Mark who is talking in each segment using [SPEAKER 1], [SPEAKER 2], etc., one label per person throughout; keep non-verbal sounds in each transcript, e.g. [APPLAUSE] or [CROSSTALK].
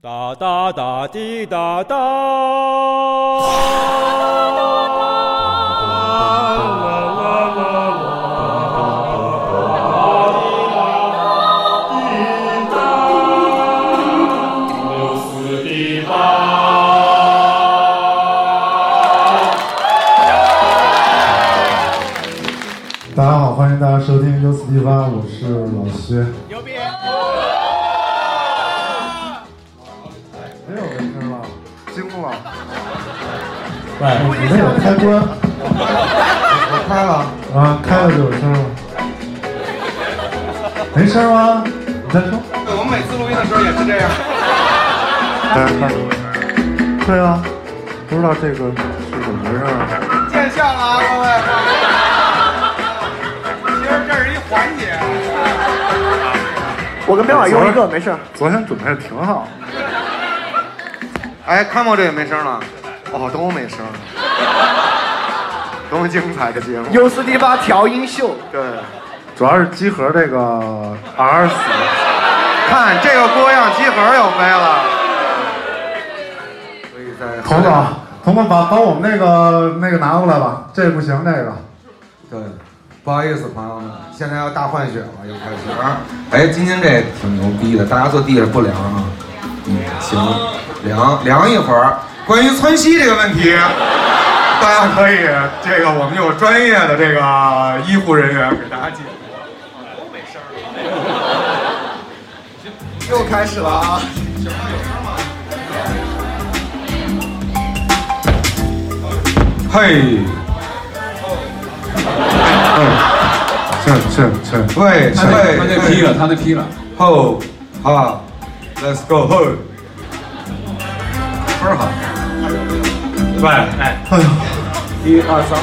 [SPEAKER 1] 哒哒哒滴哒哒，啦啦啦啦啦。
[SPEAKER 2] 大家好，欢迎大家收听 U 四 D 八，我是老薛。
[SPEAKER 3] 牛逼！
[SPEAKER 2] 哎没有纹身了，惊了，
[SPEAKER 1] 喂，
[SPEAKER 2] 没有开关。我开了啊，开了就有声了。没声吗？你再说。
[SPEAKER 3] 我们每次录音的时候也是这样。
[SPEAKER 2] 对啊，不知道这个是怎么回事儿。
[SPEAKER 3] 见笑了啊，各位。其实这是一环节，
[SPEAKER 4] 我跟彪马啊用一个，没事儿。
[SPEAKER 2] 昨天准备的挺好，
[SPEAKER 4] 哎，看过这个没声了？哦，都没声了。
[SPEAKER 2] 多么精彩的节目！
[SPEAKER 4] U 四 D 八调音秀，
[SPEAKER 2] 对，主要是集合这个 R 死，
[SPEAKER 4] 看这个锅样集合又飞了。
[SPEAKER 2] 彤彤，彤彤把把我们那个那个拿过来吧，这不行，这个。
[SPEAKER 5] 对，不好意思，朋友们，现在要大换血了，又开始。哎，今天这挺牛逼的，大家坐地下不凉啊。嗯，行，凉凉一会儿。关于窜稀这个问题， [LAUGHS] 大家可以这个我们有专业的这个医护人员给大家解决。
[SPEAKER 6] [LAUGHS]
[SPEAKER 4] 又开始了啊！
[SPEAKER 5] 嘿，
[SPEAKER 2] 去去去，
[SPEAKER 5] 喂，
[SPEAKER 6] 他那他那批
[SPEAKER 5] 嘿
[SPEAKER 6] 了，他那批了，
[SPEAKER 5] 吼哈，Let's go 吼，
[SPEAKER 6] 倍儿好。
[SPEAKER 3] 喂，哎，
[SPEAKER 5] 一二三。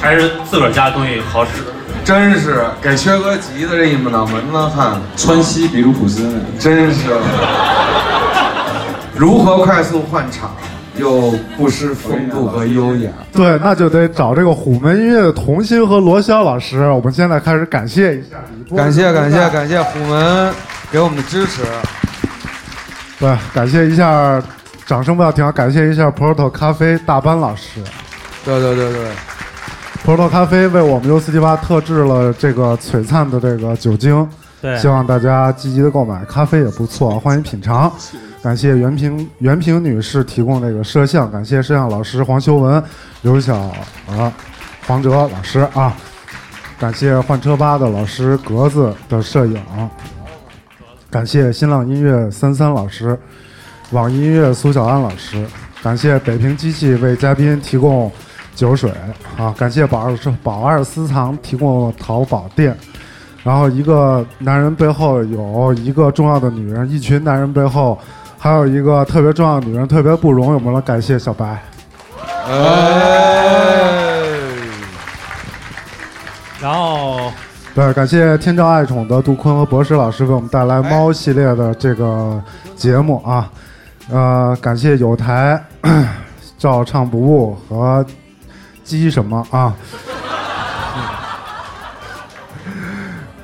[SPEAKER 3] 还是自个儿家的东西好使。
[SPEAKER 5] 真是给薛哥急的这一脑门子汗，
[SPEAKER 6] 川西比卢普斯那个，
[SPEAKER 5] 真是。如何快速换场，又不失风度和优雅？
[SPEAKER 2] [LAUGHS] 对，那就得找这个虎门音乐的童心和罗霄老师。我们现在开始感谢一下李波，
[SPEAKER 5] 感谢感谢感谢虎门给我们的支持。
[SPEAKER 2] 对，感谢一下，掌声不要停啊，感谢一下 Porto 咖啡大班老师。
[SPEAKER 5] 对对对对，
[SPEAKER 2] Porto 咖啡为我们 U 四七八特制了这个璀璨的这个酒精，
[SPEAKER 3] 对
[SPEAKER 2] 希望大家积极的购买，咖啡也不错，啊欢迎品尝。感谢袁平袁平女士提供这个摄像，感谢摄像老师黄修文、刘晓啊、黄哲老师啊，感谢换车吧的老师格子的摄影，感谢新浪音乐三三老师，网易音乐苏小安老师，感谢北平机器为嘉宾提供酒水啊，感谢宝二宝二私藏提供淘宝店，然后一个男人背后有一个重要的女人，一群男人背后还有一个特别重要的女人，特别不容易。我们来感谢小白，
[SPEAKER 3] 然后
[SPEAKER 2] 对，感谢天照爱宠的杜坤和博士老师为我们带来猫系列的这个节目啊，呃，感谢有台 [COUGHS] 照唱不误和鸡什么啊，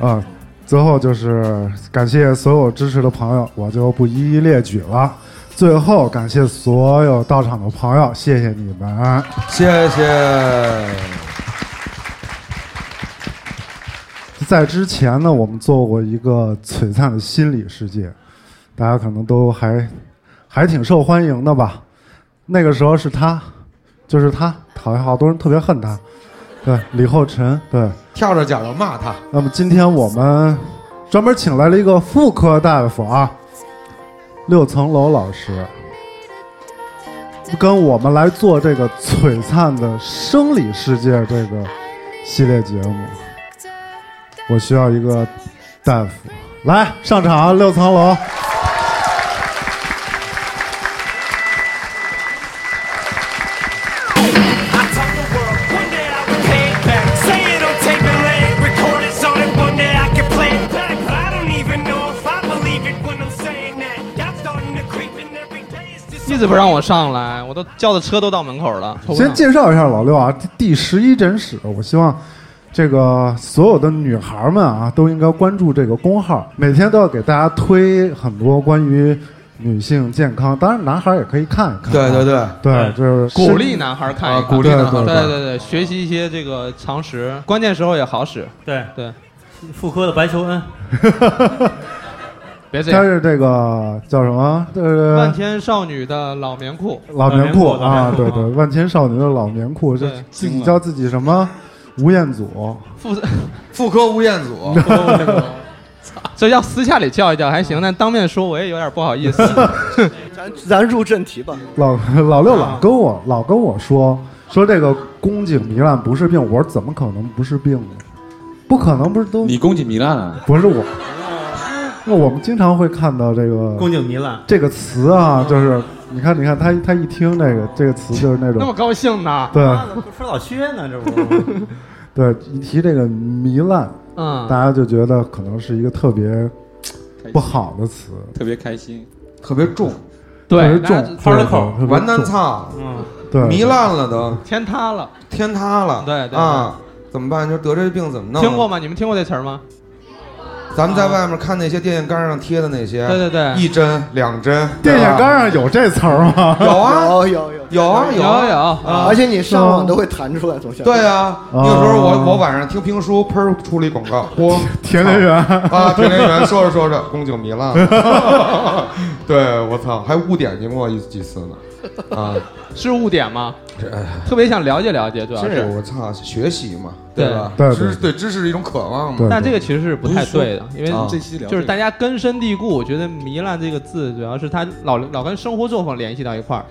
[SPEAKER 2] 啊，最后就是感谢所有支持的朋友，我就不一一列举了。最后感谢所有到场的朋友，谢谢你们。
[SPEAKER 5] 谢谢。
[SPEAKER 2] 在之前呢，我们做过一个璀璨的心理世界，大家可能都还还挺受欢迎的吧。那个时候是他，就是他，好像好多人特别恨他。对，李厚辰，对。
[SPEAKER 5] 跳着脚要骂他，
[SPEAKER 2] 那么今天我们专门请来了一个妇科大夫啊，六层楼老师，跟我们来做这个璀璨的生理世界这个系列节目。我需要一个大夫，来上场啊，六层楼。
[SPEAKER 7] I told the world one day I would pay it back. Say it on tape and lay it recorded so that one day I can play it back. I don't even know if I believe it when I'm saying that. Y'all starting to creep and every day is just.
[SPEAKER 8] 一直不让我上来，我都叫的车都到门口了。
[SPEAKER 2] 先介绍一下老六啊，第第十一诊室，我希望这个所有的女孩们啊，都应该关注这个公号，每天都要给大家推很多关于女性健康，当然男孩也可以看一看啊。
[SPEAKER 5] 对对对
[SPEAKER 2] 对，就是
[SPEAKER 8] 鼓励男孩看
[SPEAKER 5] 啊
[SPEAKER 8] 一看，
[SPEAKER 5] 鼓励男孩
[SPEAKER 8] 对
[SPEAKER 5] 看
[SPEAKER 8] 对对对，学习一些这个常识，关键时候也好使。
[SPEAKER 1] 对
[SPEAKER 8] 对，
[SPEAKER 1] 妇科的白求恩，
[SPEAKER 8] 别这
[SPEAKER 2] 但
[SPEAKER 8] 样。
[SPEAKER 2] 是这个叫什么？
[SPEAKER 8] 万
[SPEAKER 2] 呃，
[SPEAKER 8] 千少女的老棉裤，
[SPEAKER 2] 老棉裤
[SPEAKER 1] 老棉裤老
[SPEAKER 2] 啊，
[SPEAKER 1] 棉裤
[SPEAKER 2] 对
[SPEAKER 1] 啊
[SPEAKER 2] 对，万千少女的老棉裤，这
[SPEAKER 8] 对
[SPEAKER 2] 自己叫自己什么？吴彦祖，
[SPEAKER 8] 妇，
[SPEAKER 5] [LAUGHS] 妇科吴彦祖，
[SPEAKER 8] [LAUGHS] 这要私下里叫一叫还行，但当面说我也有点不好
[SPEAKER 5] [LAUGHS]
[SPEAKER 8] 意思。
[SPEAKER 9] 咱咱入正题吧。
[SPEAKER 2] 老 [LAUGHS] 老六老跟我老跟我说说这个宫颈糜烂不是病，我说怎么可能不是病呢？不可能不是都
[SPEAKER 6] 你宫颈糜烂啊？
[SPEAKER 2] 不是我，那我们经常会看到这个
[SPEAKER 1] 宫颈糜烂，
[SPEAKER 2] 这个词啊，就是你看，你看他他一听这个这个词就是那
[SPEAKER 8] [LAUGHS] 那么
[SPEAKER 2] 种，
[SPEAKER 8] 高
[SPEAKER 5] [LAUGHS]
[SPEAKER 8] 兴呢？
[SPEAKER 9] 啊
[SPEAKER 2] 对
[SPEAKER 1] 说啊老缺呢，这不
[SPEAKER 2] 对，一提这个糜烂，大
[SPEAKER 8] 嗯，
[SPEAKER 2] 家就觉得可能是一个特别不好的词，
[SPEAKER 6] 特别开心，
[SPEAKER 5] 特别重，
[SPEAKER 8] 对，
[SPEAKER 2] 特别重，
[SPEAKER 1] 翻了口
[SPEAKER 2] 特别重
[SPEAKER 5] 完蛋，操，
[SPEAKER 2] 对，
[SPEAKER 5] 糜烂了都，
[SPEAKER 8] 天塌了，
[SPEAKER 5] 天塌了，
[SPEAKER 8] 对对对
[SPEAKER 5] 啊，怎么办？就得这病怎么弄？啊
[SPEAKER 8] 听过？吗？你们听过这词儿吗？
[SPEAKER 5] 咱们在外面看那些电线杆上贴的那些，
[SPEAKER 8] 对对对
[SPEAKER 5] 一针两针，
[SPEAKER 2] 电线
[SPEAKER 5] 对吧
[SPEAKER 2] 杆上有这词儿吗？ [LAUGHS]
[SPEAKER 5] 有啊
[SPEAKER 9] 有有有，
[SPEAKER 5] 有啊
[SPEAKER 8] 有
[SPEAKER 5] 啊
[SPEAKER 8] 有
[SPEAKER 5] 啊
[SPEAKER 9] 而且你上网都会弹出来，从下面
[SPEAKER 5] 对啊，
[SPEAKER 2] 哦
[SPEAKER 5] 你有时候我我晚上听评书，喷儿出了一广
[SPEAKER 2] [LAUGHS]
[SPEAKER 5] 告，嚯，
[SPEAKER 2] 田连
[SPEAKER 5] [LAUGHS]
[SPEAKER 2] 元，
[SPEAKER 5] 啊，田连元说着说着，宫颈糜烂了， [LAUGHS] 对我操，还污点进过一几次呢，啊，
[SPEAKER 8] 是误点吗？
[SPEAKER 5] 这
[SPEAKER 8] 特别想了解了解，主要
[SPEAKER 5] 这
[SPEAKER 8] 是啊
[SPEAKER 5] 个。我操，学习嘛，
[SPEAKER 8] 对
[SPEAKER 5] 吧？
[SPEAKER 2] 对对
[SPEAKER 5] 知识对知识是一种渴望嘛
[SPEAKER 2] 对，
[SPEAKER 8] 但这个其实是不太对的，因为
[SPEAKER 5] 啊
[SPEAKER 8] 这
[SPEAKER 6] 期聊
[SPEAKER 8] 就是大家根深蒂固，我觉得“糜烂”这个字，主要是它老老跟生活作风联系到一块儿，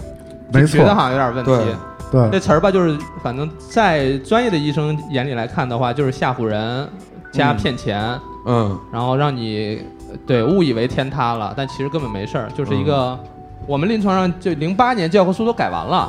[SPEAKER 2] 没
[SPEAKER 8] 就觉
[SPEAKER 2] 错，
[SPEAKER 8] 得好像有点问题
[SPEAKER 5] 对。
[SPEAKER 8] 这
[SPEAKER 2] 对，
[SPEAKER 8] 词儿吧，就是反正在专业的医生眼里来看的话，就是吓唬人加骗钱，
[SPEAKER 5] 嗯，
[SPEAKER 8] 然后让你呃对误以为天塌了，但其实根本没事儿，就是一
[SPEAKER 1] 嗯
[SPEAKER 8] 个、我们临床上就零八年教科书都改完了，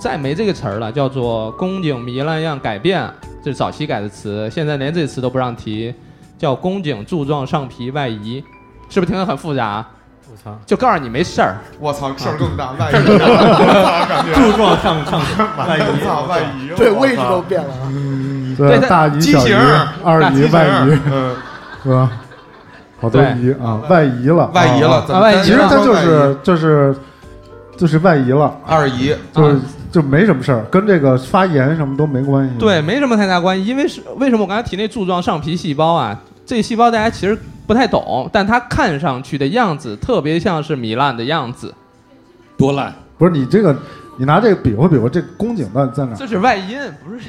[SPEAKER 8] 再没这个词儿了，叫做宫颈糜烂样改变，这是早期改的词，现在连这词都不让提，叫宫颈柱状上皮外移，是不是听着很复杂？啊
[SPEAKER 1] 我操，
[SPEAKER 8] 就告诉你没事儿，
[SPEAKER 5] 我操，
[SPEAKER 2] 啊
[SPEAKER 5] 事儿
[SPEAKER 2] [LAUGHS]
[SPEAKER 5] 更大，万一，我操感
[SPEAKER 1] [LAUGHS]
[SPEAKER 5] 觉
[SPEAKER 1] 柱状上上外移，
[SPEAKER 5] 我操，万一，
[SPEAKER 9] 对
[SPEAKER 5] 我操
[SPEAKER 9] 位置都变了啊。
[SPEAKER 2] 对
[SPEAKER 8] 对但
[SPEAKER 2] 大姨、
[SPEAKER 5] 畸
[SPEAKER 2] 小姨
[SPEAKER 5] 形儿、
[SPEAKER 2] 二
[SPEAKER 8] 大
[SPEAKER 2] 姨、
[SPEAKER 8] 畸
[SPEAKER 2] 外姨
[SPEAKER 5] 嗯，
[SPEAKER 2] 是吧？好多
[SPEAKER 8] 对
[SPEAKER 2] 姨啊，外移了，
[SPEAKER 5] 外移
[SPEAKER 2] 啊
[SPEAKER 5] 了，怎么
[SPEAKER 8] 哦外移
[SPEAKER 5] 咱
[SPEAKER 2] 其实
[SPEAKER 5] 咱
[SPEAKER 2] 它
[SPEAKER 5] 说
[SPEAKER 2] 就
[SPEAKER 5] 外移
[SPEAKER 2] 是就是就是外移了，
[SPEAKER 5] 二姨，
[SPEAKER 8] 啊
[SPEAKER 2] 就是就没什么事儿，跟这个发炎什么都没关系。
[SPEAKER 8] 对，没什么太大关系，因为是为什么我刚才提那柱状上皮细胞啊，这细胞大家其实不太懂，但它看上去的样子特别像是糜烂的样子，
[SPEAKER 6] 多烂，
[SPEAKER 2] 不是你这个，你拿这个比划比划，这个宫颈在在哪儿？
[SPEAKER 8] 这是外因，不是。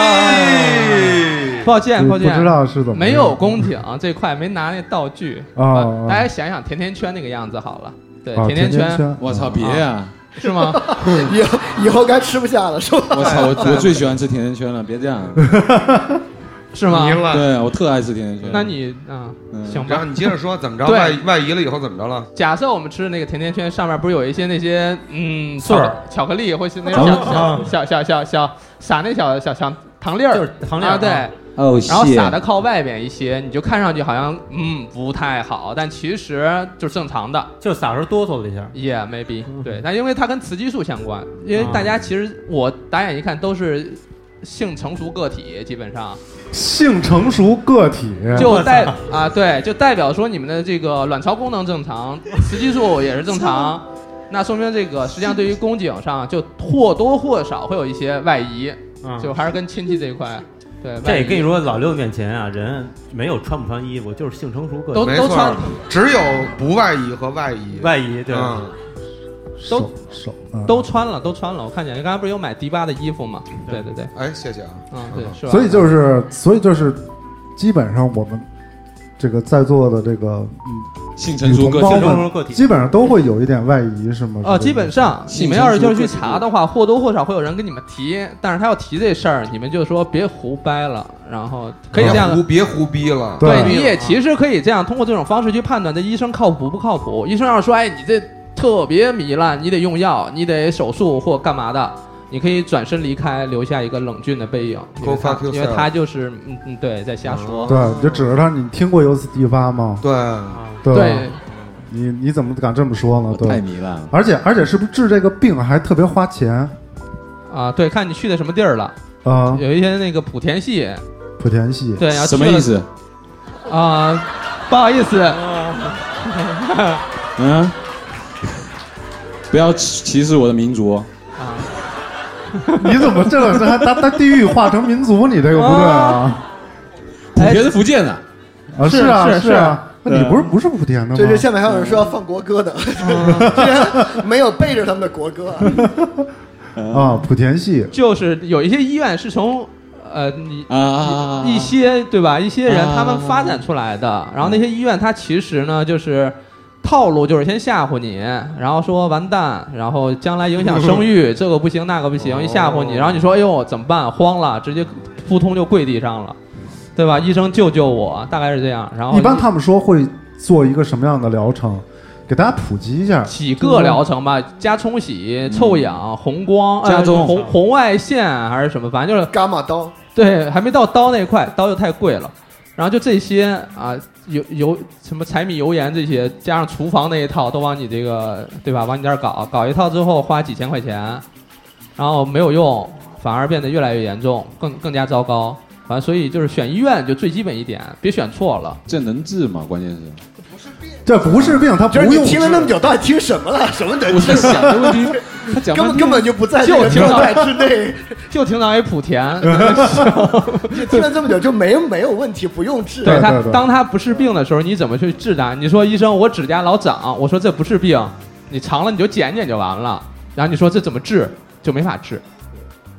[SPEAKER 5] 哎，
[SPEAKER 8] 抱歉，抱
[SPEAKER 2] 不
[SPEAKER 8] 歉，
[SPEAKER 2] 知道是怎么
[SPEAKER 8] 没有宫颈这块，没拿那道具
[SPEAKER 2] 啊
[SPEAKER 8] 呃大家想想甜甜圈那个样子好了，对，
[SPEAKER 2] 啊，甜
[SPEAKER 8] 甜圈
[SPEAKER 2] 圈，
[SPEAKER 6] 我操，别呀！
[SPEAKER 8] 是吗？
[SPEAKER 9] [LAUGHS] 以后以后该吃不下了，是吧？
[SPEAKER 6] 我操，我我最喜欢吃甜甜圈了，别这样。
[SPEAKER 8] 是吗？
[SPEAKER 6] 对我特爱吃甜甜圈。
[SPEAKER 8] 那你啊，
[SPEAKER 6] 嗯
[SPEAKER 8] 行
[SPEAKER 5] 然
[SPEAKER 8] 吧
[SPEAKER 5] 后。你接着说怎么着，
[SPEAKER 8] 对
[SPEAKER 5] 外外移了以后怎么着了？
[SPEAKER 8] 假设我们吃的那个甜甜圈上面不是有一些那些嗯
[SPEAKER 1] 穗儿、
[SPEAKER 8] 巧克力或是那
[SPEAKER 6] 咱
[SPEAKER 8] 种
[SPEAKER 6] 们
[SPEAKER 8] 小小小小小小撒那小小小糖粒儿，
[SPEAKER 1] 就是糖粒儿
[SPEAKER 8] 啊，
[SPEAKER 1] 啊
[SPEAKER 8] 对，
[SPEAKER 6] 哦，
[SPEAKER 8] 然后
[SPEAKER 6] 谢
[SPEAKER 8] 撒的靠外边一些，你就看上去好像嗯不太好，但其实就是正常的。
[SPEAKER 1] 就撒时候哆嗦了一下，
[SPEAKER 8] Yeah, maybe。对，
[SPEAKER 1] 嗯
[SPEAKER 8] 但因为它跟雌激素相关，因为大
[SPEAKER 1] 啊
[SPEAKER 8] 家其实我打眼一看都是性成熟个体，基本上
[SPEAKER 2] 性成熟个体，
[SPEAKER 1] 哎
[SPEAKER 8] 就代啊，对，就代表说你们的这个卵巢功能正常，雌激素也是正常，
[SPEAKER 1] 啊
[SPEAKER 8] 那说明这个实际上对于宫颈上就或多或少会有一些外移，
[SPEAKER 1] 嗯
[SPEAKER 8] 就还是跟亲戚这一块，对，
[SPEAKER 1] 这
[SPEAKER 8] 外移
[SPEAKER 1] 跟你说，老六面前啊，人没有穿不穿衣服，就是性成熟个
[SPEAKER 8] 都
[SPEAKER 1] 体
[SPEAKER 5] 没
[SPEAKER 8] 都
[SPEAKER 5] 错
[SPEAKER 8] 穿
[SPEAKER 5] 儿，只有不外移和外移，
[SPEAKER 1] 外移，对，
[SPEAKER 5] 嗯，
[SPEAKER 2] 手手啊
[SPEAKER 8] 都穿了，都穿了，我看见刚才不是有买迪吧的衣服吗？对对对，
[SPEAKER 5] 哎，谢谢啊，
[SPEAKER 8] 嗯，对，是吧？
[SPEAKER 2] 所以就是所以就是，基本上我们这个在座的这个嗯
[SPEAKER 6] 性成
[SPEAKER 2] 女
[SPEAKER 6] 熟
[SPEAKER 2] 同
[SPEAKER 6] 个
[SPEAKER 2] 胞
[SPEAKER 6] 体，
[SPEAKER 1] 性成熟个
[SPEAKER 2] 们，
[SPEAKER 1] 体
[SPEAKER 2] 基本上都会有一点外移，是吗？
[SPEAKER 8] 哦，基本上你
[SPEAKER 6] 性
[SPEAKER 8] 们要是
[SPEAKER 6] 成熟
[SPEAKER 8] 就是去
[SPEAKER 6] 个体
[SPEAKER 8] 查的话，或多或少会有人跟你们提，但是他要提这事儿，你们就说别胡掰了，然后可以
[SPEAKER 5] 别
[SPEAKER 8] 这样
[SPEAKER 5] 啊胡。别胡逼了，
[SPEAKER 2] 对
[SPEAKER 8] 你也其实可以这样，通过这种方式去判断这医生靠谱不靠谱。医生要是说，哎，你这特别糜烂，你得用药，你得手术或干嘛的，你可以转身离开，留下一个冷峻的背影，因
[SPEAKER 5] Go
[SPEAKER 8] 为他
[SPEAKER 5] fuck yourself
[SPEAKER 8] 因为他就是嗯嗯对在瞎说。
[SPEAKER 2] 对，你就指着他，你听过有此地发吗？
[SPEAKER 5] 对，
[SPEAKER 2] 对啊吧
[SPEAKER 8] 对，
[SPEAKER 2] 你你怎么敢这么说呢？
[SPEAKER 6] 我太
[SPEAKER 2] 对，
[SPEAKER 6] 糜烂了。
[SPEAKER 2] 而且而且是不是治这个病还特别花钱？
[SPEAKER 8] 啊，对，看你去的什么地儿了。
[SPEAKER 2] 啊，
[SPEAKER 8] 有一些那个莆田系，
[SPEAKER 2] 莆田系，
[SPEAKER 8] 对，然后
[SPEAKER 6] 什么意思？
[SPEAKER 8] 啊、不好意思，
[SPEAKER 6] 嗯，不要歧视我的民族。
[SPEAKER 2] 你怎么这个这还当当地域化成民族，你这个不对啊！
[SPEAKER 6] 莆田是福建的，
[SPEAKER 2] 啊，
[SPEAKER 8] 是
[SPEAKER 2] 啊，
[SPEAKER 8] 是
[SPEAKER 2] 是啊，那你不是不是莆田的吗？
[SPEAKER 9] 这这下面还有人说要放国歌的，居然没有背着他们的国歌啊，
[SPEAKER 2] 啊，莆田系
[SPEAKER 8] 就是有一些医院是从呃你
[SPEAKER 6] 啊啊啊啊
[SPEAKER 8] 一些对吧？一些人
[SPEAKER 6] 啊
[SPEAKER 8] 他们发展出来的，然后那些医院它其实呢就是。套路就是先吓唬你，然后说完蛋，然后将来影响生育，这个不行那个不行，一吓唬你，然后你说哎呦怎么办？慌了，直接扑通就跪地上了，对吧？医生救救我，大概是这样。然后
[SPEAKER 2] 一般他们说会做一个什么样的疗程，给大家普及一下。
[SPEAKER 8] 几个疗程吧，加冲洗、臭氧、红光、呃
[SPEAKER 6] 加重
[SPEAKER 8] 红红外线还是什么，反正就是
[SPEAKER 9] 伽马刀，
[SPEAKER 8] 对，还没到刀那一块，刀又太贵了。然后就这些啊，油油什么柴米油盐这些，加上厨房那一套，都往你这个对吧？往你这儿搞，搞一套之后花几千块钱，然后没有用，反而变得越来越严重，更更加糟糕。反正所以就是选医院就最基本一点，别选错
[SPEAKER 9] [LAUGHS]
[SPEAKER 8] 了。
[SPEAKER 6] 这能治吗？关键是，
[SPEAKER 2] 这不是病，他不
[SPEAKER 9] 就是
[SPEAKER 2] 用
[SPEAKER 9] 你听了那么久，到底听什么了？什么
[SPEAKER 6] 我
[SPEAKER 9] 能治
[SPEAKER 6] 在？想这个问
[SPEAKER 8] [LAUGHS]
[SPEAKER 6] 题，他讲
[SPEAKER 9] 根
[SPEAKER 6] 半
[SPEAKER 9] 本
[SPEAKER 6] 天
[SPEAKER 9] 根本就不在这个
[SPEAKER 8] 就听到
[SPEAKER 9] 状态之内，
[SPEAKER 8] 就听到一莆
[SPEAKER 9] [LAUGHS]
[SPEAKER 8] 田，
[SPEAKER 9] 听了这么久就没没有问题，不用治。
[SPEAKER 8] 对他
[SPEAKER 2] 对对
[SPEAKER 8] 当他不是病的时候，你怎么去治他？你说医生，我指甲老长，我说这不是病，你长了你就剪剪就完了。然后你说这怎么治，就没法治，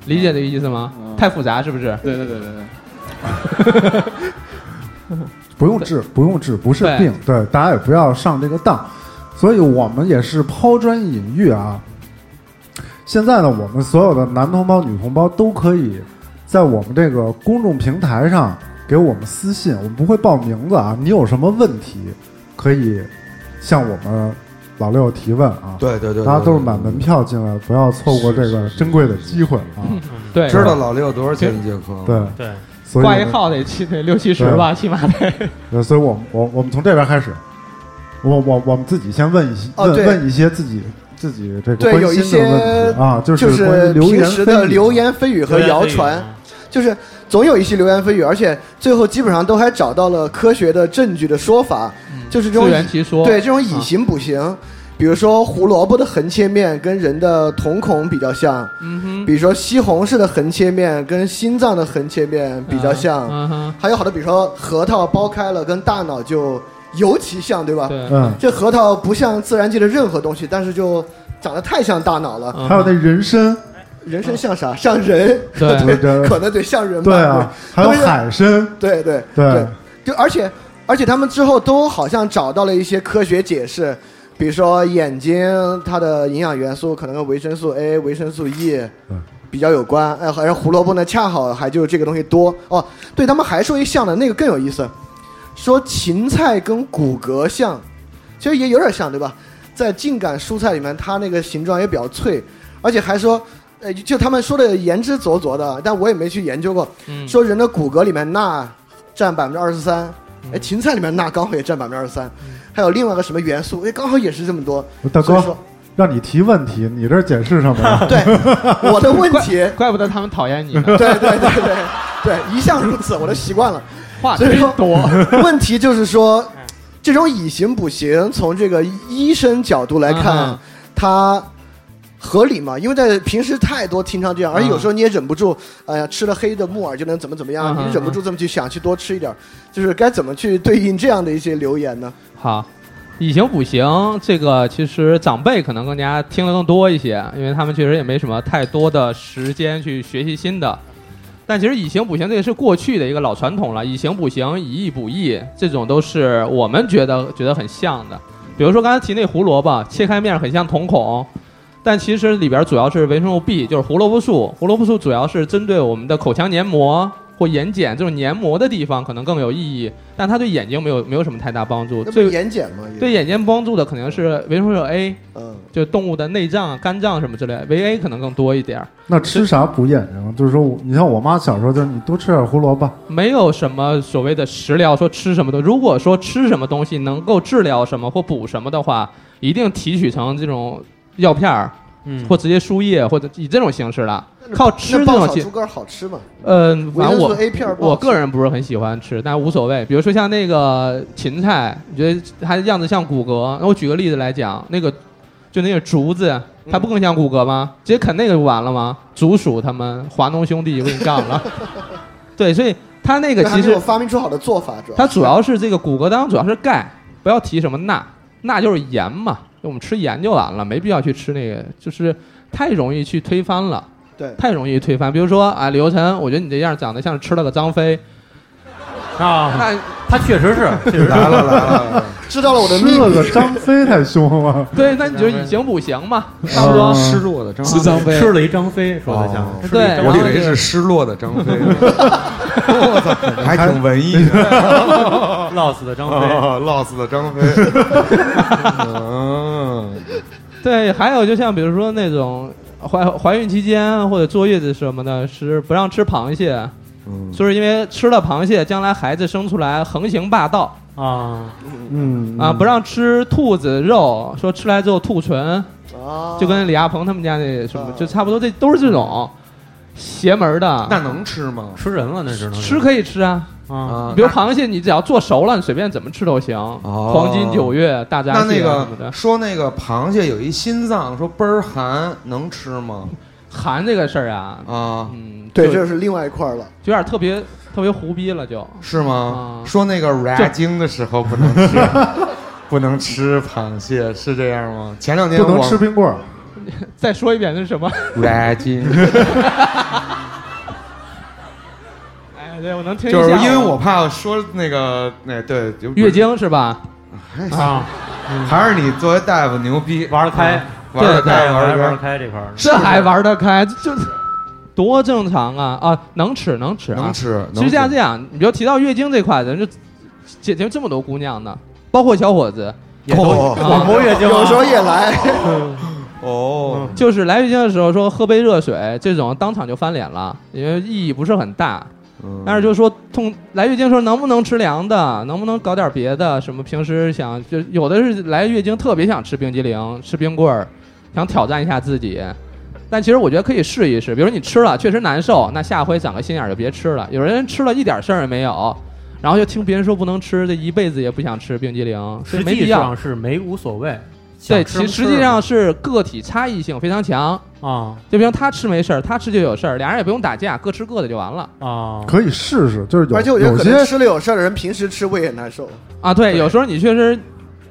[SPEAKER 8] 理解这个意思吗？
[SPEAKER 6] 嗯
[SPEAKER 8] 太复杂是不是？
[SPEAKER 6] 对对对对对，
[SPEAKER 2] 不用治，不用治，不是
[SPEAKER 8] 对
[SPEAKER 2] 病。对，大家也不要上这个当。所以我们也是抛砖引玉啊。现在呢，我们所有的男同胞、女同胞都可以在我们这个公众平台上给我们私信，我们不会报名字啊。你有什么问题，可以向我们老六提问啊。
[SPEAKER 5] 对对对，
[SPEAKER 2] 大家都是买门票进来，不要错过这个珍贵的机会啊！
[SPEAKER 5] [LAUGHS]
[SPEAKER 8] 对，
[SPEAKER 5] 知道老六多少钱一节课吗？
[SPEAKER 2] 对，
[SPEAKER 1] 对，
[SPEAKER 2] 所以
[SPEAKER 8] 挂一号得七得六七十吧，起码 [LAUGHS] 得。
[SPEAKER 2] 呃，所以我们我我们从这边开始，我我我们自己先问一些、
[SPEAKER 9] 哦
[SPEAKER 2] 问
[SPEAKER 9] 对
[SPEAKER 2] 问一些自己自己这个
[SPEAKER 9] 对，有
[SPEAKER 2] 关
[SPEAKER 9] 一
[SPEAKER 2] 心的
[SPEAKER 9] 些
[SPEAKER 2] 问题啊，就是
[SPEAKER 9] 就
[SPEAKER 2] 关于
[SPEAKER 9] 是
[SPEAKER 2] 流
[SPEAKER 9] 平
[SPEAKER 2] 言
[SPEAKER 9] 时
[SPEAKER 2] 蜚
[SPEAKER 9] 的
[SPEAKER 2] 语
[SPEAKER 9] 流言蜚语和谣传，就是总有一些流言蜚语，而且最后基本上都还找到了科学的证据的说法，
[SPEAKER 8] 嗯
[SPEAKER 9] 就是这种
[SPEAKER 8] 自圆其说
[SPEAKER 9] 对这种以形补形。比如说胡萝卜的横切面跟人的瞳孔比较像，
[SPEAKER 8] 嗯
[SPEAKER 9] 比如说西红柿的横切面跟心脏的横切面比较像，
[SPEAKER 8] 嗯哼，
[SPEAKER 9] 还有好多比如说核桃剥开了跟大脑就尤其像，对吧？
[SPEAKER 8] 对，
[SPEAKER 2] 嗯，
[SPEAKER 9] 这核桃不像自然界的任何东西，但是就长得太像大脑了，
[SPEAKER 8] 嗯
[SPEAKER 2] 还有那人参，
[SPEAKER 9] 人参像啥？像人，
[SPEAKER 8] 对
[SPEAKER 2] 对
[SPEAKER 9] [LAUGHS] 可能得像人吧。
[SPEAKER 2] 对
[SPEAKER 9] [LAUGHS]
[SPEAKER 2] 啊，还有
[SPEAKER 9] 都是
[SPEAKER 2] 海参，
[SPEAKER 9] 对对
[SPEAKER 2] 对
[SPEAKER 9] 就而且而且他们之后都好像找到了一些科学解释，比如说眼睛它的营养元素可能跟维生素 A、维生素 E
[SPEAKER 2] 嗯
[SPEAKER 9] 比较有关，哎，好像胡萝卜呢恰好还就是这个东西多哦。对他们还说一项呢，那个更有意思，说芹菜跟骨骼像，其实也有点像，对吧？在茎秆蔬菜里面，它那个形状也比较脆，而且还说，呃，就他们说的言之凿凿的，但我也没去研究过，
[SPEAKER 8] 嗯
[SPEAKER 9] 说人的骨骼里面钠占百分之二十三，
[SPEAKER 8] 嗯
[SPEAKER 9] 哎，芹菜里面钠刚好也占百分之二十三，还有另外一个什么元素，哎，刚好也是这么多。
[SPEAKER 2] 大
[SPEAKER 9] 所以
[SPEAKER 2] 哥
[SPEAKER 8] [LAUGHS]
[SPEAKER 9] 说，
[SPEAKER 2] 让你提问题，你这解释什么
[SPEAKER 9] [LAUGHS]
[SPEAKER 2] 呀？
[SPEAKER 9] 对我的问题，
[SPEAKER 8] [LAUGHS] 怪不得他们讨厌你
[SPEAKER 9] [LAUGHS]
[SPEAKER 8] 呢，
[SPEAKER 9] 对对对对对，一向如此，我都习
[SPEAKER 8] [LAUGHS]
[SPEAKER 9] 惯了。
[SPEAKER 8] 话
[SPEAKER 9] 所以
[SPEAKER 8] 真
[SPEAKER 9] 说
[SPEAKER 8] 多。
[SPEAKER 9] [LAUGHS] 问题就是说，
[SPEAKER 8] 嗯
[SPEAKER 9] 这种以形补形，从这个医生角度来看，
[SPEAKER 8] 嗯
[SPEAKER 9] 它合理吗？因为在平时太多听到这样，而且有时候你也忍不住，哎呀，吃了黑的木耳就能怎么怎么样，
[SPEAKER 8] 嗯
[SPEAKER 9] 你忍不住这么去想，去多吃一点儿，就是该怎么去对应这样的一些留言呢？
[SPEAKER 8] 好，以形补形，这个其实长辈可能更加听得更多一些，因为他们确实也没什么太多的时间去学习新的。但其实以形补形这个是过去的一个老传统了，以形补形，以义补义，这种都是我们觉得觉得很像的。比如说刚才提那胡萝卜，切开面很像瞳孔，但其实里边主要是维生素 B，就是胡萝卜素。胡萝卜素主要是针对我们的口腔黏膜或眼睑这种黏膜的地方可能更有意义，但它对眼睛没有没有什么太大帮助。
[SPEAKER 9] 那不
[SPEAKER 8] 最
[SPEAKER 9] 是眼睑吗？也
[SPEAKER 8] 对，眼睛帮助的肯定是维生素 A，
[SPEAKER 9] 嗯，
[SPEAKER 8] 就动物的内脏、啊、肝脏什么之类的，维 A 可能更多一点儿，
[SPEAKER 2] 那吃啥补眼睛？啊就是说我，你像我妈小时候，就是你多吃点胡萝卜，
[SPEAKER 8] 没有什么所谓的食疗说吃什么的。如果说吃什么东西能够治疗什么或补什么的话，一定提取成这种药片儿
[SPEAKER 1] 嗯，
[SPEAKER 8] 或直接输液或者以这种形式的。靠吃
[SPEAKER 9] 那
[SPEAKER 8] 这
[SPEAKER 9] 爆
[SPEAKER 8] 种
[SPEAKER 9] 炒
[SPEAKER 8] 鸡
[SPEAKER 9] 猪，肝好吃吗？
[SPEAKER 8] 呃，反正
[SPEAKER 9] 维生素
[SPEAKER 8] 我
[SPEAKER 9] A 片儿不好
[SPEAKER 8] 我
[SPEAKER 9] 吃
[SPEAKER 8] 个人不是很喜欢吃，但无所谓。比如说像那个芹菜，你觉得它样子像骨骼？那我举个例子来讲，那个就那个竹子，它
[SPEAKER 9] 嗯
[SPEAKER 8] 不更像骨骼吗？直接啃那个不完了吗？竹鼠他们华农兄弟就给你干了。 [LAUGHS] 对，所以它那个
[SPEAKER 9] 还
[SPEAKER 8] 其
[SPEAKER 9] 没
[SPEAKER 8] 实
[SPEAKER 9] 有发明出好的做法，主要
[SPEAKER 8] 它主要是这个骨骼当中主要是钙，不要提什么钠，钠就是盐嘛，就我们吃盐就完了，没必要去吃那个，就是太容易去推翻了。
[SPEAKER 9] 对
[SPEAKER 8] 太容易推翻。比如说啊，刘晨，我觉得你这样长得像是吃了个张飞，
[SPEAKER 1] 啊，
[SPEAKER 8] 那
[SPEAKER 1] 他确实是，确实是
[SPEAKER 5] 来了来了，
[SPEAKER 9] 知道了我的秘
[SPEAKER 2] 吃了
[SPEAKER 9] 密。
[SPEAKER 2] 个张飞太凶
[SPEAKER 8] [LAUGHS]
[SPEAKER 2] 了，
[SPEAKER 8] 对，那你就以形补形嘛，差不
[SPEAKER 2] 啊
[SPEAKER 8] 多。
[SPEAKER 4] 失落的张
[SPEAKER 6] 吃张飞，
[SPEAKER 1] 吃了一张飞，说的像是吃了一
[SPEAKER 8] 嗯对
[SPEAKER 1] 张
[SPEAKER 5] 我
[SPEAKER 1] 飞
[SPEAKER 5] 以为是失落的张飞，
[SPEAKER 2] [LAUGHS]
[SPEAKER 5] 我操，还挺文艺的。
[SPEAKER 1] [LAUGHS] lost 的张飞，
[SPEAKER 5] 啊，老死的
[SPEAKER 2] [LAUGHS]
[SPEAKER 5] 张飞。嗯，
[SPEAKER 8] 对，还有就像比如说那种怀怀孕期间或者坐月子什么的，是不让吃螃蟹，
[SPEAKER 5] 嗯
[SPEAKER 8] 就是因为吃了螃蟹，将来孩子生出来横行霸道
[SPEAKER 1] 啊，
[SPEAKER 2] 嗯
[SPEAKER 8] 啊，不让吃兔子肉，说吃来之后吐唇，
[SPEAKER 9] 啊，
[SPEAKER 8] 就跟李亚鹏他们家那什么
[SPEAKER 9] 啊
[SPEAKER 8] 就差不多，这都是这种邪门儿
[SPEAKER 5] 那
[SPEAKER 8] 的。
[SPEAKER 5] 能吃吗？
[SPEAKER 1] 吃人了那是能
[SPEAKER 8] 吃可以吃啊，
[SPEAKER 1] 啊，
[SPEAKER 5] 啊啊，
[SPEAKER 8] 比如螃蟹，你只要做熟了，你随便怎么吃都行。黄金九月、大闸
[SPEAKER 5] 那那
[SPEAKER 8] 蟹什么的
[SPEAKER 5] 个，说那个螃蟹有一心脏，说倍儿寒，能吃吗？
[SPEAKER 8] 寒这个事儿啊，
[SPEAKER 5] 啊，
[SPEAKER 8] 嗯，
[SPEAKER 9] 对，
[SPEAKER 8] 就
[SPEAKER 9] 这是另外一块儿了。
[SPEAKER 8] 有点特别特别胡逼了就，
[SPEAKER 5] 是吗？
[SPEAKER 8] 啊
[SPEAKER 5] 说那个 ra 经的时候不能吃， [LAUGHS] 不能吃螃蟹，是这样吗？前两天
[SPEAKER 2] 不能
[SPEAKER 5] 我 [LAUGHS]
[SPEAKER 2] 吃冰棍儿，
[SPEAKER 8] 再说一遍那是什么？
[SPEAKER 5] ra 经，
[SPEAKER 8] [LAUGHS] 哎，对我能听一下。
[SPEAKER 5] 就是因为我怕说那个那对就
[SPEAKER 8] 月经是吧？
[SPEAKER 1] 啊，
[SPEAKER 5] 还是你作为大夫牛逼，啊
[SPEAKER 1] 玩得开，
[SPEAKER 5] 玩得开，
[SPEAKER 1] 对
[SPEAKER 5] 玩
[SPEAKER 1] 玩
[SPEAKER 5] 得
[SPEAKER 1] 玩得
[SPEAKER 5] 开，
[SPEAKER 1] 开这块儿，
[SPEAKER 8] 这还玩得开，就多正常啊啊！能吃能吃啊，
[SPEAKER 5] 能。吃。能
[SPEAKER 8] 其实这样
[SPEAKER 5] 吃
[SPEAKER 8] 这样，你比如提到月经这块，咱就解决这么多姑娘呢，包括小伙子，
[SPEAKER 1] 也都广播月经啊
[SPEAKER 9] 有时候也来，
[SPEAKER 5] 哦，
[SPEAKER 8] 就是来月经的时候说喝杯热水，这种当场就翻脸了，因为意义不是很大。
[SPEAKER 5] 嗯
[SPEAKER 8] 但是就说痛来月经的时候能不能吃凉的，能不能搞点别的？什么平时想就有的是来月经特别想吃冰激凌、吃冰棍儿，想挑战一下自己。但其实我觉得可以试一试，比如你吃了确实难受，那下回长个心眼儿就别吃了。有人吃了一点事儿也没有，然后就听别人说不能吃，这一辈子也不想吃冰激凌，所
[SPEAKER 1] 实
[SPEAKER 8] 以没
[SPEAKER 1] 际
[SPEAKER 8] 必要。
[SPEAKER 1] 上是没无所谓，
[SPEAKER 8] 对，
[SPEAKER 1] 想吃
[SPEAKER 8] 其
[SPEAKER 1] 不
[SPEAKER 8] 实
[SPEAKER 1] 吃
[SPEAKER 8] 际上是个体差异性非常强。
[SPEAKER 1] 啊
[SPEAKER 8] 就比如他吃没事儿，他吃就有事儿，俩人也不用打架，各吃各的就完了。
[SPEAKER 1] 啊，
[SPEAKER 2] 可以试试，就是有
[SPEAKER 9] [LAUGHS] 而且我觉得
[SPEAKER 2] 有
[SPEAKER 9] 可能
[SPEAKER 2] 些
[SPEAKER 9] 吃了有事儿的人，平时吃胃也难受。
[SPEAKER 8] 啊，对，有时候你确实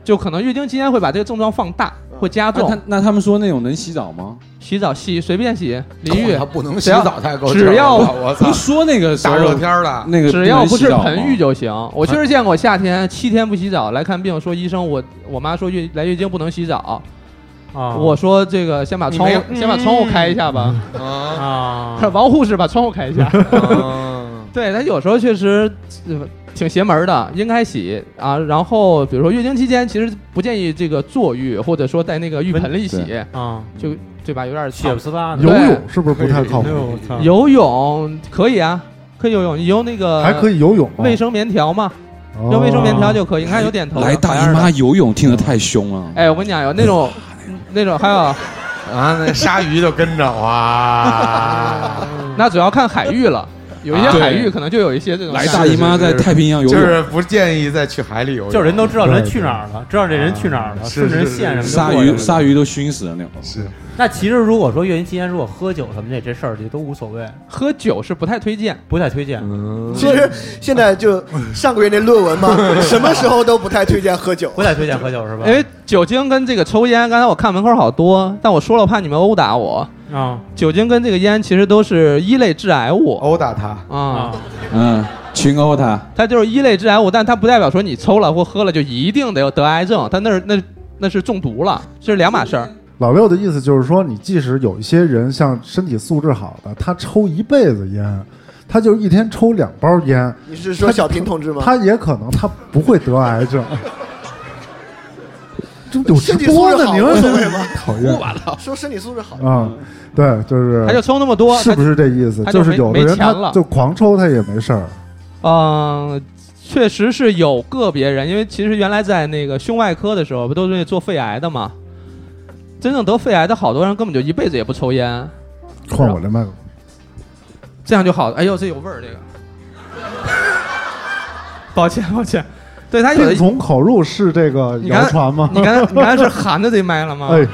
[SPEAKER 8] 就可能月经期间会把这个症状放大，会加
[SPEAKER 6] 那
[SPEAKER 8] 重
[SPEAKER 6] 他。那他们说那种能洗澡吗？
[SPEAKER 8] 洗澡洗随便洗，淋浴
[SPEAKER 5] 哦他不能洗
[SPEAKER 8] 只要
[SPEAKER 5] 澡太够劲儿
[SPEAKER 8] 只要
[SPEAKER 5] 了我操
[SPEAKER 6] 不，说那个时候
[SPEAKER 5] 大热天儿的，
[SPEAKER 6] 那个
[SPEAKER 8] 只要
[SPEAKER 6] 能
[SPEAKER 8] 不
[SPEAKER 6] 洗
[SPEAKER 8] 是
[SPEAKER 6] 澡吗
[SPEAKER 8] 盆浴就行。我确实见过夏天七天不洗澡来看病，说医生我我妈说月来月经不能洗澡，
[SPEAKER 1] 啊，
[SPEAKER 8] 我说这个先把窗户
[SPEAKER 5] 你没
[SPEAKER 8] 先把窗户开一下吧。 [LAUGHS]
[SPEAKER 5] 啊
[SPEAKER 1] 啊，
[SPEAKER 8] 王护士把窗户开一下。
[SPEAKER 5] 嗯啊
[SPEAKER 8] [LAUGHS]
[SPEAKER 5] [LAUGHS]
[SPEAKER 8] 对，他有时候确实、呃挺邪门儿的，应该洗啊。然后比如说月经期间，其实不建议这个坐浴，或者说在那个浴盆里洗，
[SPEAKER 1] 啊，
[SPEAKER 8] 就对吧？有点儿
[SPEAKER 1] 血不丝袜呢
[SPEAKER 2] 游
[SPEAKER 8] 对
[SPEAKER 2] 泳是不是不太靠
[SPEAKER 1] 哎呦
[SPEAKER 2] 谱？
[SPEAKER 1] 我操
[SPEAKER 8] 游泳可以啊，可以游泳，你用那个
[SPEAKER 2] 还可
[SPEAKER 8] 以
[SPEAKER 2] 以游泳吗，
[SPEAKER 8] 卫生棉条嘛，
[SPEAKER 2] 哦
[SPEAKER 8] 用卫生棉条就可以。你看有点头的
[SPEAKER 6] 来大姨。
[SPEAKER 8] 好
[SPEAKER 6] 妈
[SPEAKER 8] 样的
[SPEAKER 6] 游泳听得太凶了，
[SPEAKER 8] 哎，我跟你讲，有那
[SPEAKER 6] [LAUGHS]
[SPEAKER 8] 种那种，还有
[SPEAKER 5] 啊！那鲨鱼就跟着
[SPEAKER 8] [LAUGHS]
[SPEAKER 5] 哇，
[SPEAKER 8] 那主要看海域了，有一些
[SPEAKER 6] 对
[SPEAKER 8] 海域可能就有一些这种
[SPEAKER 6] 啊来
[SPEAKER 8] 下
[SPEAKER 6] 大姨妈在太平洋游
[SPEAKER 5] 就
[SPEAKER 6] 泳，
[SPEAKER 5] 是不建议再去海里游泳，
[SPEAKER 1] 就是人都知道人去哪儿了，知道这人去哪儿了，
[SPEAKER 5] 是
[SPEAKER 1] 顺着人
[SPEAKER 5] 是是
[SPEAKER 1] 线什么
[SPEAKER 6] 鲨
[SPEAKER 1] 就过去
[SPEAKER 6] 鱼
[SPEAKER 1] 了。
[SPEAKER 6] 鲨鱼都熏死了那种。
[SPEAKER 5] 是
[SPEAKER 1] 那其实如果说月经期间如果喝酒什么的这事儿就都无所谓，
[SPEAKER 8] 喝酒是不太推荐。
[SPEAKER 1] 不太推荐。
[SPEAKER 9] 其实现在就上个月那论文嘛，
[SPEAKER 2] [LAUGHS]
[SPEAKER 9] 什么时候都不太推荐喝酒
[SPEAKER 1] 不。太推荐喝酒是吧？
[SPEAKER 8] 因为哎酒精跟这个抽烟，刚才我看门口好多，但我说了怕你们殴打我。
[SPEAKER 1] 啊
[SPEAKER 8] 酒精跟这个烟其实都是一类致癌
[SPEAKER 6] 哦
[SPEAKER 8] 物
[SPEAKER 5] 殴打他。
[SPEAKER 8] 啊
[SPEAKER 1] 啊，
[SPEAKER 6] 嗯，群殴他，
[SPEAKER 8] 它就是一类致癌物，但它不代表说你抽了或喝了就一定得得癌症，它那是那那是中毒了，这是两码事儿。
[SPEAKER 2] 老六的意思就是说，你即使有一些人像身体素质好的，他抽一辈子烟，他就一天抽两包烟，
[SPEAKER 9] 你是说小平同志吗？
[SPEAKER 2] 他也可能他不会得癌
[SPEAKER 9] [LAUGHS]
[SPEAKER 2] 症。这有直
[SPEAKER 9] 身体素
[SPEAKER 2] 播
[SPEAKER 9] 质
[SPEAKER 2] 呢，
[SPEAKER 9] 好
[SPEAKER 2] 您
[SPEAKER 9] 无所谓
[SPEAKER 2] 是
[SPEAKER 9] 吗
[SPEAKER 2] [LAUGHS] 讨厌
[SPEAKER 9] 说身体素质好，
[SPEAKER 2] 啊？对，就是
[SPEAKER 8] 他就抽那么多，
[SPEAKER 2] 嗯是
[SPEAKER 8] 他
[SPEAKER 2] 不是这意思？
[SPEAKER 8] 他
[SPEAKER 2] 就
[SPEAKER 8] 就是没
[SPEAKER 2] 有的
[SPEAKER 8] 没
[SPEAKER 2] 人
[SPEAKER 8] 钱
[SPEAKER 2] 他
[SPEAKER 8] 了
[SPEAKER 2] 就狂抽，他也没事儿。
[SPEAKER 8] 嗯，确实是有个别人，因为其实原来在那个胸外科的时候，不都是做肺癌的嘛？真正得肺癌的好多人根本就一辈子也不抽烟，
[SPEAKER 2] 换我这麦克风，
[SPEAKER 8] 这样就好了。哎呦，这有
[SPEAKER 2] [LAUGHS]
[SPEAKER 8] 味儿，这个。抱歉，抱歉。对他有的
[SPEAKER 2] 病从口入是这个
[SPEAKER 8] 你刚
[SPEAKER 2] 谣
[SPEAKER 8] 才
[SPEAKER 2] 传吗？
[SPEAKER 8] 你
[SPEAKER 2] [LAUGHS]
[SPEAKER 8] 刚才你刚才是含着这麦了吗？
[SPEAKER 2] 哎，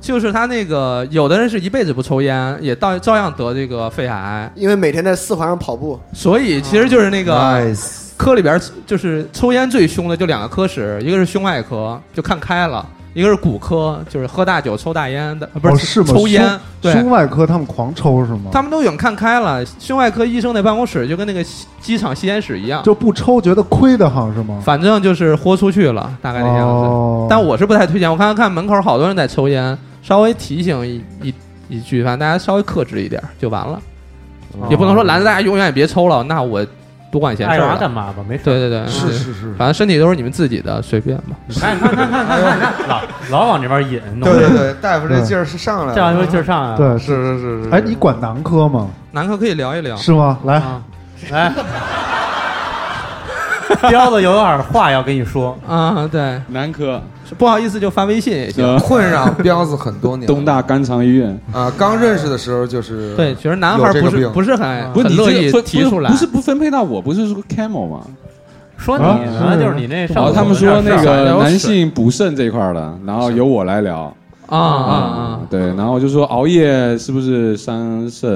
[SPEAKER 8] 就是他那个，有的人是一辈子不抽烟，也到照样得这个肺癌，
[SPEAKER 9] 因为每天在四环上跑步，
[SPEAKER 8] 所以其实就是那个。
[SPEAKER 2] 啊
[SPEAKER 5] Nice，
[SPEAKER 8] 科里边儿就是抽烟最凶的就两个科室，一个是胸外科，就看开了；一个是骨科，就是喝大酒、抽大烟的，呃不
[SPEAKER 2] 哦
[SPEAKER 8] 是,、
[SPEAKER 2] 是吗？
[SPEAKER 8] 抽烟
[SPEAKER 2] 胸。
[SPEAKER 8] 对
[SPEAKER 2] 胸，外科他们狂抽是吗？
[SPEAKER 8] 他们都远看开了。胸外科医生那办公室就跟那个吸机场吸烟室一样，
[SPEAKER 2] 就不抽觉得亏得慌是吗？
[SPEAKER 8] 反正就是豁出去了，大概那样子。
[SPEAKER 2] 哦，
[SPEAKER 8] 但我是不太推荐，我刚刚看门口好多人在抽烟，稍微提醒一一一句，反正大家稍微克制一点儿就完了，
[SPEAKER 2] 哦
[SPEAKER 8] 也不能说拦着大家永远也别抽了，那我多管闲
[SPEAKER 1] 爱
[SPEAKER 8] 事儿
[SPEAKER 1] 嘛
[SPEAKER 8] 了。
[SPEAKER 1] 干嘛吧，没事。
[SPEAKER 8] 对对对，
[SPEAKER 2] 是
[SPEAKER 8] 对
[SPEAKER 2] 是是，
[SPEAKER 8] 反正身体都是你们自己的，随便吧。
[SPEAKER 1] 你看，你看，看，看，看，看，老老往这边引，弄
[SPEAKER 5] 对对对，
[SPEAKER 8] 嗯
[SPEAKER 5] 大夫这劲儿是上来
[SPEAKER 1] 这样
[SPEAKER 5] 了，
[SPEAKER 1] 就
[SPEAKER 8] [LAUGHS]
[SPEAKER 1] 劲儿上啊。，
[SPEAKER 2] 对
[SPEAKER 5] 是是是是，
[SPEAKER 2] 哎，你管男科吗？
[SPEAKER 8] 男科可以聊一聊。
[SPEAKER 2] 是吗？来，
[SPEAKER 8] 啊
[SPEAKER 1] 来，哎彪子有点话要跟你说，
[SPEAKER 8] 啊，对，
[SPEAKER 6] 男科，
[SPEAKER 8] 不好意思就发微信也行。
[SPEAKER 6] 呃，
[SPEAKER 5] 困扰彪子很多年。
[SPEAKER 6] 东大肛肠医院。
[SPEAKER 5] 啊，刚认识的时候就是
[SPEAKER 8] 对，其实男孩
[SPEAKER 5] 有这
[SPEAKER 8] 不
[SPEAKER 5] 个
[SPEAKER 8] 是
[SPEAKER 5] 病
[SPEAKER 8] 不是很
[SPEAKER 6] 不是
[SPEAKER 8] 啊很
[SPEAKER 6] 你
[SPEAKER 8] 乐
[SPEAKER 6] 这
[SPEAKER 8] 意
[SPEAKER 6] 个分
[SPEAKER 8] 提出来
[SPEAKER 6] 不，是不分配到我，不是说 camel 吗？
[SPEAKER 1] 说
[SPEAKER 2] 啊
[SPEAKER 1] 你呢，就是你那
[SPEAKER 6] 然
[SPEAKER 1] 上
[SPEAKER 6] 后
[SPEAKER 1] 次
[SPEAKER 6] 哦他们说那
[SPEAKER 1] 事儿
[SPEAKER 6] 个男性补肾这一块儿的，然后由我来聊
[SPEAKER 8] 啊啊啊！
[SPEAKER 6] 对，然后我就说熬夜是不是伤肾？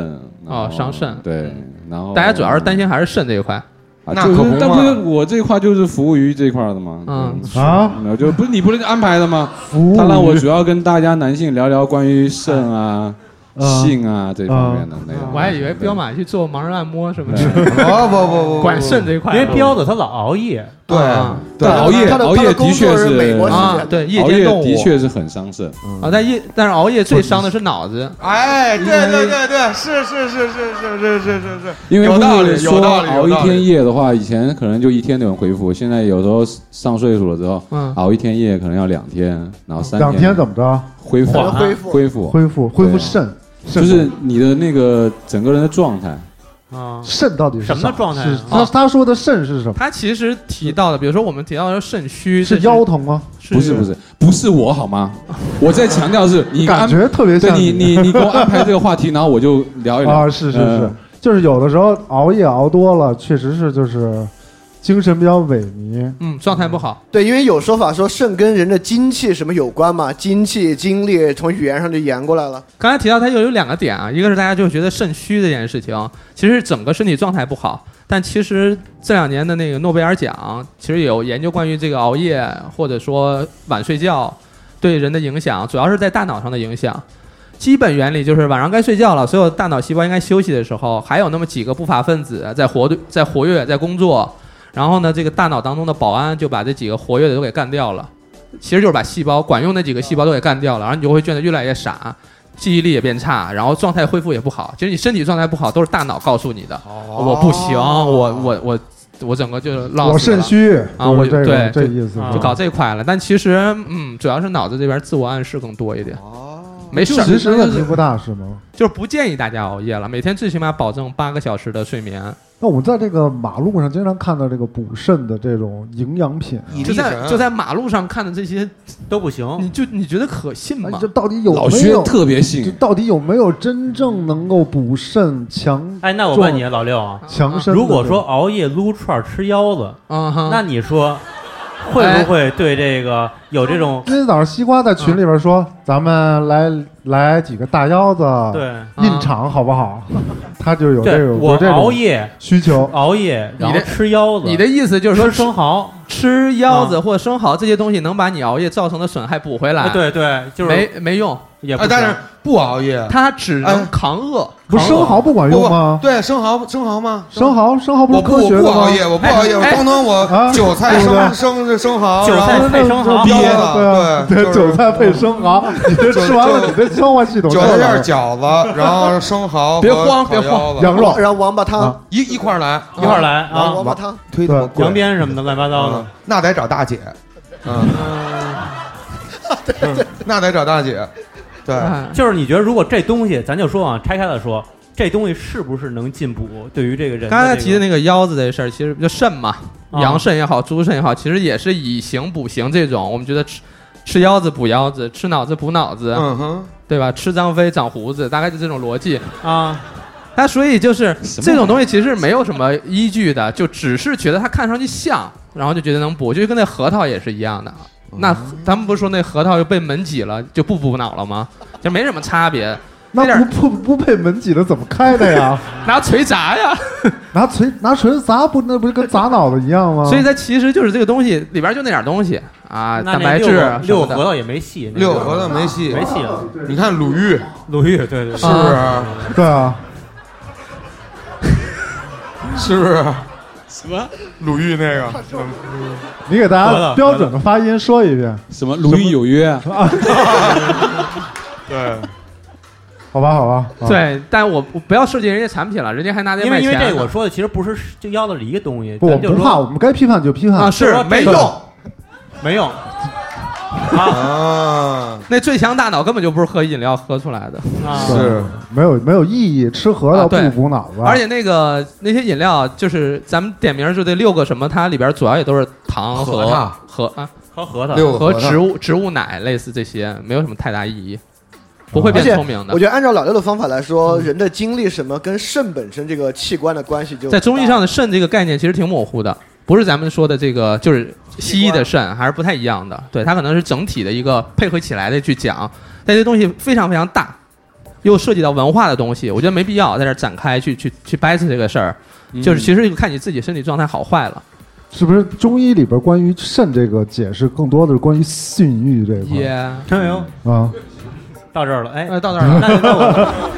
[SPEAKER 6] 然后
[SPEAKER 8] 哦伤肾
[SPEAKER 6] 对，然后
[SPEAKER 8] 大家主要是担心还是肾这一块。
[SPEAKER 6] 啊，
[SPEAKER 5] 那
[SPEAKER 6] 就
[SPEAKER 5] 可
[SPEAKER 6] 是
[SPEAKER 5] 不
[SPEAKER 6] 但
[SPEAKER 5] 嘛
[SPEAKER 6] 不是我这块就是服务于这块儿的嘛。
[SPEAKER 8] 嗯
[SPEAKER 2] 啊，
[SPEAKER 6] 然后就不是你不是安排的吗？
[SPEAKER 2] 服务
[SPEAKER 6] 他让我
[SPEAKER 2] 于
[SPEAKER 6] 主要跟大家男性聊聊关于肾啊、
[SPEAKER 2] 嗯
[SPEAKER 6] 性啊这方面的内容。
[SPEAKER 8] 我还以为彪马去做盲人按摩什么
[SPEAKER 6] 对
[SPEAKER 8] 的，
[SPEAKER 5] 不不哦不不不
[SPEAKER 8] 管肾这一块。嗯
[SPEAKER 1] 因为彪子他老熬夜，
[SPEAKER 5] 对
[SPEAKER 8] 啊
[SPEAKER 5] 对
[SPEAKER 9] 他的
[SPEAKER 6] 熬夜
[SPEAKER 9] 他的
[SPEAKER 6] 熬夜
[SPEAKER 9] 他的
[SPEAKER 6] 的
[SPEAKER 9] 工作
[SPEAKER 6] 确
[SPEAKER 9] 是
[SPEAKER 6] 是
[SPEAKER 9] 美国时
[SPEAKER 8] 啊
[SPEAKER 9] 间，，
[SPEAKER 8] 对，夜
[SPEAKER 6] 熬
[SPEAKER 8] 间
[SPEAKER 6] 夜
[SPEAKER 8] 动物
[SPEAKER 6] 的确是很伤肾。
[SPEAKER 8] 啊，但夜但是熬夜最伤的是脑子。
[SPEAKER 5] 哎，对对对对，是是是是是是是是是，
[SPEAKER 6] 因为
[SPEAKER 5] 有道
[SPEAKER 6] 不
[SPEAKER 5] 理
[SPEAKER 6] 是
[SPEAKER 5] 有
[SPEAKER 6] 说
[SPEAKER 5] 道理
[SPEAKER 6] 熬
[SPEAKER 5] 有
[SPEAKER 6] 一
[SPEAKER 5] 道
[SPEAKER 6] 天
[SPEAKER 5] 理。
[SPEAKER 6] 夜的话，以前可能就一天就能恢复，现在有时候上岁数了之后，
[SPEAKER 8] 嗯
[SPEAKER 6] 熬一天夜可能要两天，然后三
[SPEAKER 2] 两天怎么着？
[SPEAKER 6] 恢复
[SPEAKER 9] 才能恢复。
[SPEAKER 6] 恢复，
[SPEAKER 2] 恢复恢复
[SPEAKER 6] 对啊
[SPEAKER 2] 肾，
[SPEAKER 6] 就
[SPEAKER 2] 肾
[SPEAKER 6] 是你的那个整个人的状态。
[SPEAKER 1] 啊，
[SPEAKER 2] 肾到底是
[SPEAKER 1] 什么状态啊
[SPEAKER 2] 是他
[SPEAKER 8] 啊
[SPEAKER 2] 他说的肾是什么？
[SPEAKER 8] 他其实提到的，比如说我们提到的肾虚，这
[SPEAKER 2] 是腰疼吗？
[SPEAKER 6] 不是不是不是我好吗？我在强调是你
[SPEAKER 2] 感
[SPEAKER 6] 安
[SPEAKER 2] 觉特别
[SPEAKER 6] 对
[SPEAKER 2] 像
[SPEAKER 6] 你你你给我安排这个话题，然后我就聊一聊
[SPEAKER 2] 啊，是是是
[SPEAKER 6] 嗯，
[SPEAKER 2] 就是有的时候熬夜熬多了，确实是就是精神比较萎靡。
[SPEAKER 8] 嗯，状态不好。
[SPEAKER 9] 对，因为有说法说肾跟人的精气什么有关嘛，精气、精力从语言上就延过来了。
[SPEAKER 8] 刚才提到它又有两个点啊，一个是大家就觉得肾虚这件事情，其实整个身体状态不好，但其实这两年的那个诺贝尔奖，其实也有研究关于这个熬夜或者说晚睡觉对人的影响，主要是在大脑上的影响。基本原理就是晚上该睡觉了，所有大脑细胞应该休息的时候，还有那么几个不法分子在活在活跃在工作，然后呢，这个大脑当中的保安就把这几个活跃的都给干掉了，其实就是把细胞管用那几个细胞都给干掉了，然后你就会变得越来越傻，记忆力也变差，然后状态恢复也不好。其实你身体状态不好，都是大脑告诉你的。
[SPEAKER 5] 哦
[SPEAKER 8] 哦我不行，我我我我整个就落
[SPEAKER 2] 我肾虚
[SPEAKER 8] 啊
[SPEAKER 2] 就是
[SPEAKER 8] 我
[SPEAKER 2] 这个
[SPEAKER 8] 对
[SPEAKER 2] 这意思
[SPEAKER 1] 啊
[SPEAKER 8] 就搞这块了。但其实，嗯，主要是脑子这边自我暗示更多一点。
[SPEAKER 5] 哦
[SPEAKER 8] 没事儿，
[SPEAKER 2] 其实问题不大是吗？
[SPEAKER 8] 就是不建议大家熬夜了，每天最起码保证八个小时的睡眠。
[SPEAKER 2] 那我们在这个马路上经常看到这个补肾的这种营养品啊，
[SPEAKER 5] 以
[SPEAKER 8] 就
[SPEAKER 5] 力
[SPEAKER 8] 在
[SPEAKER 5] 神
[SPEAKER 8] 就在马路上看的这些，
[SPEAKER 1] 都不行。
[SPEAKER 8] 你就你觉得可信
[SPEAKER 2] 哎
[SPEAKER 8] 吗
[SPEAKER 2] 这？到底有
[SPEAKER 6] 老
[SPEAKER 2] 没
[SPEAKER 6] 薛
[SPEAKER 2] 有？
[SPEAKER 6] 特
[SPEAKER 2] 这
[SPEAKER 6] 别信，
[SPEAKER 2] 到底有没有真正能够补肾强
[SPEAKER 1] 哎，那我问你，老六啊，
[SPEAKER 2] 强身的这种？
[SPEAKER 1] 如果说熬夜撸串儿吃腰子，
[SPEAKER 8] 啊哈，
[SPEAKER 1] 那你说会不会对这个有这种
[SPEAKER 2] 今天早上西瓜在群里边说，咱们来来几个大腰子，
[SPEAKER 8] 哎
[SPEAKER 1] 对？
[SPEAKER 2] 印场好不好？他就有这
[SPEAKER 1] 对
[SPEAKER 2] 种
[SPEAKER 1] 我
[SPEAKER 2] 有这
[SPEAKER 1] 熬
[SPEAKER 2] 种
[SPEAKER 1] 夜
[SPEAKER 2] 需求。
[SPEAKER 1] 熬夜，然后
[SPEAKER 8] 你的
[SPEAKER 1] 吃腰子，
[SPEAKER 8] 你的意思就是说
[SPEAKER 1] 吃生蚝，
[SPEAKER 8] 吃腰子
[SPEAKER 1] 啊
[SPEAKER 8] 或生蚝这些东西能把你熬夜造成的损害补回来，
[SPEAKER 1] 哎，对对，就是
[SPEAKER 8] 没没用，
[SPEAKER 1] 也不行。
[SPEAKER 5] 啊，但是不熬夜，
[SPEAKER 8] 它只能
[SPEAKER 5] 哎
[SPEAKER 8] 扛饿。
[SPEAKER 2] 不是生蚝不管
[SPEAKER 5] 不
[SPEAKER 2] 用
[SPEAKER 5] 不
[SPEAKER 2] 吗？
[SPEAKER 5] 对生蚝生蚝吗？
[SPEAKER 2] 生蚝生蚝不
[SPEAKER 5] 我
[SPEAKER 2] 是
[SPEAKER 5] 不
[SPEAKER 2] 科
[SPEAKER 5] 我
[SPEAKER 2] 学的
[SPEAKER 5] 不
[SPEAKER 2] 吗
[SPEAKER 5] 熬？夜，我不熬夜，我
[SPEAKER 8] 哎
[SPEAKER 5] 通通
[SPEAKER 2] 啊
[SPEAKER 5] 我韭菜
[SPEAKER 2] 对不对
[SPEAKER 5] 生生生蚝，
[SPEAKER 1] 韭菜
[SPEAKER 5] 然后
[SPEAKER 1] 配生蚝
[SPEAKER 5] 憋
[SPEAKER 2] 对啊
[SPEAKER 5] 了对
[SPEAKER 2] 对，
[SPEAKER 5] 就是
[SPEAKER 2] 韭菜配生蚝，你这吃完了，
[SPEAKER 5] 就
[SPEAKER 2] 你这消化系统
[SPEAKER 5] 韭菜馅儿
[SPEAKER 2] 就
[SPEAKER 5] 饺子，然后生蚝和
[SPEAKER 8] 别慌
[SPEAKER 5] 烤
[SPEAKER 8] 别慌
[SPEAKER 5] 腰子
[SPEAKER 2] 羊肉
[SPEAKER 9] 然后王八汤，
[SPEAKER 2] 啊
[SPEAKER 5] 一一块儿来，
[SPEAKER 1] 一块儿来
[SPEAKER 9] 王
[SPEAKER 1] 啊
[SPEAKER 9] 王，八汤，
[SPEAKER 5] 推他妈贵
[SPEAKER 1] 羊鞭什么的乱七八糟的
[SPEAKER 5] 嗯，那得找大姐，嗯，
[SPEAKER 1] [LAUGHS]
[SPEAKER 5] 那得找大姐，对，
[SPEAKER 8] 哎
[SPEAKER 6] 嗯
[SPEAKER 1] 就是你觉得如果这东西，咱就说啊，拆开了说，这东西是不是能进补对于这个人、
[SPEAKER 8] 刚才
[SPEAKER 1] 这个
[SPEAKER 8] 提的那个腰子这事儿，其实就肾嘛，
[SPEAKER 1] 啊
[SPEAKER 8] 羊肾也好，猪肾也好，其实也是以形补形这种。我们觉得吃吃腰子补腰子，吃脑子补脑子，
[SPEAKER 5] 嗯哼，
[SPEAKER 8] 对吧？吃张飞长胡子，大概就这种逻辑。
[SPEAKER 1] 啊，
[SPEAKER 8] 那所以就是
[SPEAKER 6] 什么
[SPEAKER 8] 这种东西其实没有什么依据的，就只是觉得它看上去像，然后就觉得能补，就跟那核桃也是一样的。
[SPEAKER 6] 嗯
[SPEAKER 8] 那他们不是说那核桃就被门挤了就不补脑了吗？就没什么差别，那点
[SPEAKER 2] 那
[SPEAKER 8] 儿
[SPEAKER 2] 不不不被门挤了怎么开的
[SPEAKER 8] [LAUGHS]
[SPEAKER 2] 呀？
[SPEAKER 8] 拿锤砸呀。
[SPEAKER 2] 拿锤拿锤子砸不那不就跟砸脑子一样
[SPEAKER 5] 嗯
[SPEAKER 2] 吗？
[SPEAKER 8] 所以它其实就是这个东西里边就那点儿东西啊，
[SPEAKER 1] 那
[SPEAKER 8] 蛋
[SPEAKER 1] 那
[SPEAKER 8] 白
[SPEAKER 1] 六
[SPEAKER 8] 质
[SPEAKER 1] 个
[SPEAKER 8] 啊什
[SPEAKER 1] 六
[SPEAKER 8] 么
[SPEAKER 1] 个核
[SPEAKER 8] 的。
[SPEAKER 1] 桃也没戏，那
[SPEAKER 5] 六
[SPEAKER 1] 个啊
[SPEAKER 5] 合的没戏，
[SPEAKER 1] 没戏了。
[SPEAKER 5] 你看鲁豫是
[SPEAKER 1] 鲁豫，对对对，
[SPEAKER 5] 不是？
[SPEAKER 2] 对啊，
[SPEAKER 5] 是不是？什么？鲁豫那个
[SPEAKER 2] 你给大
[SPEAKER 1] 得
[SPEAKER 2] 家
[SPEAKER 1] 了
[SPEAKER 2] 标准的发音说一遍，
[SPEAKER 6] 什么鲁豫有约，
[SPEAKER 1] [LAUGHS]
[SPEAKER 5] 对。
[SPEAKER 2] 好吧，好吧。啊，
[SPEAKER 8] 对，但我我不要设计人家产品了，人家还拿这
[SPEAKER 1] 因
[SPEAKER 8] 卖
[SPEAKER 1] 为
[SPEAKER 8] 钱
[SPEAKER 1] 因
[SPEAKER 8] 呢。
[SPEAKER 1] 为这个我说的其实不是就要的是一个东西，
[SPEAKER 2] 不，我
[SPEAKER 1] 咱就
[SPEAKER 2] 不
[SPEAKER 1] 说
[SPEAKER 2] 怕，我们该批判就批判。
[SPEAKER 8] 啊
[SPEAKER 1] 就是
[SPEAKER 8] 是
[SPEAKER 1] 说
[SPEAKER 8] 没
[SPEAKER 1] 这个
[SPEAKER 8] 用，
[SPEAKER 1] 没用。啊
[SPEAKER 5] 啊，
[SPEAKER 8] 那最强大脑根本就不是喝饮料喝出来的。
[SPEAKER 1] 啊
[SPEAKER 2] 对
[SPEAKER 5] 是
[SPEAKER 2] 没有没有意义，吃核桃
[SPEAKER 8] 啊对
[SPEAKER 2] 不补脑子。
[SPEAKER 8] 而且那个那些饮料，就是咱们点名就这六个什么，它里边主要也都是糖
[SPEAKER 5] 核
[SPEAKER 8] 和
[SPEAKER 5] 桃
[SPEAKER 8] 和啊
[SPEAKER 1] 和核桃，
[SPEAKER 5] 六个
[SPEAKER 8] 和
[SPEAKER 5] 核桃
[SPEAKER 8] 植物植物奶类似这些，没有什么太大意义，不
[SPEAKER 5] 哦
[SPEAKER 8] 会变
[SPEAKER 9] 而且
[SPEAKER 8] 聪明的
[SPEAKER 9] 我。觉得按照老六的方法来说，
[SPEAKER 2] 嗯
[SPEAKER 9] 人的精力什么跟肾本身这个器官的关系就
[SPEAKER 8] 在中医上的肾这个概念其实挺模糊的，不是咱们说的这个，就是西医的肾还是不太一样的。对，它可能是整体的一个配合起来的去讲，但这东西非常非常大，又涉及到文化的东西，我觉得没必要在这儿展开去去去掰扯这个事儿。就是其实看你自己身体状态好坏了，
[SPEAKER 2] 是不是中医里边关于肾这个解释，更多的是关于性欲这一块
[SPEAKER 8] 也、
[SPEAKER 1] 真有
[SPEAKER 2] 啊？
[SPEAKER 1] 到这儿了，哎，
[SPEAKER 8] 呃到这儿了。
[SPEAKER 1] 那那我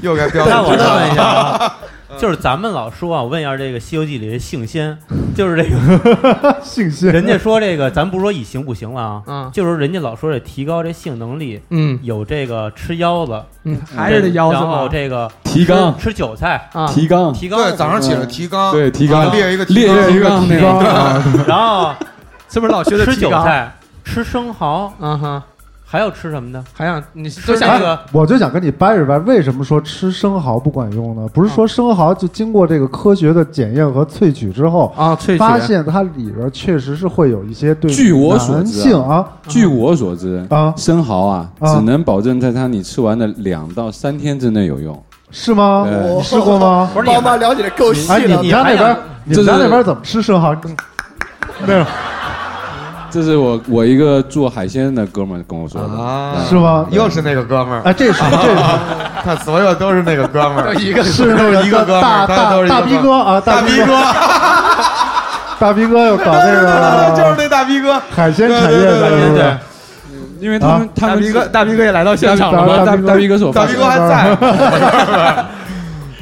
[SPEAKER 5] 又该标
[SPEAKER 1] 那我
[SPEAKER 5] 准
[SPEAKER 1] 问一
[SPEAKER 5] 了。
[SPEAKER 1] 下啊，就是咱们老说啊，我问一下这个《西游记》里的性仙，就是这
[SPEAKER 8] [LAUGHS]
[SPEAKER 1] 个
[SPEAKER 2] 性腺
[SPEAKER 1] 人家说这个，咱不说以形补形了啊， [LAUGHS]
[SPEAKER 8] 嗯
[SPEAKER 1] 就是人家老说这提高这性能力，
[SPEAKER 8] 嗯
[SPEAKER 1] 有这个吃腰子，
[SPEAKER 8] 嗯， [LAUGHS] 还是这腰子
[SPEAKER 1] 然后
[SPEAKER 8] 吗？
[SPEAKER 1] 这个
[SPEAKER 6] 提纲
[SPEAKER 1] 吃吃韭菜，
[SPEAKER 8] 啊，
[SPEAKER 6] 提纲，
[SPEAKER 1] 提高
[SPEAKER 5] 对，早上起来提纲，
[SPEAKER 6] 对提纲
[SPEAKER 5] 列一个
[SPEAKER 6] 列
[SPEAKER 5] 纲
[SPEAKER 6] 一个
[SPEAKER 8] 啊
[SPEAKER 6] 纲那个，
[SPEAKER 1] 然后
[SPEAKER 8] [LAUGHS] 是不是老学的
[SPEAKER 1] 吃
[SPEAKER 8] 提
[SPEAKER 1] 韭
[SPEAKER 8] 纲？
[SPEAKER 1] 菜，吃生蚝，
[SPEAKER 8] 嗯哼，
[SPEAKER 1] 还要吃什么呢？
[SPEAKER 8] 还想你
[SPEAKER 1] 吃
[SPEAKER 8] 就像
[SPEAKER 1] 那
[SPEAKER 8] 一个
[SPEAKER 2] [LAUGHS]
[SPEAKER 1] 个
[SPEAKER 2] 哎我就想跟你掰扯掰，为什么说吃生蚝不管用呢？不是
[SPEAKER 8] 啊
[SPEAKER 2] 说生蚝就经过这个科学的检验和萃取之后，
[SPEAKER 8] 啊，萃
[SPEAKER 2] 发
[SPEAKER 8] 取
[SPEAKER 2] 现它里边确实是会有一些对
[SPEAKER 6] 据我所
[SPEAKER 2] 男
[SPEAKER 6] 知啊
[SPEAKER 2] 性啊
[SPEAKER 6] 据我所知，
[SPEAKER 2] 啊，
[SPEAKER 6] 生蚝啊，
[SPEAKER 2] 啊
[SPEAKER 6] 只能保证在它你吃完的两到三天之内有用。
[SPEAKER 2] 是吗？
[SPEAKER 6] 对
[SPEAKER 2] 你试过吗？
[SPEAKER 1] 不是
[SPEAKER 9] 妈
[SPEAKER 1] 你
[SPEAKER 9] 妈了解的够细
[SPEAKER 2] 哎，你
[SPEAKER 9] 了
[SPEAKER 2] 们，家那
[SPEAKER 1] 还
[SPEAKER 2] 边
[SPEAKER 1] 有，
[SPEAKER 2] 你们家
[SPEAKER 6] 就是
[SPEAKER 2] 那边怎么吃生蚝？那种
[SPEAKER 6] 这是我我一个做海鲜的哥们儿跟我说的。
[SPEAKER 5] 啊，
[SPEAKER 2] 是吗
[SPEAKER 5] 又是那个哥们儿， [LAUGHS]
[SPEAKER 2] 哎，这是这
[SPEAKER 5] 他所有都是那个哥们儿，一个
[SPEAKER 2] 是是那
[SPEAKER 5] 都
[SPEAKER 2] 个
[SPEAKER 5] 是一个哥们
[SPEAKER 2] 大
[SPEAKER 5] 儿，他都
[SPEAKER 2] 大
[SPEAKER 5] 是
[SPEAKER 2] 大逼哥啊，
[SPEAKER 5] 大
[SPEAKER 2] 逼
[SPEAKER 5] 逼哥，，
[SPEAKER 2] 大逼哥又搞
[SPEAKER 5] 对
[SPEAKER 2] 那
[SPEAKER 5] 对对，对就是
[SPEAKER 2] 个
[SPEAKER 5] 那大逼哥，
[SPEAKER 2] 海鲜产业
[SPEAKER 5] 对对对
[SPEAKER 2] 的，
[SPEAKER 5] 对
[SPEAKER 2] 是不是
[SPEAKER 1] 对
[SPEAKER 6] 因为他们他们
[SPEAKER 8] 大逼哥也来到现
[SPEAKER 2] 场了
[SPEAKER 6] 大
[SPEAKER 2] 吗
[SPEAKER 6] 大
[SPEAKER 2] 大逼哥
[SPEAKER 6] 大逼哥是我
[SPEAKER 5] 大
[SPEAKER 6] 发
[SPEAKER 5] 逼
[SPEAKER 6] 小
[SPEAKER 5] 哥还在，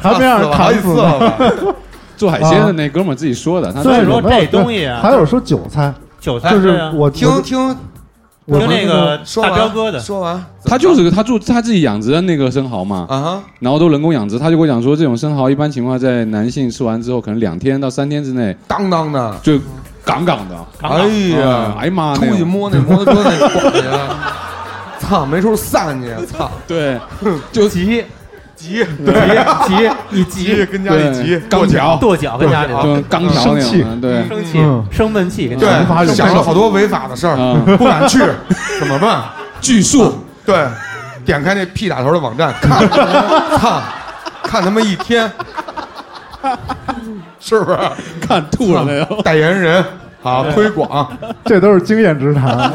[SPEAKER 2] 还没让
[SPEAKER 5] 死 [LAUGHS]
[SPEAKER 2] 人
[SPEAKER 5] 了好
[SPEAKER 2] 砍
[SPEAKER 5] 几
[SPEAKER 2] 死
[SPEAKER 5] 次
[SPEAKER 2] 呢。
[SPEAKER 5] 了，
[SPEAKER 6] 做海鲜的那哥们儿自己说的。他
[SPEAKER 1] 所以
[SPEAKER 6] 说
[SPEAKER 1] 说
[SPEAKER 2] 有没有
[SPEAKER 1] 这东西啊
[SPEAKER 2] 还有说韭菜，
[SPEAKER 1] 韭菜，
[SPEAKER 2] 就是
[SPEAKER 1] 对啊
[SPEAKER 2] 我 [LAUGHS]
[SPEAKER 5] 听听
[SPEAKER 2] 我
[SPEAKER 1] 听那个
[SPEAKER 5] 说
[SPEAKER 1] 大
[SPEAKER 5] 完
[SPEAKER 1] 彪哥的，
[SPEAKER 5] 说完
[SPEAKER 6] 他就是他做他自己养殖的那个生蚝嘛，
[SPEAKER 5] 啊哈，
[SPEAKER 6] 然后都人工养殖，他就跟我讲说，这种生蚝一般情况在男性吃完之后，可能两天到三天之内
[SPEAKER 5] 当当的，
[SPEAKER 6] 就杠杠的。
[SPEAKER 1] 尝
[SPEAKER 5] 哎
[SPEAKER 1] 尝
[SPEAKER 5] 呀，
[SPEAKER 6] 哎呀妈，
[SPEAKER 5] 出
[SPEAKER 6] 那
[SPEAKER 5] 去
[SPEAKER 6] 种
[SPEAKER 5] 摸那摩托车那管去，操，没处散去，操，
[SPEAKER 6] 对，就
[SPEAKER 1] 急
[SPEAKER 5] 急
[SPEAKER 1] 急急一
[SPEAKER 5] 急，
[SPEAKER 1] 急
[SPEAKER 5] 跟家
[SPEAKER 6] 对
[SPEAKER 5] 里急，
[SPEAKER 6] 钢条，
[SPEAKER 1] 跺脚跟家里
[SPEAKER 8] 啊
[SPEAKER 1] 头
[SPEAKER 6] 就钢条
[SPEAKER 2] 生
[SPEAKER 6] 那
[SPEAKER 2] 气
[SPEAKER 6] 种的，对。
[SPEAKER 1] 生气
[SPEAKER 2] 嗯
[SPEAKER 1] 生闷气跟家里头，
[SPEAKER 2] 法有
[SPEAKER 5] 对，想了好多违法的事儿，
[SPEAKER 6] 嗯
[SPEAKER 5] 不敢去， [LAUGHS] 怎么办？
[SPEAKER 6] 巨树，
[SPEAKER 5] 对，点开那 P 打头的网站， [LAUGHS] 看，操，看他妈一天， [LAUGHS] 是不是？
[SPEAKER 6] 看吐了没有？
[SPEAKER 5] 代言人好推广。
[SPEAKER 2] 这都是经验之谈。
[SPEAKER 1] [LAUGHS]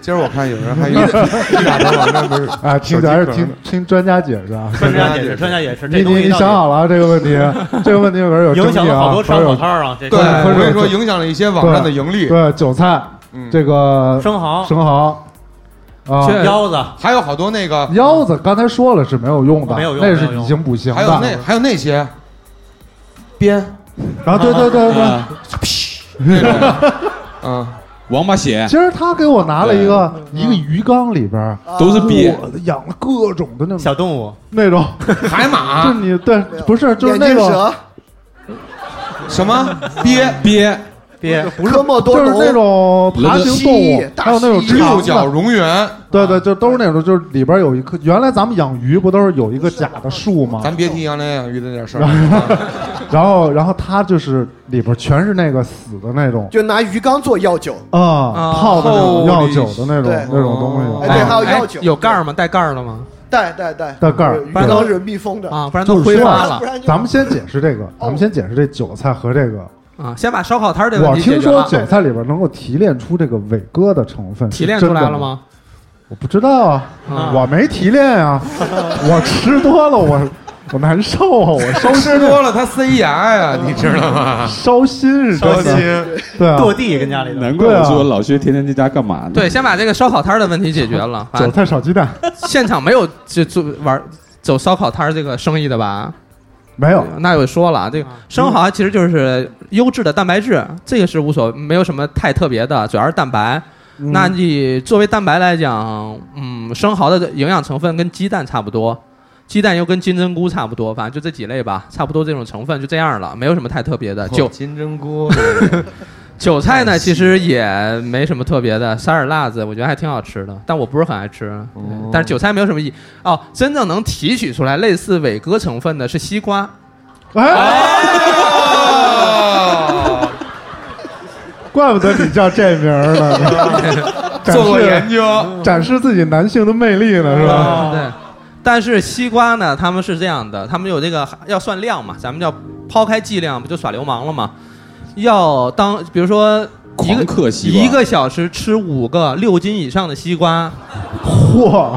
[SPEAKER 5] 今儿我看有人还 [LAUGHS] 用 P 打头网站，不是
[SPEAKER 2] 啊，听咱是听听专家解释啊。
[SPEAKER 1] 专家解释，专家解释，
[SPEAKER 2] 你
[SPEAKER 1] 这东
[SPEAKER 2] 你
[SPEAKER 1] 西
[SPEAKER 2] 你
[SPEAKER 1] 到
[SPEAKER 2] 想
[SPEAKER 1] 底
[SPEAKER 2] 好了啊这个问
[SPEAKER 1] [LAUGHS]
[SPEAKER 2] 题，这个问题可是有争
[SPEAKER 1] 影响
[SPEAKER 2] 议
[SPEAKER 1] 了
[SPEAKER 2] 啊，
[SPEAKER 1] 好多
[SPEAKER 2] 可
[SPEAKER 1] 商
[SPEAKER 2] 是
[SPEAKER 1] 小
[SPEAKER 2] 有
[SPEAKER 1] 摊儿啊，这
[SPEAKER 5] [LAUGHS] 对，
[SPEAKER 1] 个
[SPEAKER 5] 我跟你说，影响了一些网站的盈利，
[SPEAKER 2] 对韭菜
[SPEAKER 5] 嗯，
[SPEAKER 2] 这个
[SPEAKER 1] 生蚝、
[SPEAKER 2] 生蚝啊，
[SPEAKER 8] 确
[SPEAKER 1] 腰子，
[SPEAKER 5] 还有好多那个，
[SPEAKER 2] 腰子刚才说了是没有用的，
[SPEAKER 1] 没有用
[SPEAKER 2] 那
[SPEAKER 1] 没有
[SPEAKER 2] 是
[SPEAKER 1] 用
[SPEAKER 2] 已经不行
[SPEAKER 5] 还有那
[SPEAKER 2] 的。
[SPEAKER 5] 还有那 [LAUGHS] 些鞭，
[SPEAKER 8] 啊
[SPEAKER 2] 然后对对对对，
[SPEAKER 6] 啊
[SPEAKER 5] 嗯，
[SPEAKER 6] 王八血
[SPEAKER 2] 其实他给我拿了一个一个鱼缸里边儿，
[SPEAKER 6] 都是鳖，
[SPEAKER 2] 我养了各种的那种
[SPEAKER 1] 嗯小啊动物，
[SPEAKER 2] 那种，[LAUGHS]
[SPEAKER 5] 海
[SPEAKER 2] 就
[SPEAKER 5] 马
[SPEAKER 2] 你对不是就是
[SPEAKER 9] 眼
[SPEAKER 2] 那
[SPEAKER 9] 镜
[SPEAKER 2] 种
[SPEAKER 9] 蛇、
[SPEAKER 5] 什么鳖，
[SPEAKER 6] 鳖
[SPEAKER 1] [LAUGHS] 别
[SPEAKER 9] 科莫多
[SPEAKER 2] 就是
[SPEAKER 9] 龙
[SPEAKER 2] 那种爬行动
[SPEAKER 9] 蜥
[SPEAKER 2] 物
[SPEAKER 9] 蜴，大
[SPEAKER 2] 还有那种
[SPEAKER 9] 蜥蜴
[SPEAKER 5] 六
[SPEAKER 2] 长
[SPEAKER 5] 角
[SPEAKER 2] 的，
[SPEAKER 5] 蝾螈，
[SPEAKER 2] 对
[SPEAKER 1] 啊
[SPEAKER 2] 对，就都是那种，就是里边有一棵，原来咱们养鱼不都是有一个假的树
[SPEAKER 8] 啊
[SPEAKER 2] 吗？
[SPEAKER 5] 咱别提杨
[SPEAKER 8] 哦
[SPEAKER 5] 连养鱼的那点事
[SPEAKER 8] [LAUGHS]
[SPEAKER 5] 儿。
[SPEAKER 2] [LAUGHS] 然后然后它就是里边全是那个死的那种
[SPEAKER 9] 就拿鱼缸做药酒，
[SPEAKER 8] 啊
[SPEAKER 2] 啊，泡的那种药酒的那种
[SPEAKER 9] 对
[SPEAKER 2] 那种东
[SPEAKER 9] 哎
[SPEAKER 2] 西
[SPEAKER 9] 对，
[SPEAKER 2] 啊
[SPEAKER 9] 还有药酒
[SPEAKER 8] 哎有盖儿吗？带盖儿了吗？
[SPEAKER 9] 带带带
[SPEAKER 2] 带盖儿
[SPEAKER 9] 对鱼
[SPEAKER 2] 不然
[SPEAKER 9] 缸
[SPEAKER 2] 都
[SPEAKER 9] 是密封的
[SPEAKER 8] 啊，不然
[SPEAKER 2] 就
[SPEAKER 8] 都
[SPEAKER 2] 是
[SPEAKER 8] 挥
[SPEAKER 2] 这
[SPEAKER 8] 发
[SPEAKER 2] 样
[SPEAKER 8] 了
[SPEAKER 9] 不然就哦
[SPEAKER 2] 咱们先解释这个，咱们先解释这韭菜和这个。
[SPEAKER 8] 啊。先把烧烤摊儿的
[SPEAKER 2] 我
[SPEAKER 8] 问题
[SPEAKER 2] 听
[SPEAKER 8] 解决
[SPEAKER 2] 说
[SPEAKER 8] 了，
[SPEAKER 2] 韭菜里边能够提炼出这个伟哥的成分，
[SPEAKER 8] 提炼出来了？吗？
[SPEAKER 2] 我不知道啊，
[SPEAKER 8] 啊
[SPEAKER 2] 我没提炼
[SPEAKER 8] [LAUGHS]
[SPEAKER 2] 啊，我吃多了，我我难受啊，我烧
[SPEAKER 5] 吃多了他塞牙
[SPEAKER 8] 哦
[SPEAKER 5] 呀，你知道吗？
[SPEAKER 2] 烧心是真的，对啊，
[SPEAKER 1] 跺地跟家里头。
[SPEAKER 6] 难怪我说老薛天天在家干嘛呢？
[SPEAKER 8] 对，，先把这个烧烤摊儿的问题解决
[SPEAKER 2] [LAUGHS]
[SPEAKER 8] 了。
[SPEAKER 2] 韭
[SPEAKER 8] 反正
[SPEAKER 2] 菜炒鸡蛋
[SPEAKER 8] 现场没有就做玩走烧烤摊儿这个生意的吧？
[SPEAKER 2] 没有，
[SPEAKER 8] 那就说了啊，这个生蚝其实就是优质的蛋白质，这个是无所没有什么太特别的，主要是蛋白。
[SPEAKER 2] 嗯
[SPEAKER 8] 那你作为蛋白来讲，嗯，生蚝的营养成分跟鸡蛋差不多，鸡蛋又跟金针菇差不多，反正就这几类吧，差不多这种成分就这样了，没有什么太特别
[SPEAKER 2] 哦
[SPEAKER 8] 的。韭
[SPEAKER 5] 金针菇，
[SPEAKER 8] 韭菜呢，其实也没什么特别的，撒点辣子，我觉得还挺好吃的，但我不是很爱吃。对
[SPEAKER 5] 嗯
[SPEAKER 8] 但是韭菜没有什么意义哦，真正能提取出来类似伟哥成分的是西瓜。
[SPEAKER 2] 哎，
[SPEAKER 8] 哦
[SPEAKER 5] 哦
[SPEAKER 2] 怪不得你叫这名儿
[SPEAKER 8] [LAUGHS]
[SPEAKER 2] 呢，展
[SPEAKER 5] 做过研
[SPEAKER 2] 示
[SPEAKER 5] 究，
[SPEAKER 2] 展示自己男性的魅力呢，是吧？
[SPEAKER 8] 对，但是西瓜呢，他们是这样的，他们有这个要算量嘛，咱们叫抛开剂量，不就耍流氓了吗？要当比如说一
[SPEAKER 6] 狂
[SPEAKER 8] 个
[SPEAKER 6] 嗑西瓜，
[SPEAKER 8] 一个小时吃五个六斤以上的西瓜，
[SPEAKER 2] 嚯，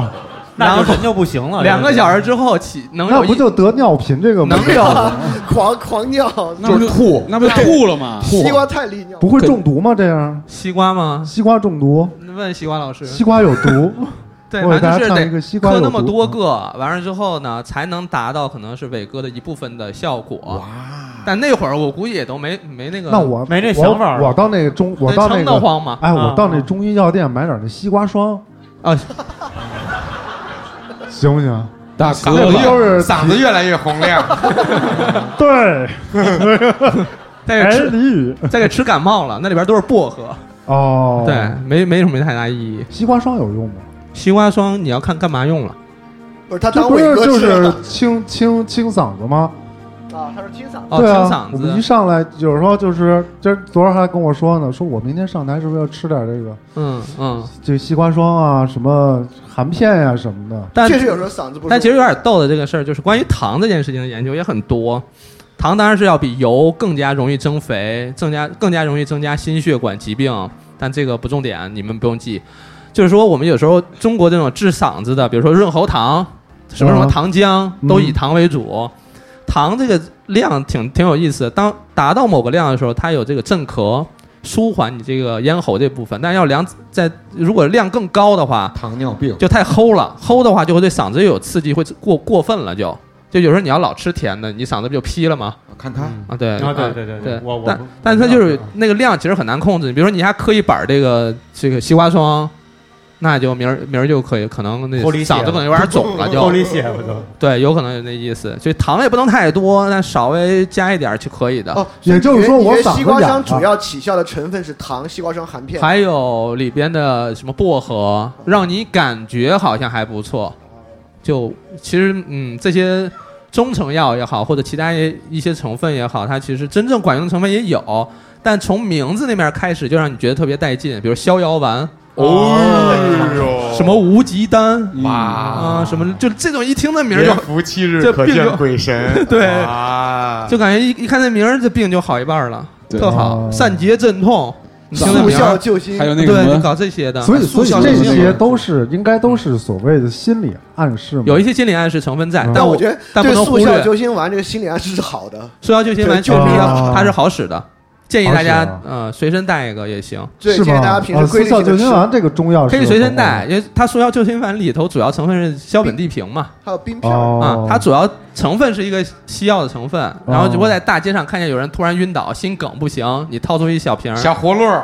[SPEAKER 1] 那
[SPEAKER 8] 然
[SPEAKER 1] 就
[SPEAKER 8] 后
[SPEAKER 1] 人就不行了。
[SPEAKER 8] 两个小时
[SPEAKER 1] 之
[SPEAKER 8] 之后起能
[SPEAKER 2] 那
[SPEAKER 8] 有
[SPEAKER 2] 不
[SPEAKER 8] 一
[SPEAKER 2] 就得尿频这个吗？
[SPEAKER 8] 能有
[SPEAKER 9] [LAUGHS] 狂狂尿，
[SPEAKER 6] 那
[SPEAKER 5] 嗯
[SPEAKER 6] 不就吐，那不就吐了吗？
[SPEAKER 9] 西瓜太利尿
[SPEAKER 2] 不。会中毒吗？这样
[SPEAKER 8] 西瓜吗？
[SPEAKER 2] 西瓜中毒，
[SPEAKER 8] 问西瓜老师，
[SPEAKER 2] 西瓜有毒，
[SPEAKER 8] [LAUGHS] 对，
[SPEAKER 2] 我给
[SPEAKER 8] 反
[SPEAKER 2] 大家
[SPEAKER 8] 正就是
[SPEAKER 2] 唱一个西
[SPEAKER 8] 得
[SPEAKER 2] 瓜
[SPEAKER 8] 磕
[SPEAKER 2] 有
[SPEAKER 8] 那么
[SPEAKER 2] 毒嗯
[SPEAKER 8] 多个，完了之后呢，才能达到可能是伟哥的一部分的效果。但那会儿我估计也都没没那个，
[SPEAKER 2] 那我
[SPEAKER 1] 没这想法儿
[SPEAKER 2] 我我到那个中，我
[SPEAKER 8] 对
[SPEAKER 2] 到那
[SPEAKER 8] 撑得
[SPEAKER 2] 个，
[SPEAKER 8] 慌嘛。
[SPEAKER 2] 哎，我
[SPEAKER 1] 啊
[SPEAKER 2] 到那中医药店买点那西瓜霜，
[SPEAKER 8] 啊，
[SPEAKER 2] 行不行？
[SPEAKER 6] 大
[SPEAKER 5] 嗓
[SPEAKER 6] 哥
[SPEAKER 2] 那
[SPEAKER 5] 子
[SPEAKER 2] 不
[SPEAKER 6] 了，
[SPEAKER 2] 就是
[SPEAKER 5] 嗓子越来越洪亮，
[SPEAKER 2] 对，
[SPEAKER 8] 这
[SPEAKER 2] 哎
[SPEAKER 8] 个，吃
[SPEAKER 2] 俚语
[SPEAKER 8] 这个吃感冒了，那里边都是薄荷，
[SPEAKER 2] 哦，
[SPEAKER 8] 对，，没没什么太大意义。
[SPEAKER 2] 西瓜霜有用吗？
[SPEAKER 8] 西瓜霜你要看干嘛用了，
[SPEAKER 9] 不是他
[SPEAKER 2] 这
[SPEAKER 9] 当
[SPEAKER 2] 不
[SPEAKER 9] 伟
[SPEAKER 2] 是
[SPEAKER 9] 哥
[SPEAKER 2] 就
[SPEAKER 9] 吃了
[SPEAKER 2] 是清清清嗓子吗？
[SPEAKER 9] 啊，他是清嗓子。
[SPEAKER 8] 哦，
[SPEAKER 2] 对
[SPEAKER 8] 清
[SPEAKER 2] 啊，
[SPEAKER 8] 嗓
[SPEAKER 2] 我们
[SPEAKER 8] 子
[SPEAKER 2] 一，上来有时候就是，这昨儿还跟我说呢，说我明天上台是不是要吃点这个
[SPEAKER 8] 嗯嗯，
[SPEAKER 2] 这西瓜霜啊，什么含片呀、什么的？
[SPEAKER 8] 但
[SPEAKER 9] 确实有时候嗓子不舒服。
[SPEAKER 8] 但其实有点逗的这个事儿，就是关于糖这件事情的研究也很多。糖当然是要比油更加容易增肥，增加更加容易增加心血管疾病，但这个不重点，你们不用记。就是说，我们有时候中国这种治嗓子的，比如说润喉糖、什么什么
[SPEAKER 2] 嗯
[SPEAKER 8] 糖浆，都以糖为主。糖这个量挺挺有意思的，当达到某个量的时候，它有这个镇咳，舒缓你这个咽喉这部分。但要量在如果量更高的话，
[SPEAKER 5] 糖尿病，
[SPEAKER 8] 就太齁了，齁的话就会对嗓子又有刺激，会过过分了就。就有时候你要老吃甜的，你嗓子不就劈了吗？
[SPEAKER 5] 看他
[SPEAKER 8] 啊，对
[SPEAKER 1] 啊，对对
[SPEAKER 8] 对
[SPEAKER 1] 对
[SPEAKER 8] 对
[SPEAKER 1] 我我
[SPEAKER 8] 但
[SPEAKER 1] 不
[SPEAKER 8] 但是它就
[SPEAKER 1] 我
[SPEAKER 8] 是
[SPEAKER 1] 知道
[SPEAKER 8] 那个量其实很难控制。比如说你还磕一板儿这个这个西瓜霜，那就明儿明儿就可以可能那
[SPEAKER 1] 脱离血
[SPEAKER 8] 嗓子可能有点肿了
[SPEAKER 1] [LAUGHS]
[SPEAKER 8] 就
[SPEAKER 1] 后里写不就
[SPEAKER 8] [LAUGHS] 对，有可能有那意思。所以糖也不能太多，但稍微加一点儿就可以的。
[SPEAKER 9] 哦，
[SPEAKER 2] 也就是说
[SPEAKER 9] 你觉得
[SPEAKER 2] 我
[SPEAKER 9] 你觉
[SPEAKER 2] 嗓
[SPEAKER 9] 得
[SPEAKER 2] 子
[SPEAKER 9] 西瓜
[SPEAKER 2] 痒啊了
[SPEAKER 9] 霜主要起效的成分是糖、西瓜霜含片。
[SPEAKER 8] 还有里边的什么薄荷，让你感觉好像还不错。就其实，嗯，这些中成药也好，或者其他一些成分也好，它其实真正管用的成分也有，但从名字那面开始就让你觉得特别带劲，比如逍遥丸，啊
[SPEAKER 5] 哦
[SPEAKER 8] 什么无极丹
[SPEAKER 6] 嗯
[SPEAKER 8] 啊、
[SPEAKER 5] 哇，
[SPEAKER 8] 什么就这种一听这名儿就
[SPEAKER 5] 年福七日
[SPEAKER 8] 这
[SPEAKER 5] 可
[SPEAKER 8] 病
[SPEAKER 5] 见
[SPEAKER 8] 就
[SPEAKER 5] 鬼神，
[SPEAKER 8] [LAUGHS] 对
[SPEAKER 5] 啊，
[SPEAKER 8] 就感觉一一看这名儿，这病就好一半儿了，
[SPEAKER 6] 对
[SPEAKER 8] 特好，
[SPEAKER 2] 哦
[SPEAKER 8] 散结镇痛，你听这
[SPEAKER 9] 速
[SPEAKER 8] 名
[SPEAKER 9] 效
[SPEAKER 8] 儿，
[SPEAKER 9] 救心
[SPEAKER 6] 还，有那个什
[SPEAKER 8] 对，就
[SPEAKER 6] 么，
[SPEAKER 8] 搞这些的，
[SPEAKER 2] 所以，所以
[SPEAKER 6] 效
[SPEAKER 2] 这
[SPEAKER 6] 果是
[SPEAKER 2] 些
[SPEAKER 6] 吗
[SPEAKER 2] 都是应该都是所谓的心理暗示嘛？
[SPEAKER 8] 有一些心理暗示成分在
[SPEAKER 2] 嗯，
[SPEAKER 9] 但
[SPEAKER 8] 我
[SPEAKER 9] 我觉得
[SPEAKER 8] 但不
[SPEAKER 9] 对
[SPEAKER 8] 能忽
[SPEAKER 9] 速
[SPEAKER 8] 略
[SPEAKER 9] 效救心丸这个心理暗示是好的，
[SPEAKER 8] 塑料救心丸
[SPEAKER 9] 对
[SPEAKER 8] 确
[SPEAKER 2] 就
[SPEAKER 8] 实
[SPEAKER 2] 是
[SPEAKER 8] 要，
[SPEAKER 2] 啊
[SPEAKER 8] 它是好使的，建议大
[SPEAKER 2] 好使
[SPEAKER 8] 家
[SPEAKER 2] 啊
[SPEAKER 8] 呃随身带一个也行，
[SPEAKER 9] 对，
[SPEAKER 2] 是
[SPEAKER 9] 建
[SPEAKER 2] 吗？
[SPEAKER 9] 议大家平
[SPEAKER 2] 啊
[SPEAKER 9] 时
[SPEAKER 2] 速
[SPEAKER 9] 规律
[SPEAKER 2] 效
[SPEAKER 9] 性
[SPEAKER 2] 救
[SPEAKER 9] 地
[SPEAKER 2] 心
[SPEAKER 9] 吃。
[SPEAKER 2] 丸这个中药是
[SPEAKER 8] 可以
[SPEAKER 2] 有
[SPEAKER 8] 随
[SPEAKER 2] 什
[SPEAKER 8] 身
[SPEAKER 2] 么
[SPEAKER 8] 带，因为它塑料救心丸里头主要成分是硝苯地平嘛，
[SPEAKER 9] 还有冰片儿，
[SPEAKER 8] 啊
[SPEAKER 2] 哦，，
[SPEAKER 8] 它主要成分是一个西药的成分，然后
[SPEAKER 9] 哦
[SPEAKER 8] 如果在大街上看见有人突然晕倒，心梗不行，你掏出一小瓶儿，
[SPEAKER 5] 小葫芦儿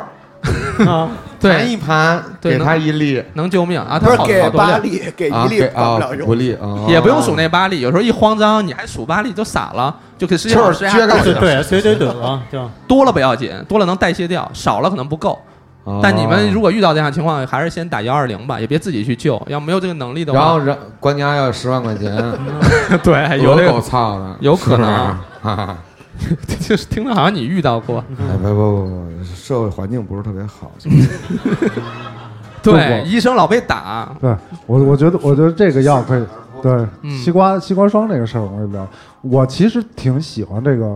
[SPEAKER 1] 啊？
[SPEAKER 5] 盘
[SPEAKER 8] 对，
[SPEAKER 5] 一盘，
[SPEAKER 8] 对
[SPEAKER 5] 给他一粒，
[SPEAKER 8] 能救命啊，
[SPEAKER 9] 不
[SPEAKER 8] 它
[SPEAKER 9] 是
[SPEAKER 8] 好
[SPEAKER 9] 给
[SPEAKER 8] 好多
[SPEAKER 9] 八
[SPEAKER 8] 量。
[SPEAKER 9] 粒，给
[SPEAKER 5] 啊
[SPEAKER 9] 一粒
[SPEAKER 5] 给
[SPEAKER 9] 管不了
[SPEAKER 5] 啊
[SPEAKER 9] 用
[SPEAKER 5] 不。利啊，
[SPEAKER 8] 也不用数那八粒，有时候一慌张，你还数八粒都傻了，就给实际上
[SPEAKER 5] 就是撅个
[SPEAKER 1] 对对，随嘴怼了就。
[SPEAKER 8] 多了不要紧，多了能代谢掉，少了可能不够。
[SPEAKER 5] 哦
[SPEAKER 8] 但你们如果遇到这样的情况，还是先打幺二零吧，也别自己去救，要没有这个能力的话，
[SPEAKER 5] 然后然官家要十万块钱，
[SPEAKER 8] [LAUGHS]
[SPEAKER 5] [LAUGHS]
[SPEAKER 8] 对，哎有
[SPEAKER 5] 有
[SPEAKER 8] 这
[SPEAKER 5] 狗
[SPEAKER 8] 个，
[SPEAKER 5] 操的，
[SPEAKER 8] 有可能
[SPEAKER 5] [LAUGHS] 啊，啊
[SPEAKER 8] 就是听着好像你遇
[SPEAKER 5] [LAUGHS]
[SPEAKER 8] 到过。
[SPEAKER 5] 哎不不不不，社会环境不是特别好，
[SPEAKER 8] 对，医生老被打，
[SPEAKER 2] 对我，我觉得，我觉得这个药可以，对，
[SPEAKER 8] 嗯
[SPEAKER 2] 西瓜西瓜霜这个事儿我也聊。我其实挺喜欢这个，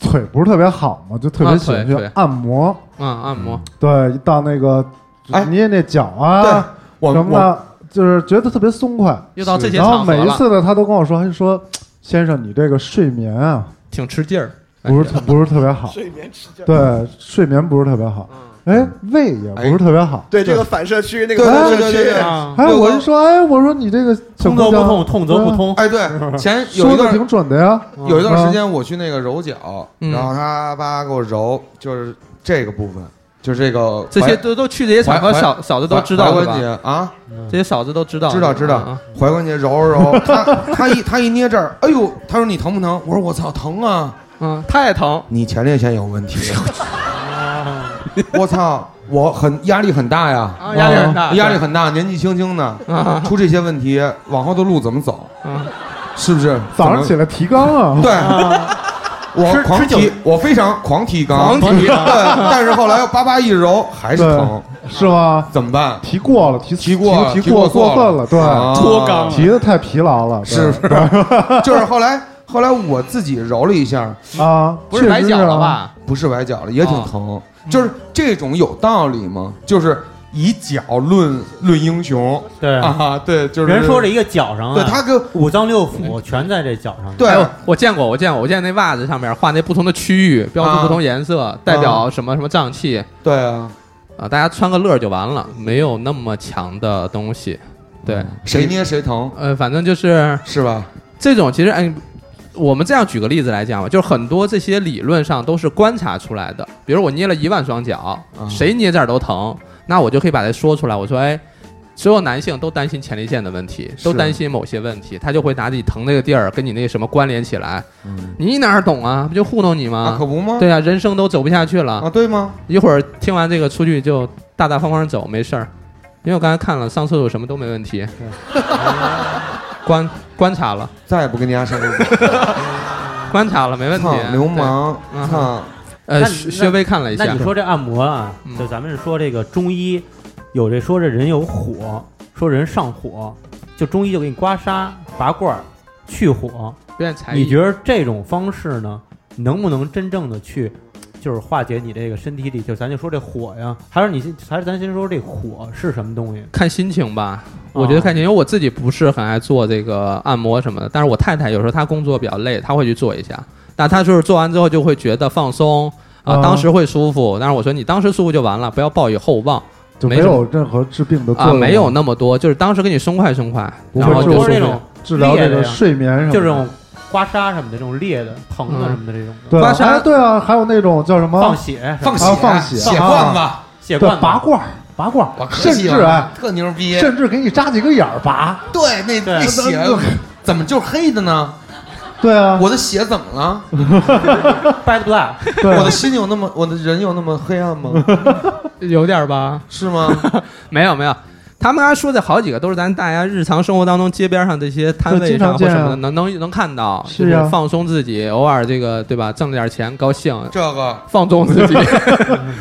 [SPEAKER 2] 腿不是特别好嘛，就特别喜
[SPEAKER 8] 啊
[SPEAKER 2] 欢去
[SPEAKER 8] 腿腿
[SPEAKER 2] 按摩。
[SPEAKER 8] 嗯，按摩，
[SPEAKER 2] 对，到那个
[SPEAKER 5] 哎
[SPEAKER 2] 捏捏脚啊
[SPEAKER 5] 我
[SPEAKER 2] 什么
[SPEAKER 5] 我
[SPEAKER 2] 的，就是觉得特别松快。
[SPEAKER 8] 又到这些
[SPEAKER 2] 然后
[SPEAKER 8] 场合
[SPEAKER 2] 每一
[SPEAKER 8] 了，
[SPEAKER 2] 次呢，他都跟我说，他就说：“先生，你这个睡眠啊，
[SPEAKER 8] 挺吃劲儿。
[SPEAKER 2] 不是特不是特别好，
[SPEAKER 9] 睡眠吃觉。
[SPEAKER 2] 对，睡眠不是特别好，哎，胃也不是特别好。
[SPEAKER 9] 对这个反射区，那个
[SPEAKER 5] 对
[SPEAKER 9] 反
[SPEAKER 5] 对对
[SPEAKER 9] 射
[SPEAKER 5] 对
[SPEAKER 9] 区
[SPEAKER 5] 对，
[SPEAKER 8] 啊，
[SPEAKER 2] 哎，
[SPEAKER 5] 六
[SPEAKER 2] 我
[SPEAKER 5] 哥
[SPEAKER 2] 就说，哎，我说你这个小
[SPEAKER 1] 通则
[SPEAKER 2] 姑
[SPEAKER 1] 不
[SPEAKER 2] 娘
[SPEAKER 1] 痛，痛则不通。
[SPEAKER 5] [LAUGHS] 哎，对， [LAUGHS] 前有
[SPEAKER 2] 啊说
[SPEAKER 5] 一
[SPEAKER 2] 的
[SPEAKER 5] 段
[SPEAKER 2] 挺准的呀。
[SPEAKER 5] 有一段时间我去那个揉脚，
[SPEAKER 8] 嗯
[SPEAKER 5] 然后他叭给我揉，就是这个部分，就是这个
[SPEAKER 8] 这些
[SPEAKER 5] 踝
[SPEAKER 8] 都都去这些场合，
[SPEAKER 5] 怀
[SPEAKER 8] 嫂嫂子都知道
[SPEAKER 5] 踝
[SPEAKER 8] 对
[SPEAKER 5] 关节
[SPEAKER 8] 吧？
[SPEAKER 5] 啊，
[SPEAKER 8] 这些嫂子都知道，
[SPEAKER 5] 知道知道
[SPEAKER 8] 啊。
[SPEAKER 5] 踝关节揉揉揉，他他一他一捏这儿，哎呦，他说你疼不疼？我说我操疼啊！
[SPEAKER 8] 嗯，太疼，
[SPEAKER 5] 你前列腺有问题。 [LAUGHS] 我操，我很压力很大呀，
[SPEAKER 8] 啊压力很大
[SPEAKER 5] 啊压力很大，年纪轻轻的
[SPEAKER 8] 啊
[SPEAKER 5] 出这些问题，往后的路怎么走？
[SPEAKER 8] 啊
[SPEAKER 5] 是不是？
[SPEAKER 2] 早上起
[SPEAKER 5] 来
[SPEAKER 2] 来提纲啊，
[SPEAKER 5] 对。我狂提，我非常狂提肛，
[SPEAKER 8] 狂提肛
[SPEAKER 5] 对，但是后来叭叭一揉还是疼，
[SPEAKER 2] 是吗？
[SPEAKER 5] 怎么办？
[SPEAKER 2] 提过了，提
[SPEAKER 5] 提过
[SPEAKER 2] 提
[SPEAKER 5] 提
[SPEAKER 2] 过
[SPEAKER 5] 过
[SPEAKER 2] 分了，对，
[SPEAKER 5] 脱
[SPEAKER 1] 肛
[SPEAKER 2] 提的太疲劳了，对
[SPEAKER 5] 是不是？ [LAUGHS] 就是后来后来我自己揉了一下，
[SPEAKER 2] 啊，
[SPEAKER 8] 不是崴脚了吧？
[SPEAKER 5] 不是崴脚了，也挺疼。
[SPEAKER 8] 嗯
[SPEAKER 5] 就是这种有道理吗？就是以脚论论英雄
[SPEAKER 1] 对，
[SPEAKER 5] 啊，对，就是
[SPEAKER 1] 人说这一个脚上啊，
[SPEAKER 5] 对他给我
[SPEAKER 1] 五脏六腑全在这脚上。
[SPEAKER 5] 对
[SPEAKER 8] 哎呦我见过，我见过，我见那袜子上面画那不同的区域，标注
[SPEAKER 5] 啊
[SPEAKER 8] 不同颜色，代表什么什么脏器啊、
[SPEAKER 5] 对啊，
[SPEAKER 8] 大家穿个乐儿就完了，没有那么强的东西。对，
[SPEAKER 5] 谁捏谁疼
[SPEAKER 8] 呃，反正就是
[SPEAKER 5] 是吧？
[SPEAKER 8] 这种，其实哎。我们这样举个例子来讲吧，就是很多这些理论上都是观察出来的。比如我捏了一万双脚，
[SPEAKER 5] 啊
[SPEAKER 8] 谁捏这儿都疼，那我就可以把它说出来。我说，哎，所有男性都担心前列腺的问题，都
[SPEAKER 5] 是
[SPEAKER 8] 担心某些问题，他就会拿自己疼那个地儿跟你那个什么关联起来。
[SPEAKER 5] 嗯，
[SPEAKER 8] 你哪儿懂啊？不就糊弄你
[SPEAKER 5] 啊，
[SPEAKER 8] 吗
[SPEAKER 5] 可？不吗？
[SPEAKER 8] 对啊，人生都走不下去了。
[SPEAKER 5] 啊，对吗？
[SPEAKER 8] 一会儿听完这个出去就大大方方地走，没事儿。因为我刚才看了，上厕所什么都没
[SPEAKER 5] [LAUGHS]
[SPEAKER 8] 问题。观观察了，
[SPEAKER 5] 再也不跟你家上路，
[SPEAKER 8] 观察了，没问题啊
[SPEAKER 5] 操。流氓
[SPEAKER 8] 对，嗯
[SPEAKER 5] 操！
[SPEAKER 8] 对！呃，
[SPEAKER 1] 那
[SPEAKER 8] 稍
[SPEAKER 1] 那
[SPEAKER 8] 稍微看了一
[SPEAKER 1] 那
[SPEAKER 8] 下
[SPEAKER 1] 你，说这按摩啊
[SPEAKER 8] 嗯，
[SPEAKER 1] 就咱们说这个中医有这说这人有火，说人上火，就中医就给你刮痧、拔罐、儿、去火。
[SPEAKER 8] 表演才艺。
[SPEAKER 1] 你觉得这种方式呢，能不能真正的去，就是化解你这个身体里，就咱就说这火呀，还是你先还是咱先说这火是什么东西？
[SPEAKER 8] 看心情吧，
[SPEAKER 1] 哦
[SPEAKER 8] 我觉得看心情，因为我自己不是很爱做这个按摩什么的，但是我太太有时候她工作比较累，她会去做一下。那她就是做完之后就会觉得放松
[SPEAKER 1] 哦
[SPEAKER 8] 啊、
[SPEAKER 2] 啊
[SPEAKER 8] 当时会舒服。但是我说你当时舒服就完了，不要抱以厚望
[SPEAKER 2] 就没有任何治病的作
[SPEAKER 8] 啊，
[SPEAKER 2] 用，
[SPEAKER 8] 没有那么多，就是当时给你松快松快，
[SPEAKER 2] 不
[SPEAKER 8] 然
[SPEAKER 2] 会
[SPEAKER 8] 后
[SPEAKER 1] 很多是那
[SPEAKER 2] 治疗
[SPEAKER 8] 就舒
[SPEAKER 1] 种
[SPEAKER 8] 服。
[SPEAKER 2] 治疗这
[SPEAKER 1] 裂的
[SPEAKER 2] 个
[SPEAKER 1] 呀
[SPEAKER 2] 睡眠什么的，
[SPEAKER 1] 就这种刮痧什么的，这种裂的、疼的
[SPEAKER 8] 嗯
[SPEAKER 1] 什么的这种的，
[SPEAKER 2] 对，
[SPEAKER 8] 刮痧
[SPEAKER 2] 哎对啊，还有那种叫什么
[SPEAKER 1] 放血、
[SPEAKER 5] 放
[SPEAKER 2] 啊放血
[SPEAKER 5] 血
[SPEAKER 2] 啊
[SPEAKER 5] 罐子，
[SPEAKER 1] 血
[SPEAKER 2] 对
[SPEAKER 1] 罐子
[SPEAKER 2] 拔罐儿拔罐儿
[SPEAKER 5] 我，可
[SPEAKER 2] 甚
[SPEAKER 5] 喜
[SPEAKER 2] 至
[SPEAKER 5] 欢
[SPEAKER 2] 哎，
[SPEAKER 5] 特牛逼。
[SPEAKER 2] 甚至给你扎几个眼儿拔，
[SPEAKER 5] 对，那
[SPEAKER 1] 对
[SPEAKER 5] 那血怎么就是黑的呢？
[SPEAKER 2] 对啊，
[SPEAKER 5] 我的血怎么了？
[SPEAKER 1] ，bad
[SPEAKER 8] [LAUGHS]
[SPEAKER 1] blood，
[SPEAKER 2] 对啊
[SPEAKER 5] 我的心有那么，我的人有那么黑暗吗？
[SPEAKER 8] 有点儿吧？
[SPEAKER 5] 是吗？
[SPEAKER 8] 没有没有。他们刚才说的好几个都是咱大家日常生活当中街边上这些摊
[SPEAKER 2] 对
[SPEAKER 8] 位
[SPEAKER 2] 经
[SPEAKER 8] 上
[SPEAKER 2] 常
[SPEAKER 8] 或
[SPEAKER 2] 见啊
[SPEAKER 8] 什么的，能能能看到，
[SPEAKER 2] 是啊
[SPEAKER 8] 就是放松自己，偶尔这个对吧，挣点钱高兴， [LAUGHS]
[SPEAKER 5] 这个
[SPEAKER 8] 放纵
[SPEAKER 2] [LAUGHS]
[SPEAKER 8] 自己。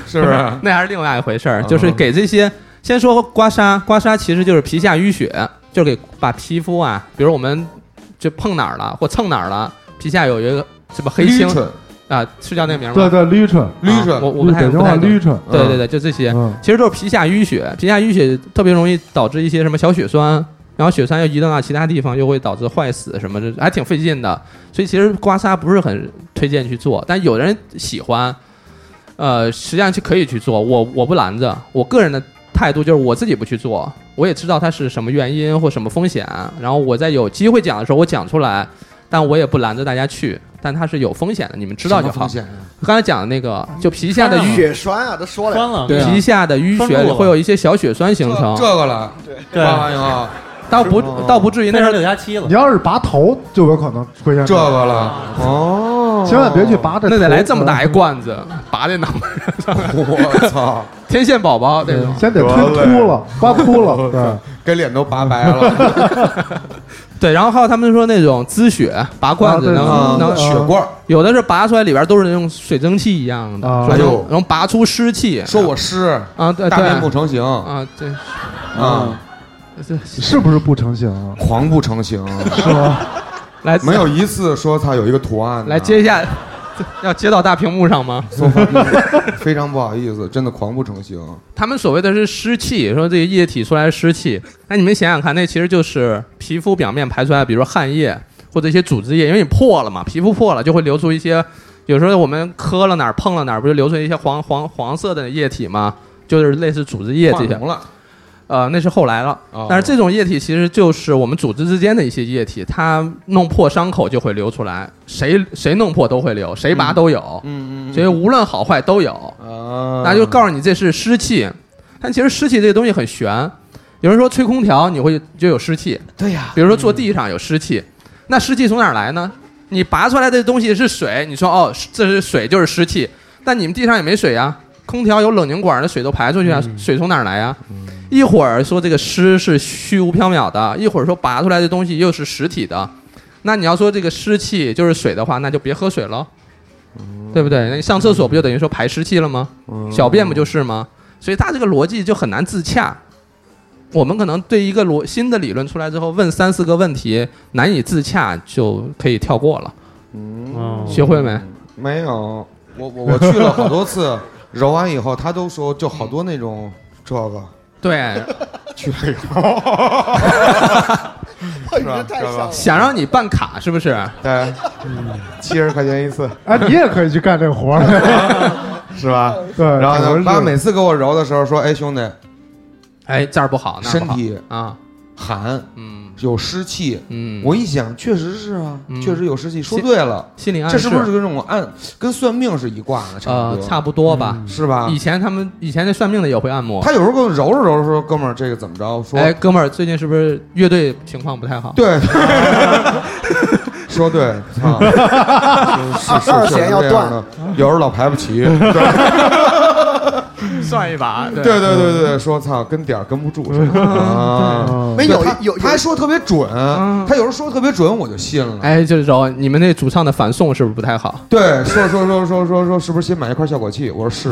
[SPEAKER 5] 是不是？
[SPEAKER 8] 那还是另外一回事儿，
[SPEAKER 5] 嗯
[SPEAKER 8] 就是给这些先说刮痧，刮痧其实就是皮下淤血，就是给把皮肤啊，比如我们就碰哪儿了或蹭哪儿了，皮下有一个什么黑
[SPEAKER 5] 捋
[SPEAKER 8] 青
[SPEAKER 5] 唇，
[SPEAKER 8] 啊，是叫那个名儿
[SPEAKER 2] 对
[SPEAKER 8] 吗？
[SPEAKER 2] 对，捋唇，
[SPEAKER 5] 捋
[SPEAKER 8] 啊我
[SPEAKER 5] 唇，
[SPEAKER 8] 我不太
[SPEAKER 2] 北京
[SPEAKER 8] 不
[SPEAKER 2] 话
[SPEAKER 8] 太懂
[SPEAKER 2] 捋唇，
[SPEAKER 8] 对对对，就这些，
[SPEAKER 2] 嗯，
[SPEAKER 8] 其实都是皮下淤血，皮下淤血特别容易导致一些什么小血栓。然后血栓又移动到其他地方，又会导致坏死什么的，还挺费劲的。所以其实刮痧不是很推荐去做，但有的人喜欢，呃，实际上就可以去做。我我不拦着，我个人的态度就是我自己不去做，我也知道它是什么原因或什么风险，然后我在有机会讲的时候我讲出来，但我也不拦着大家去，但它是有风险的，你们知道就
[SPEAKER 5] 什么
[SPEAKER 8] 好
[SPEAKER 5] 风。险啊
[SPEAKER 8] 刚才讲的那个，就皮下的淤
[SPEAKER 9] 血栓啊，都说了，
[SPEAKER 1] 关了，
[SPEAKER 6] 对啊
[SPEAKER 8] 皮下的淤
[SPEAKER 1] 栓住
[SPEAKER 8] 血
[SPEAKER 1] 了
[SPEAKER 8] 会有一些小血栓形成
[SPEAKER 5] 这，这个了，
[SPEAKER 1] 对，
[SPEAKER 5] 哎呀，
[SPEAKER 8] 倒不
[SPEAKER 5] 哦
[SPEAKER 8] 倒不至于那
[SPEAKER 1] 那是
[SPEAKER 8] 是
[SPEAKER 1] 六加七了
[SPEAKER 2] 你。要是拔头就有可能出现
[SPEAKER 5] 这个了，哦，
[SPEAKER 2] 千万别去，拔这，
[SPEAKER 8] 那得来这么大一，罐子，拔在脑门儿上，
[SPEAKER 5] 我操，
[SPEAKER 8] [LAUGHS] 天线宝宝那种。
[SPEAKER 2] 先得推秃了，刮秃了，对。
[SPEAKER 5] 给脸都拔白了，
[SPEAKER 8] 对，然后还有他们说那种滋血拔罐子
[SPEAKER 2] 啊对
[SPEAKER 8] 能
[SPEAKER 5] 啊
[SPEAKER 8] 能
[SPEAKER 2] 嗯
[SPEAKER 5] 血罐儿，
[SPEAKER 8] 有的是拔出来里边都是那种水蒸气一样的，
[SPEAKER 2] 啊
[SPEAKER 8] 然
[SPEAKER 5] 哎
[SPEAKER 8] 后
[SPEAKER 5] 呦
[SPEAKER 8] 然后拔出湿气。
[SPEAKER 5] 说我湿，
[SPEAKER 8] 啊，对
[SPEAKER 5] 大便不
[SPEAKER 8] 对
[SPEAKER 5] 成形
[SPEAKER 8] 啊，对，
[SPEAKER 5] 啊，
[SPEAKER 2] 是不是不成形啊？
[SPEAKER 5] 狂不成
[SPEAKER 8] [LAUGHS]
[SPEAKER 5] 形，
[SPEAKER 2] 是吧？
[SPEAKER 8] 来
[SPEAKER 5] 没有啊一次说它有一个图案的。
[SPEAKER 8] 来接一下， [LAUGHS] 要接到大屏幕上吗？
[SPEAKER 5] 说反了，非常不好意思，真的狂不成形。
[SPEAKER 8] 他们所谓的是湿气，说这个液体出来的湿气，那你们想想看，那其实就是皮肤表面排出来的，比如说汗液或者一些组织液，因为你破了嘛，皮肤破了就会流出一些，有时候我们磕了哪儿碰了哪儿，不就流出一些黄黄黄色的液体吗？就是类似组织液这
[SPEAKER 5] 换
[SPEAKER 8] 些
[SPEAKER 5] 红，了，
[SPEAKER 8] 呃，那是后来了。
[SPEAKER 5] 哦
[SPEAKER 8] 但是这种液体其实就是我们组织之间的一些液体，它弄破伤口就会流出来，谁谁弄破都会流，谁拔都有，
[SPEAKER 5] 嗯嗯
[SPEAKER 8] 所以无论好坏都有。
[SPEAKER 5] 嗯，啊
[SPEAKER 8] 那就告诉你这是湿气，但其实湿气这个东西很玄。有人说吹空调你会就有湿气，
[SPEAKER 9] 对呀，
[SPEAKER 8] 比如说坐地上有湿气，那湿气从哪儿来呢？你拔出来的东西是水，你说哦是这是水就是湿气，但你们地上也没水呀、空调有冷凝管的水都排出去啊，
[SPEAKER 9] 嗯
[SPEAKER 8] 水从哪儿来呀、一会儿说这个湿是虚无缥缈的，一会儿说拔出来的东西又是实体的，那你要说这个湿气就是水的话，那就别喝水喽，
[SPEAKER 9] 嗯
[SPEAKER 8] 对不对？那你上厕所不就等于说排湿气了吗？
[SPEAKER 5] 嗯
[SPEAKER 8] 小便不就是吗？所以它这个逻辑就很难自洽。我们可能对一个逻新的理论出来之后，问三四个问题难以自洽，就可以跳过了。
[SPEAKER 5] 哦
[SPEAKER 1] 嗯，
[SPEAKER 8] 学会没？
[SPEAKER 5] 没有，我我我去了好多次， [LAUGHS] 揉完以后他都说就好多那种这
[SPEAKER 8] [LAUGHS]
[SPEAKER 5] 个
[SPEAKER 8] 对，
[SPEAKER 5] 去了以后，
[SPEAKER 9] 我觉得太像了。
[SPEAKER 8] 想让你办卡是不是？
[SPEAKER 5] 对，七十块钱一次
[SPEAKER 2] 哎，你也可以去干这活儿，
[SPEAKER 5] 是吧？
[SPEAKER 8] 嗯
[SPEAKER 2] 对。
[SPEAKER 5] 然后
[SPEAKER 2] 可
[SPEAKER 5] 呢，
[SPEAKER 2] 能
[SPEAKER 5] 妈
[SPEAKER 2] 是
[SPEAKER 5] 每次给我揉的时候说，哎兄弟，
[SPEAKER 8] 哎，这儿不好，那儿
[SPEAKER 5] 身
[SPEAKER 8] 不好
[SPEAKER 5] 体
[SPEAKER 8] 啊，
[SPEAKER 5] 寒
[SPEAKER 8] 嗯
[SPEAKER 5] 有湿气，
[SPEAKER 8] 嗯，
[SPEAKER 5] 我一想确实是啊
[SPEAKER 8] 嗯，
[SPEAKER 5] 确实有湿气，说对了。
[SPEAKER 8] 心理暗
[SPEAKER 5] 这
[SPEAKER 8] 示
[SPEAKER 5] 是不是跟种按跟算命是一挂的？差不
[SPEAKER 8] 呃
[SPEAKER 5] 多，嗯
[SPEAKER 8] 差不多吧？
[SPEAKER 5] 是吧
[SPEAKER 8] 以？前他们以前那算命的也会按摩。
[SPEAKER 5] 他有时候给我揉着揉着说：“哥们儿，这个怎么着？”说：“
[SPEAKER 8] 哎，哥们儿，最近是不是乐队情况不太好？
[SPEAKER 5] 对， [LAUGHS] 说对啊，
[SPEAKER 9] [LAUGHS]
[SPEAKER 5] 是是
[SPEAKER 9] 二
[SPEAKER 5] 是
[SPEAKER 9] 弦
[SPEAKER 5] 是
[SPEAKER 9] 要
[SPEAKER 5] 这样的，有时候老排不
[SPEAKER 8] [LAUGHS]
[SPEAKER 5] 齐。
[SPEAKER 8] 算一把，对
[SPEAKER 5] 对对对对，说操，跟点儿跟不住是
[SPEAKER 8] 嗯
[SPEAKER 5] 吧啊。
[SPEAKER 9] 哎没有
[SPEAKER 5] 对他
[SPEAKER 9] 有有
[SPEAKER 5] 他还说特别准，他有时候说特别准，我就信了。
[SPEAKER 8] 嗯哎，就是说你们那主唱的反送是不是不太好？
[SPEAKER 5] 对，说说说说说说，是不是新买一块效果器？我说
[SPEAKER 8] [LAUGHS]
[SPEAKER 5] 是，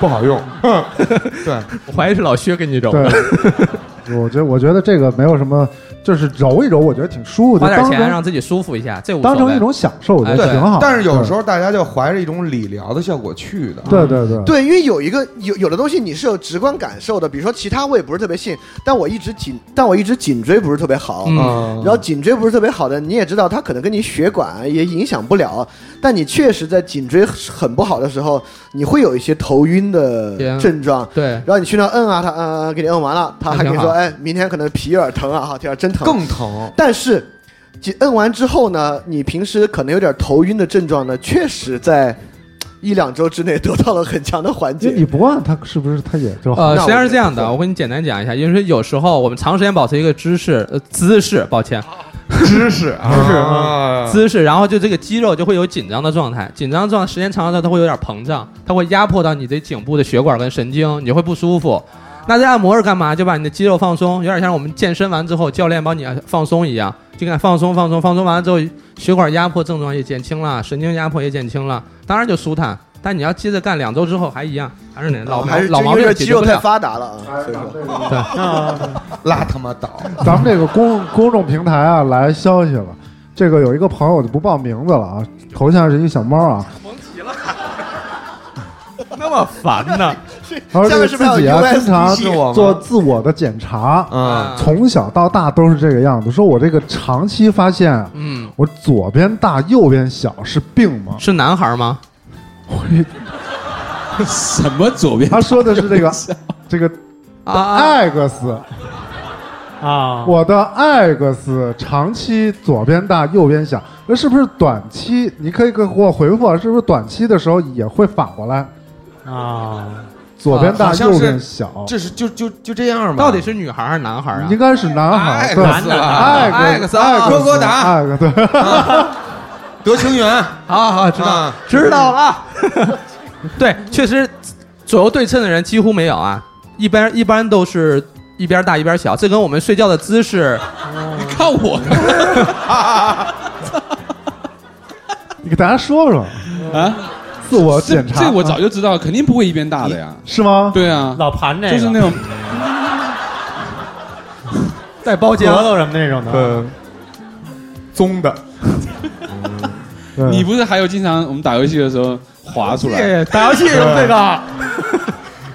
[SPEAKER 5] 不好用。哼对，
[SPEAKER 8] 我怀疑是老薛给你揉的，
[SPEAKER 2] 对，我觉得我觉得这个没有什么，就是揉一揉，我觉得挺舒服
[SPEAKER 8] 花
[SPEAKER 2] 的，
[SPEAKER 8] 点
[SPEAKER 2] 当
[SPEAKER 8] 钱让
[SPEAKER 2] 成
[SPEAKER 8] 自己舒服一下，这无所
[SPEAKER 2] 当
[SPEAKER 8] 谓。
[SPEAKER 2] 成一种享受，我觉
[SPEAKER 8] 哎
[SPEAKER 2] 得
[SPEAKER 8] 对
[SPEAKER 2] 挺好的。
[SPEAKER 5] 但是有时
[SPEAKER 2] 候，
[SPEAKER 5] 候大家就怀着一种理疗的效果去的。
[SPEAKER 2] 对对对，
[SPEAKER 9] 对，因为有一个有有的东西你是有直观感受的，比如说其他我也不是特别信，但我一直颈但我一直颈椎不是特别好，
[SPEAKER 8] 嗯
[SPEAKER 2] 啊
[SPEAKER 5] 嗯
[SPEAKER 9] 然后颈椎不是特别好的，你也知道它可能跟你血管也影响不了，但你确实在颈椎很不好的时候，你会有一些头
[SPEAKER 8] 天
[SPEAKER 9] 晕的症状。
[SPEAKER 8] 对，
[SPEAKER 9] 然后你去那摁啊，他摁摁摁，给你摁完了，他还跟你
[SPEAKER 8] 那挺
[SPEAKER 9] 说，
[SPEAKER 8] 好
[SPEAKER 9] 哎，明天可能皮有点疼啊，哈，天啊，真疼。
[SPEAKER 5] 更疼。
[SPEAKER 9] 但是，几摁完之后呢，你平时可能有点头晕的症状呢，确实在一两周之内得到了很强的缓
[SPEAKER 2] 就你
[SPEAKER 9] 解。
[SPEAKER 2] 不按它是不是它也就好
[SPEAKER 8] 呃，实
[SPEAKER 9] 那我
[SPEAKER 8] 际上是
[SPEAKER 9] 觉
[SPEAKER 8] 这
[SPEAKER 9] 得
[SPEAKER 8] 样
[SPEAKER 9] 不
[SPEAKER 8] 的，
[SPEAKER 9] 错
[SPEAKER 8] 我跟你简单讲一下，因为有时候我们长时间保持一个姿势，呃，姿势，抱歉，
[SPEAKER 5] 知识
[SPEAKER 9] 嗯
[SPEAKER 5] 啊，
[SPEAKER 8] 姿势，然后就这个肌肉就会有紧张的状态，紧张状态时间长了之后，它会有点膨胀，它会压迫到你的颈部的血管跟神经，你会不舒服。那这按摩是干嘛？就把你的肌肉放松，有点像我们健身完之后教练帮你放松一样，就给你放松放松，放松完了之后，血管压迫症状也减轻了，神经压迫也减轻了，当然就舒坦。但你要接着干两周之后还一样，还是那老毛
[SPEAKER 9] 嗯还是
[SPEAKER 8] 老
[SPEAKER 9] 就
[SPEAKER 8] 毛
[SPEAKER 9] 因
[SPEAKER 8] 病
[SPEAKER 9] 为
[SPEAKER 8] 解
[SPEAKER 9] 肌
[SPEAKER 8] 决
[SPEAKER 9] 肉
[SPEAKER 8] 不
[SPEAKER 9] 太
[SPEAKER 8] 了。
[SPEAKER 9] 发达了啊，
[SPEAKER 8] 呃
[SPEAKER 9] 所以说
[SPEAKER 5] 拉他妈倒！
[SPEAKER 2] 咱们这个公公众平台啊，来消息了。这个有一个朋友我就不报名字了啊，头像是一小猫啊，
[SPEAKER 8] 那么烦
[SPEAKER 9] [LAUGHS]
[SPEAKER 8] 呢？
[SPEAKER 2] 他说
[SPEAKER 9] 下
[SPEAKER 2] 这
[SPEAKER 9] 面
[SPEAKER 2] 个自
[SPEAKER 9] 是不是还有
[SPEAKER 2] 己啊
[SPEAKER 9] USB
[SPEAKER 2] 经常
[SPEAKER 5] 是我吗
[SPEAKER 2] 做自我的检查，
[SPEAKER 9] 嗯
[SPEAKER 5] 啊，
[SPEAKER 2] 从小到大都是这个样子。说我这个长期发现啊，
[SPEAKER 8] 嗯，
[SPEAKER 2] 我左边大右边小是病吗？
[SPEAKER 8] 是男孩吗？
[SPEAKER 6] [LAUGHS] 什么左边？
[SPEAKER 2] 他说的是这个这个
[SPEAKER 8] 啊
[SPEAKER 9] [LAUGHS]
[SPEAKER 8] 啊！
[SPEAKER 2] X，
[SPEAKER 1] 啊，
[SPEAKER 2] 我的 X 长期左边大右边小，那是不是短期？你可以给我回复啊，是不是短期的时候也会反过来，
[SPEAKER 1] 啊，
[SPEAKER 2] 左边
[SPEAKER 5] 啊
[SPEAKER 2] 大
[SPEAKER 5] 好像是
[SPEAKER 2] 右边小？
[SPEAKER 5] 这是就就就这样吧？
[SPEAKER 8] 到底是女孩还是男孩啊？
[SPEAKER 2] 应该是男孩，
[SPEAKER 5] X
[SPEAKER 2] 对
[SPEAKER 5] 男的
[SPEAKER 8] 啊
[SPEAKER 2] X
[SPEAKER 8] X 啊
[SPEAKER 5] 哥哥达
[SPEAKER 2] ，X 对，
[SPEAKER 5] 德清源
[SPEAKER 8] 好好知道
[SPEAKER 5] 啊
[SPEAKER 8] 知道了。 [LAUGHS] 对，确实左右对称的人几乎没有啊，一般一般都是一边大一边小，这跟我们睡觉的姿势，
[SPEAKER 6] 你 [LAUGHS] 看我干嘛
[SPEAKER 2] 你给大家说说
[SPEAKER 6] 啊？
[SPEAKER 2] 自我
[SPEAKER 6] 这
[SPEAKER 2] 哦检查，啊
[SPEAKER 6] 这我早就知道，肯
[SPEAKER 10] 哦
[SPEAKER 6] 定不会一边大的呀。
[SPEAKER 2] 是吗？
[SPEAKER 6] 对啊，
[SPEAKER 1] 老盘这个
[SPEAKER 6] 就是那种
[SPEAKER 10] 带包浆
[SPEAKER 1] 核桃什么那种的
[SPEAKER 10] 嗯，棕的，
[SPEAKER 2] 嗯
[SPEAKER 6] 你不是还有经常我们打游戏的时候
[SPEAKER 10] [LAUGHS]
[SPEAKER 6] 滑出来？
[SPEAKER 10] 打游戏有这个，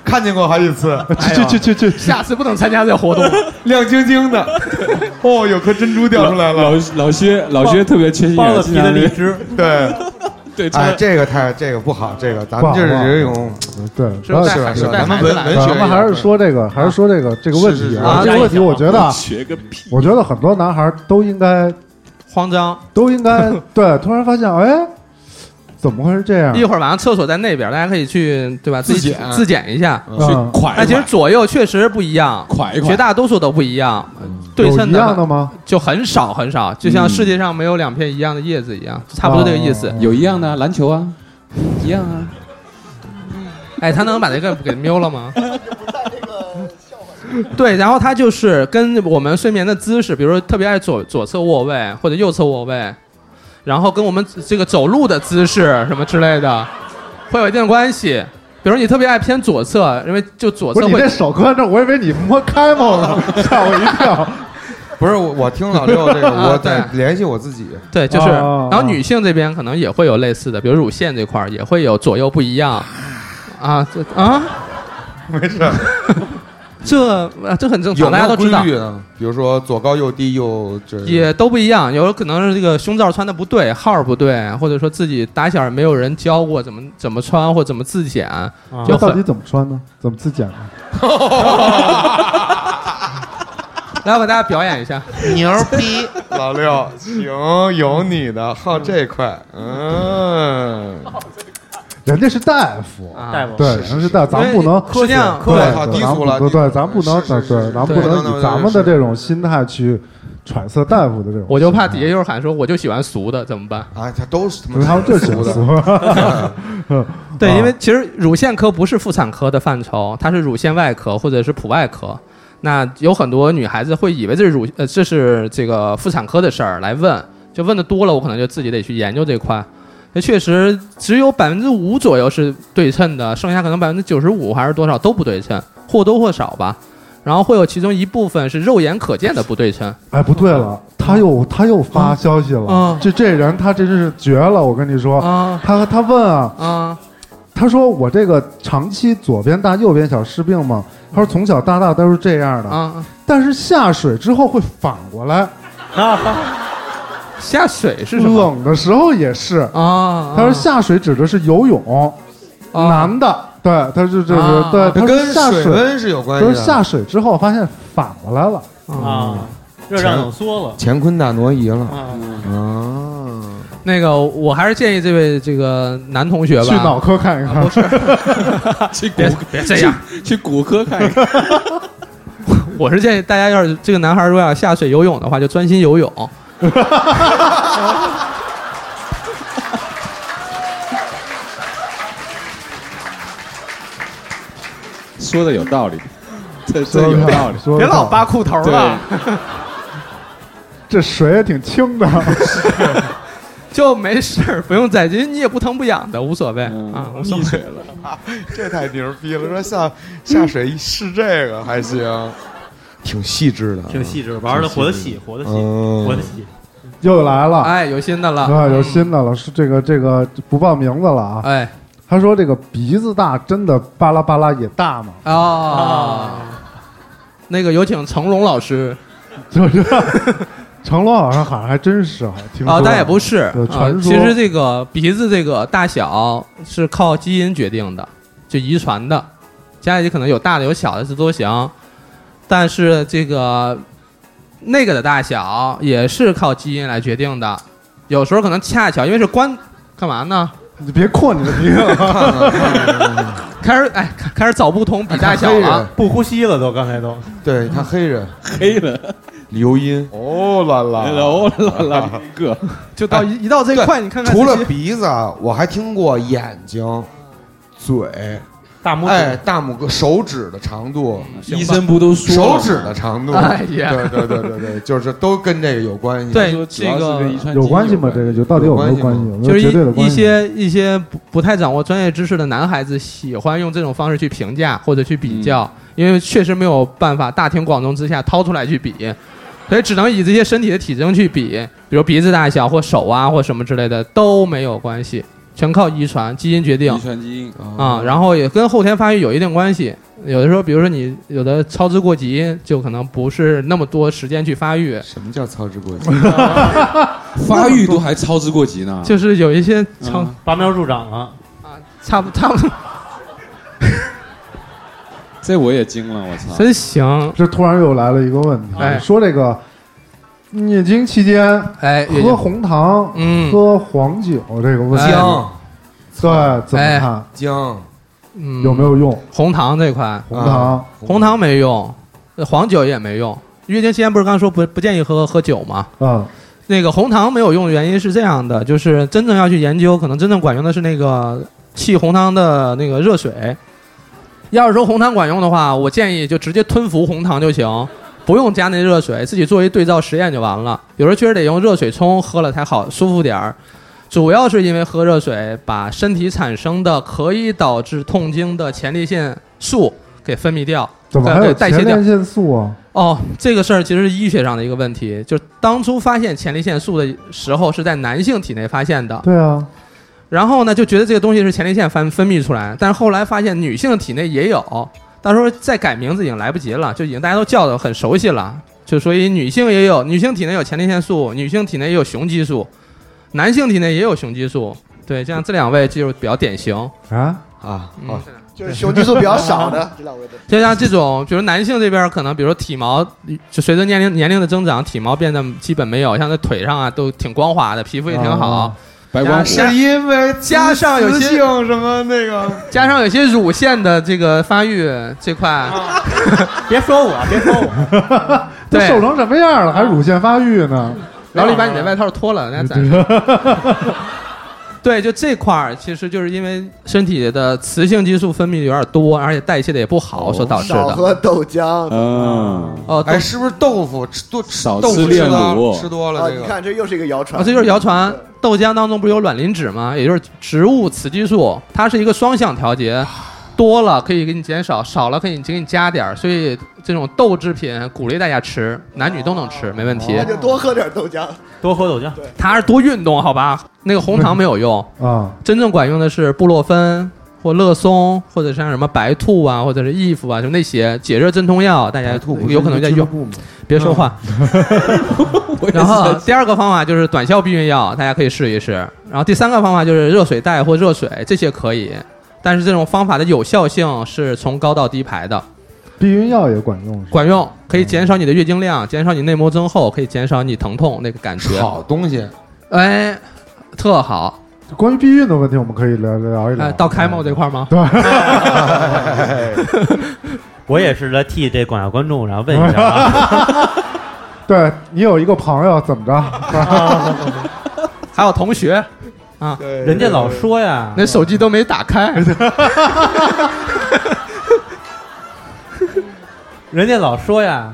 [SPEAKER 10] 看见过好几次。
[SPEAKER 6] 去去去去去，
[SPEAKER 10] 下次不能参加这活动，亮晶晶的。哦，有颗珍珠掉出来了。
[SPEAKER 6] 老老薛，老薛特别缺心
[SPEAKER 10] 包
[SPEAKER 6] 眼，
[SPEAKER 10] 子
[SPEAKER 6] 经
[SPEAKER 10] 皮的
[SPEAKER 6] 常
[SPEAKER 10] 荔
[SPEAKER 1] 枝，
[SPEAKER 10] 对
[SPEAKER 6] 对，
[SPEAKER 5] 哎，这个太这个不好，这个咱
[SPEAKER 2] 不
[SPEAKER 5] 们
[SPEAKER 2] 好
[SPEAKER 5] 就是
[SPEAKER 2] 不好
[SPEAKER 5] 这种，
[SPEAKER 2] 对，
[SPEAKER 5] 是吧？是吧？是吧咱们文文学，
[SPEAKER 2] 咱们还是说这个，还是说这个这个问题啊？这个问题，我觉得啊，
[SPEAKER 6] 学个屁！
[SPEAKER 2] 我觉得很多男孩都应该
[SPEAKER 8] 慌张。
[SPEAKER 2] 都应该对，突然发现，哎，怎么会是这样？
[SPEAKER 8] 一会儿晚上厕所在那边，大家可以去对吧？自
[SPEAKER 6] 自
[SPEAKER 8] 己
[SPEAKER 6] 检
[SPEAKER 8] 自检一下。
[SPEAKER 2] 去
[SPEAKER 6] 快
[SPEAKER 8] 哎那其实左右确实不一样，
[SPEAKER 6] 快一快
[SPEAKER 8] 绝大多数都不一样，对
[SPEAKER 2] 有
[SPEAKER 8] 称
[SPEAKER 2] 一
[SPEAKER 8] 的
[SPEAKER 2] 样
[SPEAKER 8] 吧
[SPEAKER 2] 的吗？
[SPEAKER 8] 就很少很少，就像世界上没有两片一样的叶子一样，差不多这个意思。
[SPEAKER 6] 有一样的啊篮球啊，一样啊。
[SPEAKER 8] [LAUGHS] 哎，他能把那个给瞄了吗？对，然后他就是跟我们睡眠的姿势，比如说特别爱左左侧卧位或者右侧卧位，然后跟我们这个走路的姿势什么之类的，会有一定的关系。比如你特别爱偏左侧，因为就左
[SPEAKER 2] 不
[SPEAKER 8] 侧
[SPEAKER 2] 是
[SPEAKER 8] 会
[SPEAKER 2] 你这手搁那，我以为你摸开蒙了，吓我一跳。
[SPEAKER 5] 不是我我听老六这个，
[SPEAKER 8] 啊
[SPEAKER 5] 我
[SPEAKER 8] 对
[SPEAKER 5] 得联系我自己。
[SPEAKER 8] 对，就是，
[SPEAKER 2] 哦
[SPEAKER 8] 然后女性这边可能也会有类似的，比如乳腺这块儿也会有左右不一样，啊，这啊，
[SPEAKER 5] 没事，
[SPEAKER 8] [LAUGHS] 这啊这很正
[SPEAKER 5] 有
[SPEAKER 8] 常，
[SPEAKER 5] 没
[SPEAKER 8] 大家
[SPEAKER 5] 有
[SPEAKER 8] 都
[SPEAKER 5] 规
[SPEAKER 8] 知道
[SPEAKER 5] 律，呢？比如说左高右低右这，
[SPEAKER 8] 也都不一样，有可能是这个胸罩穿的不对，号儿不对，或者说自己打小也没有人教过怎么怎么穿或怎么自检，
[SPEAKER 1] 啊
[SPEAKER 8] 就
[SPEAKER 2] 那到底
[SPEAKER 8] 很。
[SPEAKER 2] 怎么穿呢？怎么自检呢？
[SPEAKER 8] [LAUGHS]
[SPEAKER 1] [LAUGHS]
[SPEAKER 8] 来，我给大家表演一下，
[SPEAKER 10] 牛逼！ [LAUGHS] 老六，行，有你的，好这块，嗯，
[SPEAKER 2] 人家是大夫，
[SPEAKER 8] 啊
[SPEAKER 1] 大夫
[SPEAKER 2] 对，人家是大，咱不能
[SPEAKER 8] 科量
[SPEAKER 2] 对，
[SPEAKER 8] 科
[SPEAKER 5] 对
[SPEAKER 2] 对
[SPEAKER 5] 好
[SPEAKER 2] 咱
[SPEAKER 5] 低俗
[SPEAKER 2] 不
[SPEAKER 5] 了
[SPEAKER 2] 对，
[SPEAKER 5] 低俗了
[SPEAKER 2] 咱不能，
[SPEAKER 5] 是
[SPEAKER 2] 对，
[SPEAKER 5] 是是
[SPEAKER 2] 对
[SPEAKER 5] 是
[SPEAKER 2] 咱不
[SPEAKER 8] 对
[SPEAKER 5] 不能
[SPEAKER 2] 能以咱们的这种心态去揣测大夫的这种。
[SPEAKER 8] 我就怕底下，有人喊说我就喜欢俗的，怎么办？
[SPEAKER 5] 啊，他都是他
[SPEAKER 2] 因为他
[SPEAKER 5] 妈
[SPEAKER 2] 们就喜
[SPEAKER 5] 俗
[SPEAKER 2] 欢
[SPEAKER 5] 的
[SPEAKER 2] [LAUGHS] 俗。
[SPEAKER 8] 对，
[SPEAKER 2] 啊
[SPEAKER 8] 因为其实乳腺科不是妇产科的范畴，它是乳腺外科或者是普外科。那有很多女孩子会以为这是乳呃这是这个妇产科的事儿来问，就问的多了，我可能就自己得去研究这块。那确实只有百分之五左右是对称的，剩下可能百分之九十五还是多少都不对称，或多或少吧。然后会有其中一部分是肉眼可见的不对称。
[SPEAKER 2] 哎，不对了，他又他又发消息了
[SPEAKER 8] 嗯，
[SPEAKER 2] 这这人他真是绝了，我跟你说，
[SPEAKER 8] 啊
[SPEAKER 2] 他他问啊，
[SPEAKER 8] 啊
[SPEAKER 2] 他说我这个长期左边大右边小是病吗？他说从小到大都是这样的，
[SPEAKER 8] 啊！
[SPEAKER 2] 但是下水之后会反过来，
[SPEAKER 1] 啊
[SPEAKER 8] 下水是什么？
[SPEAKER 2] 冷的时候也是。
[SPEAKER 8] 啊，
[SPEAKER 2] 他说下水指的是游泳，
[SPEAKER 8] 啊
[SPEAKER 2] 男的，对，他是这
[SPEAKER 8] 啊
[SPEAKER 2] 是对，
[SPEAKER 5] 这
[SPEAKER 2] 他
[SPEAKER 5] 跟
[SPEAKER 2] 说下
[SPEAKER 5] 水
[SPEAKER 2] 水，
[SPEAKER 5] 温是有
[SPEAKER 2] 他
[SPEAKER 5] 关系啊
[SPEAKER 2] 说
[SPEAKER 5] 的。
[SPEAKER 2] 下水之后发现反过来了，
[SPEAKER 1] 啊，热胀冷缩了
[SPEAKER 5] 乾坤大挪移了
[SPEAKER 1] 啊。
[SPEAKER 5] 啊！
[SPEAKER 8] 那个，我还是建议这位这个男同学吧，啊
[SPEAKER 2] 去脑科看一看
[SPEAKER 8] 不。是， [LAUGHS]
[SPEAKER 6] 去骨
[SPEAKER 8] 别别这样，
[SPEAKER 6] 去骨科看一看。
[SPEAKER 8] 我是建议大家要是这个男孩如果要下水游泳的话，就专心游泳。
[SPEAKER 6] 说的有道理，这这有道
[SPEAKER 2] [LAUGHS]
[SPEAKER 6] 理。
[SPEAKER 2] 说得好
[SPEAKER 8] 裤头
[SPEAKER 6] 对，
[SPEAKER 2] 这水也挺清的，
[SPEAKER 8] 就没事儿，不用在，因为你也不疼不痒的，无所谓啊。
[SPEAKER 6] 嗯，
[SPEAKER 8] 无所
[SPEAKER 6] 溺
[SPEAKER 8] 谓
[SPEAKER 6] 水了。
[SPEAKER 10] 这太牛逼了！说下下水是这个还行，
[SPEAKER 5] 挺细致的，
[SPEAKER 1] 挺细致，玩的活得细，活得细，
[SPEAKER 5] 嗯
[SPEAKER 1] 活得细。
[SPEAKER 2] 又来了。
[SPEAKER 8] 哎，有新的了，
[SPEAKER 2] 啊，有新的了，是这个这个不报名字了啊。
[SPEAKER 8] 哎
[SPEAKER 2] 他说这个鼻子大，真的巴拉巴拉也大吗？
[SPEAKER 8] 啊，哦那个有请成龙老师
[SPEAKER 2] [LAUGHS]
[SPEAKER 8] 啊
[SPEAKER 2] 就是，成龙好像好像还真是啊，听说
[SPEAKER 8] 啊，但也不是
[SPEAKER 2] 对
[SPEAKER 8] 啊
[SPEAKER 2] 传。说
[SPEAKER 8] 其实这个鼻子这个大小是靠基因决定的，就遗传的，家里可能有大的有小的这都行，但是这个那个的大小也是靠基因来决定的，有时候可能恰巧因为是关干嘛呢？
[SPEAKER 2] 你别扩你的鼻子了，
[SPEAKER 5] 啊
[SPEAKER 8] 开始哎，开开始早不同比大小
[SPEAKER 5] 黑人
[SPEAKER 8] 了，
[SPEAKER 1] 不呼吸了都，刚才都
[SPEAKER 5] 对他黑人
[SPEAKER 6] 黑了，
[SPEAKER 5] 刘音，
[SPEAKER 10] 哦啦啦，
[SPEAKER 6] 哦啦啦个，
[SPEAKER 8] 就到一一到这一块，你看看
[SPEAKER 5] 除
[SPEAKER 8] 这
[SPEAKER 5] 了
[SPEAKER 8] 些
[SPEAKER 5] 鼻子啊，我还听过眼睛、嘴，
[SPEAKER 1] 大拇
[SPEAKER 5] 哎，
[SPEAKER 1] 指
[SPEAKER 5] 大拇哥手指的长度，
[SPEAKER 6] 医生不都说了
[SPEAKER 5] 手
[SPEAKER 6] 吗
[SPEAKER 5] 指的长度，
[SPEAKER 8] 哎呀
[SPEAKER 5] 对对对对对，就是都跟这个有关系。
[SPEAKER 8] 对
[SPEAKER 6] 说只要是跟遗传基因
[SPEAKER 2] [LAUGHS] 有关系吗？这个就到底有没有
[SPEAKER 5] 有关
[SPEAKER 2] 关
[SPEAKER 5] 系
[SPEAKER 2] 系？
[SPEAKER 5] 吗
[SPEAKER 2] 有没
[SPEAKER 8] 就
[SPEAKER 2] 有
[SPEAKER 8] 是
[SPEAKER 2] 绝对的
[SPEAKER 8] 一
[SPEAKER 2] 关
[SPEAKER 8] 一
[SPEAKER 2] 系？
[SPEAKER 8] 些一些不不太掌握专业知识的男孩子喜欢用这种方式
[SPEAKER 6] 嗯
[SPEAKER 8] 去评价或者去比较，因为确实没有办法大庭广众之下掏出来去比，所以只能以这些身体的体征去比，比如鼻子大小或手啊或什么之类的都没有关系，全靠遗传基因决定。
[SPEAKER 6] 遗传基因
[SPEAKER 8] 啊、然后也跟后天发育有一定关系。有的时候，比如说你有的操之过急，就可能不是那么多时间去发
[SPEAKER 6] 啊
[SPEAKER 8] 育。什么叫操之过急？
[SPEAKER 6] 发育都还操之过急呢，
[SPEAKER 8] 就是有一些操、
[SPEAKER 6] 嗯
[SPEAKER 1] 拔苗助长了，
[SPEAKER 8] 差不差不多。
[SPEAKER 6] 这我也惊了，我操！
[SPEAKER 8] 真行！
[SPEAKER 2] 这突然又来了一个问题，
[SPEAKER 6] 哎
[SPEAKER 2] 说这个念经期间，
[SPEAKER 8] 哎
[SPEAKER 6] 月
[SPEAKER 2] 喝
[SPEAKER 6] 经
[SPEAKER 2] 红糖，
[SPEAKER 8] 嗯
[SPEAKER 2] 喝黄酒这个问题，
[SPEAKER 8] 姜
[SPEAKER 2] 对，怎么看？
[SPEAKER 5] 啊
[SPEAKER 8] 姜，嗯
[SPEAKER 2] 有没有用？
[SPEAKER 8] 红糖这块，
[SPEAKER 2] 红糖
[SPEAKER 8] 红糖没用，呃黄酒也没用。月经期间不是刚说不不建议喝喝酒吗？
[SPEAKER 2] 嗯，
[SPEAKER 8] 那个红糖没有用的原因是这样的，就是真正要去研究，可能真正管用的是那个沏红汤的那个热水。要是说红糖管用的话，我建议就直接吞服红糖就行，不用加那热水，自己做一对照实验就完了。有时候确实得用热水冲，喝了才好舒服点儿。主要是因为喝热水把身体产生的可以导致痛经的前列腺素给分泌掉，
[SPEAKER 2] 怎么
[SPEAKER 8] 对
[SPEAKER 2] 还有
[SPEAKER 8] 对代谢
[SPEAKER 2] 前
[SPEAKER 8] 掉
[SPEAKER 2] 列。腺素啊？
[SPEAKER 8] 哦，这个事儿其实是医学上的一个问题，就是当初发现前列腺素的时候是在男性体内发现的，
[SPEAKER 2] 对啊，
[SPEAKER 8] 然后呢就觉得这个东西是前列腺分分泌出来，但是后来发现女性体内也有，到时候再改名字已经来不及了，就已经大家都叫的很熟悉了，就所以女性也有，女性体内有前列腺素，女性体内也有雄激素，男性体内也有雄激素，对，像这两位就是比较典型
[SPEAKER 2] 啊
[SPEAKER 10] 啊，
[SPEAKER 8] 嗯。
[SPEAKER 9] 就是雄激素比较少的这两位的。
[SPEAKER 8] 就像这种，比如男性这边可能，比如说体毛，就随着年龄年龄的增长，体毛变得基本没有，像在腿上啊都挺光滑的，皮肤也挺好
[SPEAKER 10] 啊，是因为
[SPEAKER 8] 加上有
[SPEAKER 10] 雌
[SPEAKER 8] 些
[SPEAKER 10] 性什么那个
[SPEAKER 8] 加上有些乳腺的这个发育这块， [LAUGHS] 别说我，别说我，
[SPEAKER 2] 都
[SPEAKER 8] [LAUGHS] 对
[SPEAKER 2] 瘦成什么样了，还乳腺发育呢？
[SPEAKER 8] 老李把你的外套脱了，人家 [LAUGHS] 咱。对，就这块儿，其实就是因为身体的雌性激素分泌有点多，而且代谢的也不好所导致
[SPEAKER 9] 哦少
[SPEAKER 8] 的。
[SPEAKER 9] 喝豆浆。
[SPEAKER 6] 嗯，
[SPEAKER 8] 哦，
[SPEAKER 10] 哎，是不是豆腐吃多吃
[SPEAKER 6] 少
[SPEAKER 10] 豆腐
[SPEAKER 6] 吃炼
[SPEAKER 10] 多
[SPEAKER 6] 乳
[SPEAKER 10] 吃多了
[SPEAKER 9] 啊，
[SPEAKER 10] 这
[SPEAKER 9] 你
[SPEAKER 10] 个
[SPEAKER 9] 看这又是一个谣传，
[SPEAKER 8] 啊，这就是谣传。豆浆当中不是有卵磷脂吗？也就是植物雌激素，它是一个双向调节，
[SPEAKER 9] 啊
[SPEAKER 8] [LAUGHS] 多了可以给你减少，少了可以给你加点儿。所以这种豆制品鼓励大家吃，男女都能吃，没问题
[SPEAKER 9] 那。就多喝点豆浆。 [LAUGHS]
[SPEAKER 1] 多喝豆浆。
[SPEAKER 8] 他是多运动，好吧？那个红糖没有
[SPEAKER 9] [LAUGHS]
[SPEAKER 8] 用，
[SPEAKER 2] 啊，
[SPEAKER 8] 真正管用的是布洛芬或乐松，或者像什么白兔啊，或者是益肤啊，就那些解热镇痛药，大
[SPEAKER 9] 啊
[SPEAKER 8] 家有可能在用。别
[SPEAKER 6] [LAUGHS]
[SPEAKER 8] 说话。然后第二个方法就是短效避孕药，大家可以试一试。然后第三个方法就是热水袋或热水，这些可以，但是这种方法的有效性是从高到低排的，
[SPEAKER 2] 避孕药也管用。
[SPEAKER 8] 管用，可以减少你的月经量，减少你内膜增厚，可以减少你疼痛那个感觉。
[SPEAKER 10] 好东西？
[SPEAKER 8] 哎，特好。
[SPEAKER 2] 关于避孕的问题，我们可以聊聊一聊。
[SPEAKER 8] 哎，到开幕这块吗？
[SPEAKER 1] 我也是来替这广大观众，然后问一下啊，
[SPEAKER 8] [LAUGHS]
[SPEAKER 2] 对你有一个朋友怎么 [LAUGHS] 着？
[SPEAKER 8] 还有同学啊，
[SPEAKER 1] 人家老说呀，
[SPEAKER 8] 那手机都没打开。
[SPEAKER 6] [LAUGHS]
[SPEAKER 1] 人家老说呀，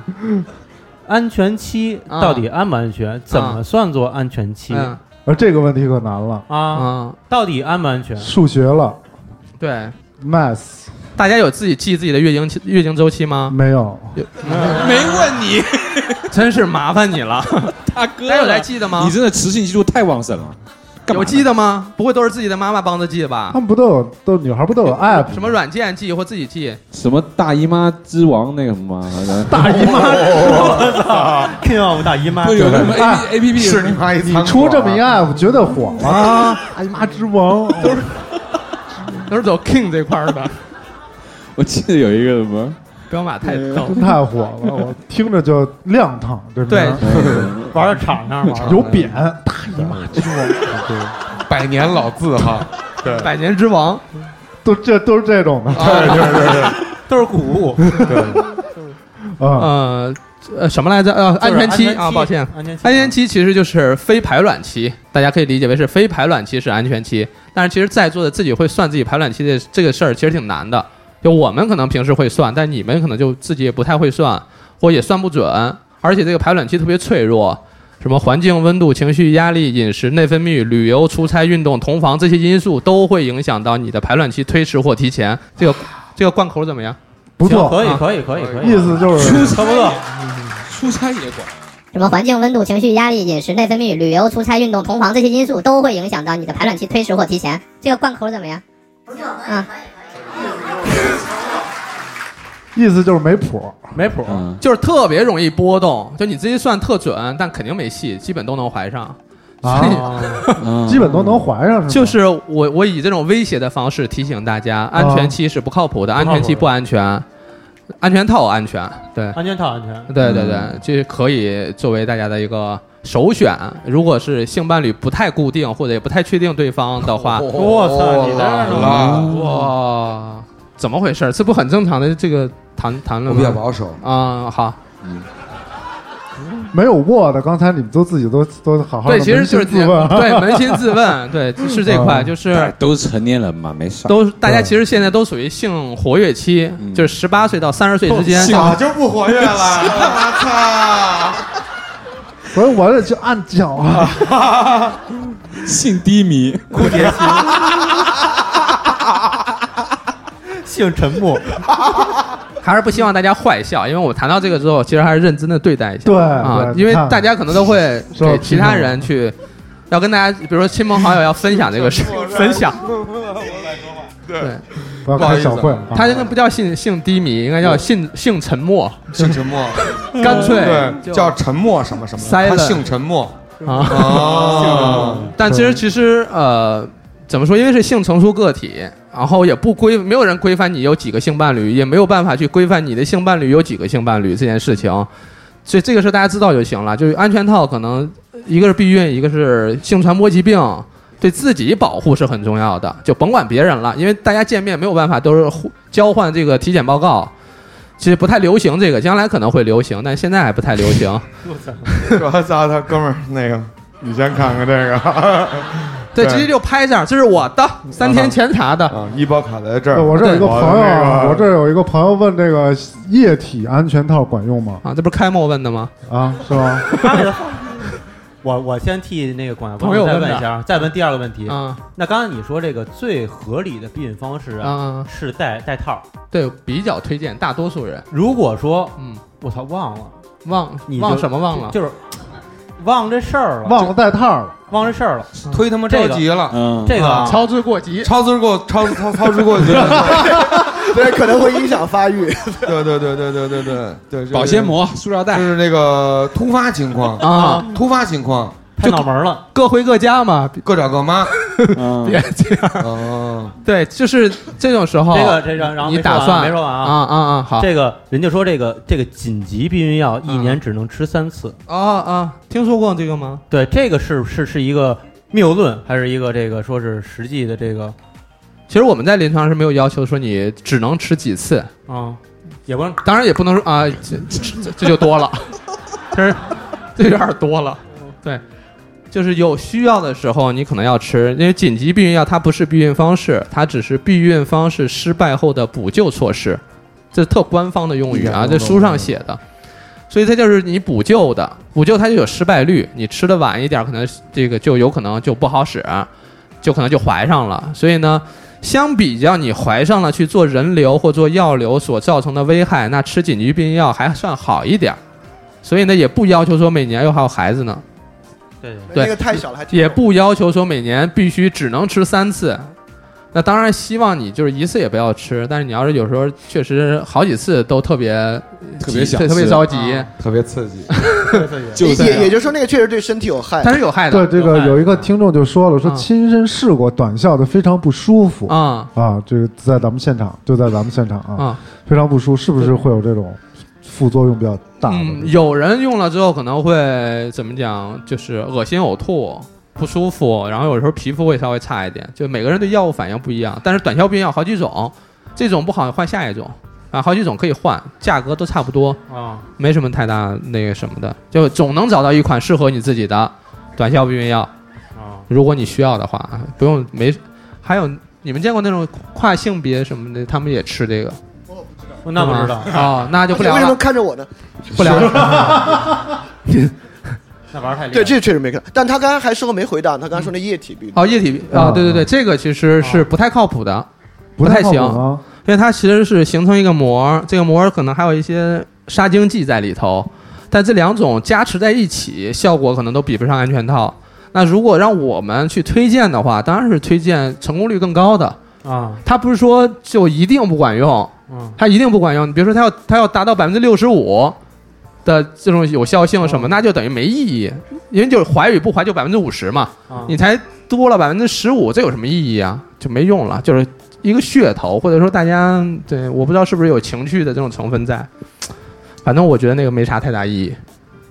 [SPEAKER 1] 安全期到底安不安全？怎么算作安全期
[SPEAKER 8] 啊嗯
[SPEAKER 2] 而呃这个问题可难了，
[SPEAKER 6] 嗯
[SPEAKER 1] 啊？到底安不安全？
[SPEAKER 2] 数学了
[SPEAKER 8] 对，
[SPEAKER 2] ，math
[SPEAKER 8] 大家有自己记自己的月经期月经周期吗？
[SPEAKER 2] 没有。
[SPEAKER 8] 没问你，真是麻烦你
[SPEAKER 2] [LAUGHS]
[SPEAKER 8] 了，
[SPEAKER 6] 大哥
[SPEAKER 8] 大家有在记得吗
[SPEAKER 6] 你真的雌性激素太旺盛了，干嘛
[SPEAKER 8] 啊有
[SPEAKER 6] 呢
[SPEAKER 8] 记得吗？不会都是自己的妈妈帮着记吧
[SPEAKER 2] 他？们不都有都女孩不都有 app
[SPEAKER 8] 什么软件记或自己记？
[SPEAKER 6] 什么大姨妈之王那个什么吗？好像
[SPEAKER 1] 大姨妈，我 [LAUGHS] 操，King of 大姨妈，
[SPEAKER 6] 对有什么 A
[SPEAKER 2] 哎
[SPEAKER 6] P A P P
[SPEAKER 10] 是你妈一
[SPEAKER 2] 你
[SPEAKER 10] 餐
[SPEAKER 2] 出
[SPEAKER 5] 啊
[SPEAKER 10] 馆
[SPEAKER 2] 这么一 app 绝对火了啊！哎呀妈之王，
[SPEAKER 8] 都是走 King 这块儿 [LAUGHS] 的，
[SPEAKER 6] 我记得有一个什么，
[SPEAKER 8] 彪马太逗
[SPEAKER 2] 真。太火了，我听着就亮堂，这名
[SPEAKER 8] 对
[SPEAKER 2] 儿
[SPEAKER 1] 玩到场上玩。
[SPEAKER 2] 有扁大姨妈之王，
[SPEAKER 10] 百年老字号，对
[SPEAKER 8] 百年之王，
[SPEAKER 2] 都这都是这种的
[SPEAKER 1] 都是古物，
[SPEAKER 2] 啊。
[SPEAKER 8] 呃呃什么来着？呃，安全期
[SPEAKER 1] 就是安全期
[SPEAKER 8] 啊，抱歉，
[SPEAKER 1] 安全期
[SPEAKER 8] 安全期其实就是非排卵期，大家可以理解为是非排卵期是安全期。但是其实在座的自己会算自己排卵期的这个事儿，其实挺难的。就我们可能平时会算，但你们可能就自己也不太会算，或也算不准。而且这个排卵期特别脆弱，什么环境、温度、情绪、压力、饮食、内分泌、旅游、出差、运动、同房这些因素都会影响到你的排卵期推迟或提前。这个这个贯口怎么样？
[SPEAKER 2] 不
[SPEAKER 1] 行
[SPEAKER 2] 错，
[SPEAKER 1] 可以
[SPEAKER 8] 啊
[SPEAKER 1] [LAUGHS] 可以可以可以，
[SPEAKER 8] [LAUGHS]
[SPEAKER 2] 意思就是
[SPEAKER 1] 差不多。
[SPEAKER 6] 出差也管，
[SPEAKER 11] 什么环境、温度、情绪、压力、饮食、内分泌、旅游、出差、运动、同房这些因素都会影响到你的排卵期推迟或提前。这个贯口怎么样？不错，啊，
[SPEAKER 2] 意思就是没谱，
[SPEAKER 8] 没谱，就是特别容易波动，就你自己算特准，但肯定没戏，基本都能怀上。
[SPEAKER 2] 啊，
[SPEAKER 6] 嗯
[SPEAKER 2] 基本都能怀上是吗？
[SPEAKER 8] 就是我我以这种威胁的方式提醒大家，安全期是不靠谱的，
[SPEAKER 1] 不靠
[SPEAKER 8] 安
[SPEAKER 1] 谱
[SPEAKER 8] 全期不安全，安全套安全，对，
[SPEAKER 1] 安全套安全，
[SPEAKER 8] 对对对，这可以作为大家的一个首选。如果是性伴侣不太固定或者也不太确定对方的
[SPEAKER 5] 哦
[SPEAKER 8] 话，
[SPEAKER 1] 哇塞你这样的
[SPEAKER 8] 哇，怎么回事？这不很正常的这个谈谈
[SPEAKER 5] 我
[SPEAKER 8] 论吗？
[SPEAKER 5] 比较保守
[SPEAKER 8] 啊、好，
[SPEAKER 2] 没有过的。刚才你们都自己都都好好地
[SPEAKER 8] 对，其实就是
[SPEAKER 2] 扪心自问， [LAUGHS]
[SPEAKER 8] 对扪心自问，对是这块，就是
[SPEAKER 6] 都是成年人嘛，没事儿。
[SPEAKER 8] 都大家
[SPEAKER 2] 嗯
[SPEAKER 8] 其实现在都属于性活跃期，就是十八岁到三十岁之间，
[SPEAKER 10] 早就不活跃了，我
[SPEAKER 5] [LAUGHS]
[SPEAKER 2] 所以我得去按脚啊。
[SPEAKER 8] [LAUGHS]
[SPEAKER 10] 操！
[SPEAKER 6] 性低迷，
[SPEAKER 1] 蝴蝶心，性沉 [LAUGHS] 默，
[SPEAKER 8] 还是不希望大家坏笑，因为我谈到这个之后，其实还是认真的对待一下。
[SPEAKER 2] 对
[SPEAKER 8] 啊，
[SPEAKER 2] 对
[SPEAKER 8] 因为
[SPEAKER 2] 你看
[SPEAKER 8] 大家可能都会
[SPEAKER 2] 受到
[SPEAKER 8] 给其
[SPEAKER 2] 批评
[SPEAKER 8] 他人去，要跟大家，比如说亲朋好友要分享这个事，分享。对，
[SPEAKER 2] 不要开小会啊
[SPEAKER 8] 他这个不叫性性低迷，应该叫性性沉默，
[SPEAKER 10] 性沉默，
[SPEAKER 8] 干脆
[SPEAKER 10] 对叫沉默什么什么，他
[SPEAKER 8] Silent
[SPEAKER 10] 姓沉默
[SPEAKER 8] 啊
[SPEAKER 10] 哦
[SPEAKER 8] 但其实其实呃，怎么说？因为是性成熟个体，然后也不规，没有人规范你有几个性伴侣，也没有办法去规范你的性伴侣有几个性伴侣这件事情。所以这个事大家知道就行了。就是安全套，可能一个是避孕，一个是性传播疾病。对自己保护是很重要的，就甭管别人了，因为大家见面没有办法都是互交换这个体检报告，其实不太流行这个，将来可能会流行，但现在还不太流行。
[SPEAKER 10] 我操他哥们儿，那个你先看看这个，
[SPEAKER 8] 对，直接就拍上，这是我的，三天前查的。
[SPEAKER 10] 啊，医保卡在这儿。
[SPEAKER 2] 对我这有一个
[SPEAKER 10] 我
[SPEAKER 2] 朋
[SPEAKER 10] 的
[SPEAKER 2] 友啊，
[SPEAKER 10] 那
[SPEAKER 2] 我
[SPEAKER 10] 个
[SPEAKER 2] 这有一个朋友问这个液体安全套管用吗？
[SPEAKER 8] 啊，这不是开幕问的吗？
[SPEAKER 2] 啊，是
[SPEAKER 8] [LAUGHS]
[SPEAKER 2] 吗？
[SPEAKER 1] 我我先替那个广大
[SPEAKER 8] 朋
[SPEAKER 1] 朋
[SPEAKER 8] 友
[SPEAKER 1] 友再
[SPEAKER 8] 问
[SPEAKER 1] 问
[SPEAKER 8] 的
[SPEAKER 1] 一下啊，再问第二个问题
[SPEAKER 8] 啊。
[SPEAKER 1] 那刚刚你说这个最合理的避孕方式啊，是戴戴套。
[SPEAKER 8] 对，比较推荐大多数人。
[SPEAKER 1] 如果说，
[SPEAKER 8] 嗯，
[SPEAKER 1] 我操，忘了，
[SPEAKER 8] 忘
[SPEAKER 1] 你
[SPEAKER 8] 忘
[SPEAKER 1] 就
[SPEAKER 8] 什么忘了
[SPEAKER 1] 就是忘这事儿了，
[SPEAKER 2] 忘了戴套了，
[SPEAKER 1] 忘这事儿了，
[SPEAKER 5] 忒他妈着急了
[SPEAKER 1] [LAUGHS]
[SPEAKER 5] 嗯
[SPEAKER 1] 这个
[SPEAKER 5] 啊
[SPEAKER 8] 操之过急，
[SPEAKER 5] 操之过超操操之过急
[SPEAKER 9] 对，可能会影响发育。
[SPEAKER 5] 对对对对对对对对，
[SPEAKER 6] 保鲜膜、
[SPEAKER 5] 塑料袋，就是那个突发情况
[SPEAKER 8] 啊，
[SPEAKER 5] 突发情况，
[SPEAKER 1] 拍脑门了，
[SPEAKER 8] 各回各家嘛，
[SPEAKER 5] 各找各妈，
[SPEAKER 6] 嗯
[SPEAKER 8] 别这样。
[SPEAKER 5] 哦，
[SPEAKER 8] 对，就是这种时候，
[SPEAKER 1] 这个这个，然后
[SPEAKER 8] 你打算
[SPEAKER 1] 没说完
[SPEAKER 8] 啊啊啊！好，
[SPEAKER 1] 这个人家说这个这个紧急避孕药一年只能吃三次，
[SPEAKER 8] 啊啊，听说过这个吗？
[SPEAKER 1] 对，这个是是是一个谬论，还是一个这个说是实际的这个
[SPEAKER 8] 其实我们在临床上没有要求说你只能吃几次，
[SPEAKER 1] 啊？也不能
[SPEAKER 8] 当然也不能说啊，这这这这就多了，这是这有点多了。
[SPEAKER 6] 嗯
[SPEAKER 8] 对，就是有需要的时候你可能要吃，因为紧急避孕药它不是避孕方式，它只是避孕方式失败后的补救措施，这是特官方的用语啊，
[SPEAKER 6] 嗯
[SPEAKER 8] 这书上写的。所以它就是你补救的，补救它就有失败率，你吃的晚一点，可能这个就有可能就不好使，就可能就怀上了。所以呢，相比较你怀上了去做人流或做药流所造成的危害，那吃紧急避孕药还算好一点。所以呢，也不要求说每年要还有孩子呢，
[SPEAKER 1] 对
[SPEAKER 8] 对，
[SPEAKER 9] 那个太小了，还挺
[SPEAKER 8] 也不要求说每年必须只能吃三次。那当然希望你就是一次也不要吃，但是你要是有时候确实好几次都特别
[SPEAKER 6] 特别
[SPEAKER 8] 急
[SPEAKER 6] 想
[SPEAKER 8] 特别
[SPEAKER 6] 吃啊
[SPEAKER 8] 着急，
[SPEAKER 5] 特别刺激，
[SPEAKER 9] 也也也就是说，那个确实对身体有害，
[SPEAKER 8] 它是有害
[SPEAKER 2] 对，这个有
[SPEAKER 8] 嗯
[SPEAKER 2] 一个听众就说了，说亲身试过短效的，非常不舒服
[SPEAKER 8] 啊
[SPEAKER 2] 啊，这个在咱们现场，就在咱们现场啊
[SPEAKER 8] 啊，
[SPEAKER 2] 非常不舒，服，是不是会有这种副作用比较大的？
[SPEAKER 8] 嗯，有人用了之后可能会怎么讲，就是恶心、呕吐、不舒服，然后有时候皮肤会稍微差一点，就每个人对药物反应不一样。但是短效避孕药好几种，这种不好换下一种啊，好几种可以换，价格都差不多，
[SPEAKER 1] 啊，
[SPEAKER 8] 没什么太大那个什么的，就总能找到一款适合你自己的短效避孕药。如果你需要的话，啊不用没。还有你们见过那种跨性别什么的，他们也吃这个。
[SPEAKER 1] 那不知道
[SPEAKER 8] 哦，那就不聊
[SPEAKER 9] 为什么
[SPEAKER 8] 了，
[SPEAKER 9] 看着我呢？
[SPEAKER 8] 不聊了。
[SPEAKER 1] 那玩意儿太厉害
[SPEAKER 9] 对，这确实没看。但他刚才还说没回答，他刚刚说那液体比
[SPEAKER 8] 哦，液体啊，对对对，这个其实是不太靠谱的，
[SPEAKER 9] 不
[SPEAKER 8] 太
[SPEAKER 9] 太
[SPEAKER 8] 行
[SPEAKER 9] 靠谱
[SPEAKER 2] 啊
[SPEAKER 9] 吗，
[SPEAKER 8] 因为它其实是形成一个膜儿，这个膜儿可能还有一些杀精剂在里头，但这两种加持在一起，效果可能都比不上安全套。那如果让我们去推荐的话，当然是推荐成功率更高的。
[SPEAKER 1] 啊，
[SPEAKER 8] 它不是说就一定不管用，
[SPEAKER 1] 嗯，
[SPEAKER 8] 它一定不管用。你比如说，它要它要达到百分之六十五的这种有效性什么，那就等于没意义，因为就是怀与不怀就百分之五十嘛，
[SPEAKER 1] 啊
[SPEAKER 8] 你才多了百分之十五，这有什么意义啊？就没用了，就是一个噱头，或者说大家对我不知道是不是有情绪的这种成分在，反正我觉得那个没啥太大意义，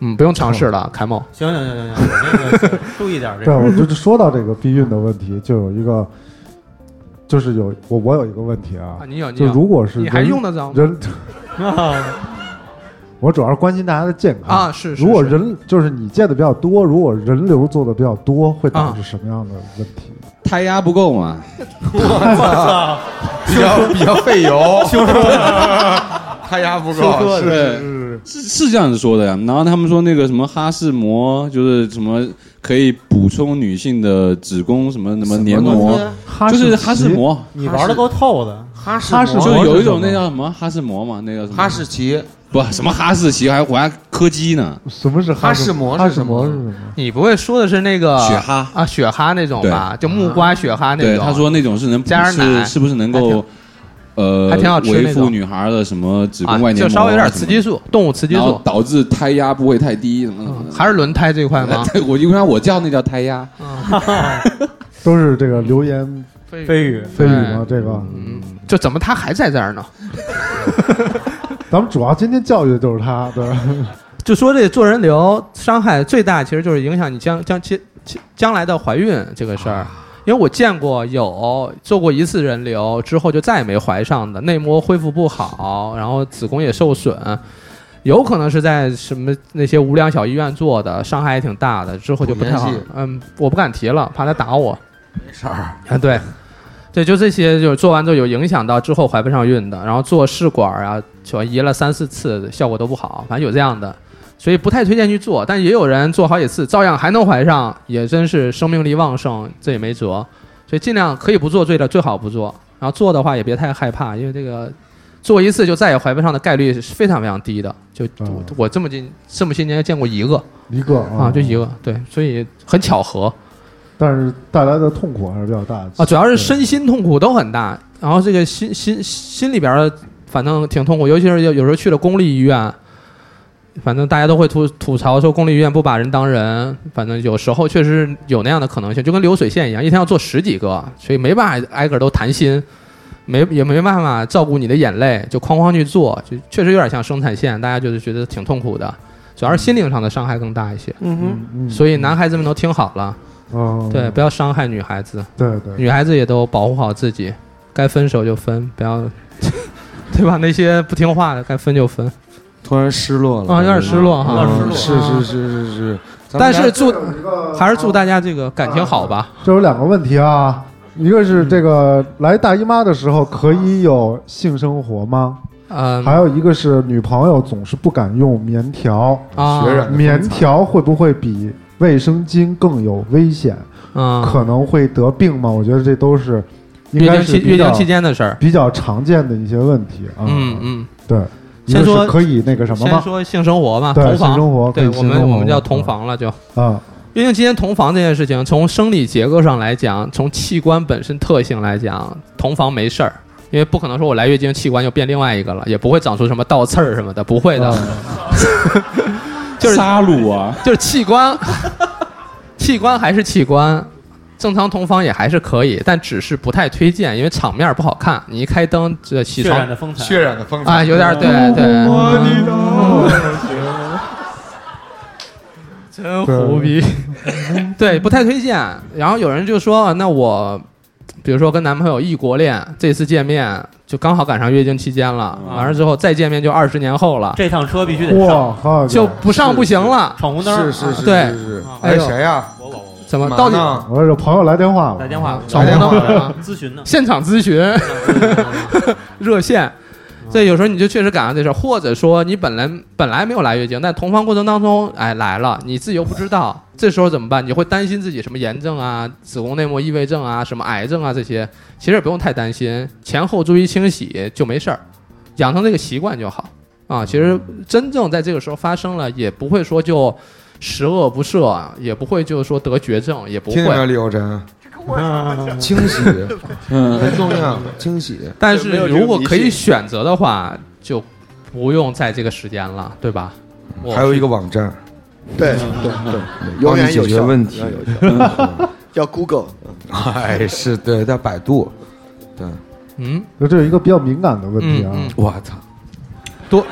[SPEAKER 8] 嗯，不用尝试了，凯某。
[SPEAKER 1] 行行行行行，那个注意点儿这
[SPEAKER 2] 对，我
[SPEAKER 1] 个。
[SPEAKER 2] 就是说到这个避孕的问题，就有一个，就是有我我有一个问题啊，
[SPEAKER 8] 啊你有你
[SPEAKER 2] 就
[SPEAKER 8] 有
[SPEAKER 2] 如果是
[SPEAKER 8] 你还
[SPEAKER 2] 人
[SPEAKER 8] 用得着吗
[SPEAKER 2] 人， [LAUGHS]
[SPEAKER 1] 啊
[SPEAKER 2] 我主要是关心大家的健康
[SPEAKER 8] 啊是是
[SPEAKER 2] 如果
[SPEAKER 8] 是
[SPEAKER 2] 人就是你见的比较多，如果人流做的比较多，会导
[SPEAKER 8] 啊
[SPEAKER 2] 致什么样的问题？
[SPEAKER 6] 胎压不够嘛？
[SPEAKER 10] 我操，比较比较费油，胎压不够，是是是
[SPEAKER 6] 是是是这样子说的呀。然后他们说那个什么哈士膜，就是什么可以补充女性的子宫什么什么黏膜，就是哈士膜。
[SPEAKER 1] 你玩的够透的。
[SPEAKER 6] 哈
[SPEAKER 1] 士哈士膜
[SPEAKER 6] 就是有一种
[SPEAKER 1] 什么
[SPEAKER 6] 那叫什么哈士膜嘛，那叫什么
[SPEAKER 1] 哈
[SPEAKER 6] 士奇。不，什么哈士奇，还我还柯基呢。
[SPEAKER 2] 什么是
[SPEAKER 8] 哈士膜
[SPEAKER 2] 哈士膜是什么？
[SPEAKER 8] 你不会说的是那个
[SPEAKER 6] 雪蛤
[SPEAKER 8] 啊，雪蛤那种吧？就
[SPEAKER 6] 对
[SPEAKER 8] 木瓜雪蛤那
[SPEAKER 6] 对，
[SPEAKER 8] 种。啊
[SPEAKER 6] 他说那种是能
[SPEAKER 8] 加点奶
[SPEAKER 6] 是是不是能
[SPEAKER 8] 还挺
[SPEAKER 6] 够呃
[SPEAKER 8] 还挺好吃
[SPEAKER 6] 维
[SPEAKER 8] 那种
[SPEAKER 6] 护女孩的什么子
[SPEAKER 8] 啊
[SPEAKER 6] 宫外，黏膜啊
[SPEAKER 8] 就稍微有点
[SPEAKER 6] 什么
[SPEAKER 8] 雌激素，动物雌激
[SPEAKER 6] 然
[SPEAKER 8] 素嗯
[SPEAKER 6] 后，导致胎压不会太低什么什么的。
[SPEAKER 8] 还是轮胎这块吗？
[SPEAKER 6] [LAUGHS]
[SPEAKER 8] 嗯
[SPEAKER 6] 对，我因为我叫那叫胎压。
[SPEAKER 2] 都是这个流言
[SPEAKER 8] 蜚
[SPEAKER 1] 蜚语
[SPEAKER 2] 蜚语吗？这个，
[SPEAKER 8] 就怎么他还在这儿呢？
[SPEAKER 2] 咱们主要今天教育的就是他，对吧？ [LAUGHS]
[SPEAKER 8] 就说这做人流伤害最大，其实就是影响你将将将将来的怀孕这个事
[SPEAKER 10] 啊
[SPEAKER 8] 儿。因为我见过有做过一次人流之后就再也没怀上的，内膜恢复不好，然后子宫也受损，有可能是在什么那些无良小医院做的，伤害也挺大的，之后就不太好
[SPEAKER 10] 普遍系。
[SPEAKER 8] 嗯，我不敢提了，怕他打我。
[SPEAKER 10] 没事儿。
[SPEAKER 8] 啊，对，对，就这些，就是做完之后有影响到之后怀不上孕的，然后做试管啊，就移了三四次，效果都不好，反正有这样的，所以不太推荐去做。但也有人做好几次，照样还能怀上，也真是生命力旺盛，这也没辙。所以尽量可以不做，最的最好不做。然后做的话也别太害怕，因为这个做一次就再也怀不上的概率是非常非常低的。就我我这么近这么些年见过一个
[SPEAKER 2] 一个
[SPEAKER 8] 啊，就一个，对，所以很巧合。
[SPEAKER 2] 但是带来的痛苦还是比较大的
[SPEAKER 8] 啊，主要是身心痛苦都很大，然后这个心心心里边儿反正挺痛苦，尤其是有有时候去了公立医院，反正大家都会吐吐槽说公立医院不把人当人，反正有时候确实是有那样的可能性，就跟流水线一样，一天要做十几个，所以没办法挨个都谈心，没也没办法照顾你的眼泪，就哐哐去做，就确实有点像生产线，大家就是觉得挺痛苦的，主要是心灵上的伤害更大一些。
[SPEAKER 9] 嗯
[SPEAKER 2] 哼嗯
[SPEAKER 8] 所以男孩子们都听好了。
[SPEAKER 2] 嗯，
[SPEAKER 8] 对，不要伤害女孩子。
[SPEAKER 2] 对对
[SPEAKER 8] 女孩子也都保护好自己，该分手就分，不要， [LAUGHS] 对吧？那些不听话的，该分就分。
[SPEAKER 10] 突然失落了
[SPEAKER 8] 啊有点失落哈
[SPEAKER 10] 嗯
[SPEAKER 8] 有点失落啊
[SPEAKER 10] 是是是是是，咱们
[SPEAKER 8] 但
[SPEAKER 10] 家
[SPEAKER 8] 是祝还是祝大家这个感情好吧。
[SPEAKER 2] 这有两个问题啊，
[SPEAKER 8] 嗯
[SPEAKER 2] 一个是这个来大姨妈的时候可以有性生活吗？
[SPEAKER 8] 嗯，
[SPEAKER 2] 啊还有一个是女朋友总是不敢用棉条，
[SPEAKER 8] 啊血染的风采
[SPEAKER 2] 棉条会不会比卫生巾更有危险？
[SPEAKER 8] 嗯
[SPEAKER 2] 可能会得病吗？我觉得这都是应
[SPEAKER 8] 月
[SPEAKER 2] 该
[SPEAKER 8] 经
[SPEAKER 2] 是
[SPEAKER 8] 期
[SPEAKER 2] 比
[SPEAKER 8] 月
[SPEAKER 2] 较
[SPEAKER 8] 经期间的事儿。
[SPEAKER 2] 比较常见的一些问题啊。
[SPEAKER 8] 嗯嗯，
[SPEAKER 2] 对，一
[SPEAKER 8] 先
[SPEAKER 2] 个
[SPEAKER 8] 说
[SPEAKER 2] 是可以那个什么
[SPEAKER 8] 先
[SPEAKER 2] 吗？
[SPEAKER 8] 说性生活吧，
[SPEAKER 2] 对
[SPEAKER 8] 同房。
[SPEAKER 2] 性生活可以
[SPEAKER 8] 对我
[SPEAKER 2] 性生
[SPEAKER 8] 们
[SPEAKER 2] 活
[SPEAKER 8] 我们叫同房了就。
[SPEAKER 2] 啊，
[SPEAKER 8] 月经期间同房这件事情，从生理结构上来讲，从器官本身特性来讲，同房没事儿，因为不可能说我来月经器官又变另外一个了，也不会长出什么倒刺儿什么的，不会的。
[SPEAKER 2] 啊
[SPEAKER 8] 就是
[SPEAKER 6] 杀戮啊，
[SPEAKER 8] 就是器官，器官还是器官，正常同房也还是可以，但只是不太推荐，因为场面不好看。你一开灯，这起床
[SPEAKER 10] 血染的风采
[SPEAKER 8] 啊，有点儿对对。
[SPEAKER 10] 我的刀
[SPEAKER 8] 真胡逼， [LAUGHS] 对，不太推荐。然后有人就说，啊那我，比如说跟男朋友异国恋，这次见面就刚好赶上月经期间了，
[SPEAKER 10] 啊
[SPEAKER 8] 完了之后再见面就二十年后了，
[SPEAKER 1] 这趟车必须得
[SPEAKER 2] 哇
[SPEAKER 1] 上，
[SPEAKER 2] 好
[SPEAKER 8] [LAUGHS] 就不上不行了，
[SPEAKER 1] 闯红灯
[SPEAKER 10] 是
[SPEAKER 1] 儿
[SPEAKER 10] 是是
[SPEAKER 8] 对
[SPEAKER 10] 是是，
[SPEAKER 8] 哎
[SPEAKER 10] 哎
[SPEAKER 8] 呦
[SPEAKER 10] 谁呀？
[SPEAKER 8] 怎么
[SPEAKER 10] 干嘛
[SPEAKER 8] 到底
[SPEAKER 10] 呢
[SPEAKER 2] 我有朋友来电话了，
[SPEAKER 1] 打电话，
[SPEAKER 8] 闯红灯
[SPEAKER 1] 来
[SPEAKER 8] 儿
[SPEAKER 1] 电话咨询呢
[SPEAKER 8] 现场咨询，热线。对，有时候你就确实赶上这事儿，或者说你本来本来没有来月经，但同房过程当中，哎来了，你自己又不知道，这时候怎么办？你会担心自己什么炎症啊、子宫内膜异位症啊、什么癌症啊这些，其实也不用太担心，前后注意清洗就没事儿，养成这个习惯就好。啊。其实真正在这个时候发生了，也不会说就十恶不赦啊，也不会就是说得绝症，也不会。
[SPEAKER 5] 听见没有，李友晨？
[SPEAKER 8] [LAUGHS]
[SPEAKER 5] 清洗，
[SPEAKER 8] [LAUGHS] 嗯
[SPEAKER 5] 很重要，清洗。
[SPEAKER 8] 但是如果可以选择的话，就不用在这个时间了，对吧？我
[SPEAKER 5] 还有一个网站，
[SPEAKER 8] 嗯
[SPEAKER 9] 对对对，永远有
[SPEAKER 5] 帮你解决
[SPEAKER 9] 效
[SPEAKER 5] 问题
[SPEAKER 9] 永远有效叫 Google，
[SPEAKER 5] 哎，是对，在百度，对，
[SPEAKER 8] 嗯，
[SPEAKER 2] 那这有一个比较敏感的问题啊，
[SPEAKER 5] 我操，
[SPEAKER 8] 多，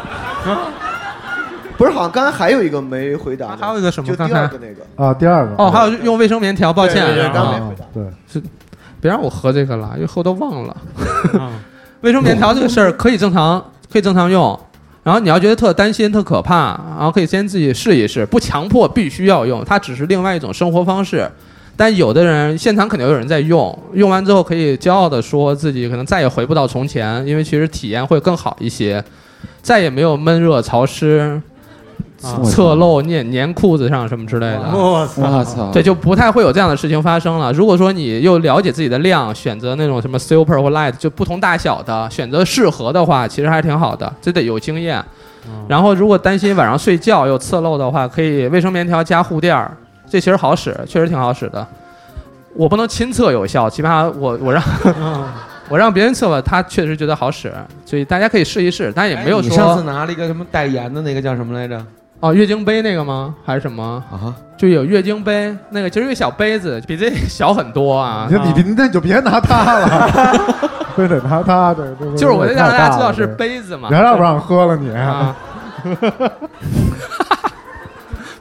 [SPEAKER 9] 不是，好像刚才还有一个没回答的，还
[SPEAKER 8] 有一个什么
[SPEAKER 9] 就第
[SPEAKER 8] 刚
[SPEAKER 9] 二
[SPEAKER 8] 才
[SPEAKER 9] 个那个，
[SPEAKER 2] 啊，第二个
[SPEAKER 8] 哦，还有用卫生棉条，抱歉
[SPEAKER 9] 对对对刚没
[SPEAKER 8] 啊
[SPEAKER 9] 回答，
[SPEAKER 2] 对，
[SPEAKER 8] 是别让我喝这个了，因为后都忘了。 [LAUGHS] 卫生棉条这个事儿可以正常，可以正常用。然后你要觉得特担心、特可怕，然后可以先自己试一试，不强迫必须要用，它只是另外一种生活方式。但有的人现场肯定有人在用，用完之后可以骄傲地说自己可能再也回不到从前，因为其实体验会更好一些，再也没有闷热潮湿、
[SPEAKER 1] 啊
[SPEAKER 8] 侧漏粘粘裤子上什么之类
[SPEAKER 1] [LAUGHS]
[SPEAKER 8] 的。
[SPEAKER 1] 我操我
[SPEAKER 10] 啊
[SPEAKER 6] 操
[SPEAKER 8] 啊对，就不太会有这样的事情发生了。如果说你又了解自己的量，选择那种什么 super 或 light，就不同大小的，选择适合的话，其实还挺好的，这得有经验。
[SPEAKER 10] 嗯
[SPEAKER 8] 然后如果担心晚上睡觉有侧漏的话，可以卫生棉条加护垫儿，这其实好使，确实挺好使的。我不能亲测有效，起码我我让
[SPEAKER 10] 嗯
[SPEAKER 8] [LAUGHS] 我让别人测吧，他确实觉得好使，所以大家可以试一试，但也没有
[SPEAKER 10] 哎你
[SPEAKER 8] 说。
[SPEAKER 10] 上次拿了一个什么代言的那个叫什么来着？
[SPEAKER 8] 哦，月经杯那个吗？还是什么？
[SPEAKER 10] 啊，
[SPEAKER 8] 就有月经杯，那个其实一个小杯子， [LAUGHS] 比这小很多啊。
[SPEAKER 2] 你你你那你就别拿它
[SPEAKER 8] [LAUGHS]
[SPEAKER 2] 了，非得拿它这这
[SPEAKER 8] 就是我
[SPEAKER 2] 这
[SPEAKER 8] 得让大家知道是杯子嘛
[SPEAKER 2] 别让不让喝了你。
[SPEAKER 8] 啊， [LAUGHS]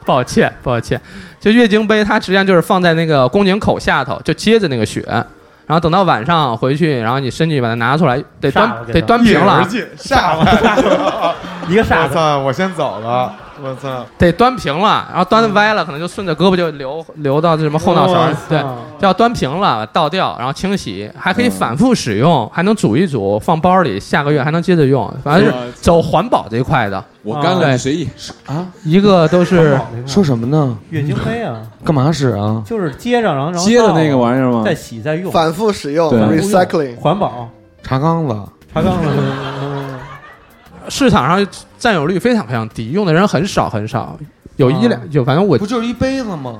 [SPEAKER 8] 抱歉，抱歉，就月经杯，它实际上就是放在那个宫颈口下头，就接着那个血，然后等到晚上回去，然后你伸进去把它拿出来，得
[SPEAKER 10] 煞
[SPEAKER 8] 端
[SPEAKER 10] 了
[SPEAKER 8] 得端平了，
[SPEAKER 10] 下了，
[SPEAKER 1] [LAUGHS] 一个傻
[SPEAKER 10] 我操！我先走了，我操！
[SPEAKER 8] 得端平了，然后端的歪了，可能就顺着胳膊就流流到这什么后脑勺
[SPEAKER 10] 哇
[SPEAKER 8] 儿
[SPEAKER 10] 塞，
[SPEAKER 8] 对，就要端平了，倒掉，然后清洗，还可以反复使用，还能煮一煮，放包里，下个月还能接着用，反正
[SPEAKER 6] 哇
[SPEAKER 8] 是走环保这一块的。
[SPEAKER 6] 我干了
[SPEAKER 8] 对
[SPEAKER 6] 你随意啊，
[SPEAKER 8] 一个都是
[SPEAKER 5] 说什么呢？
[SPEAKER 1] 月经杯啊，
[SPEAKER 5] 干嘛使啊？
[SPEAKER 1] 就是接上，然后然后
[SPEAKER 5] 接着那个玩意儿吗
[SPEAKER 1] 倒再洗再用，
[SPEAKER 9] 反复使用
[SPEAKER 5] 对
[SPEAKER 8] 哦
[SPEAKER 9] recycling
[SPEAKER 1] 环保，
[SPEAKER 5] 茶缸子，
[SPEAKER 1] 茶缸子。嗯
[SPEAKER 8] 市场上占有率非常非常低，用的人很少很少，有一两有，反正我
[SPEAKER 5] 不就是一杯子吗？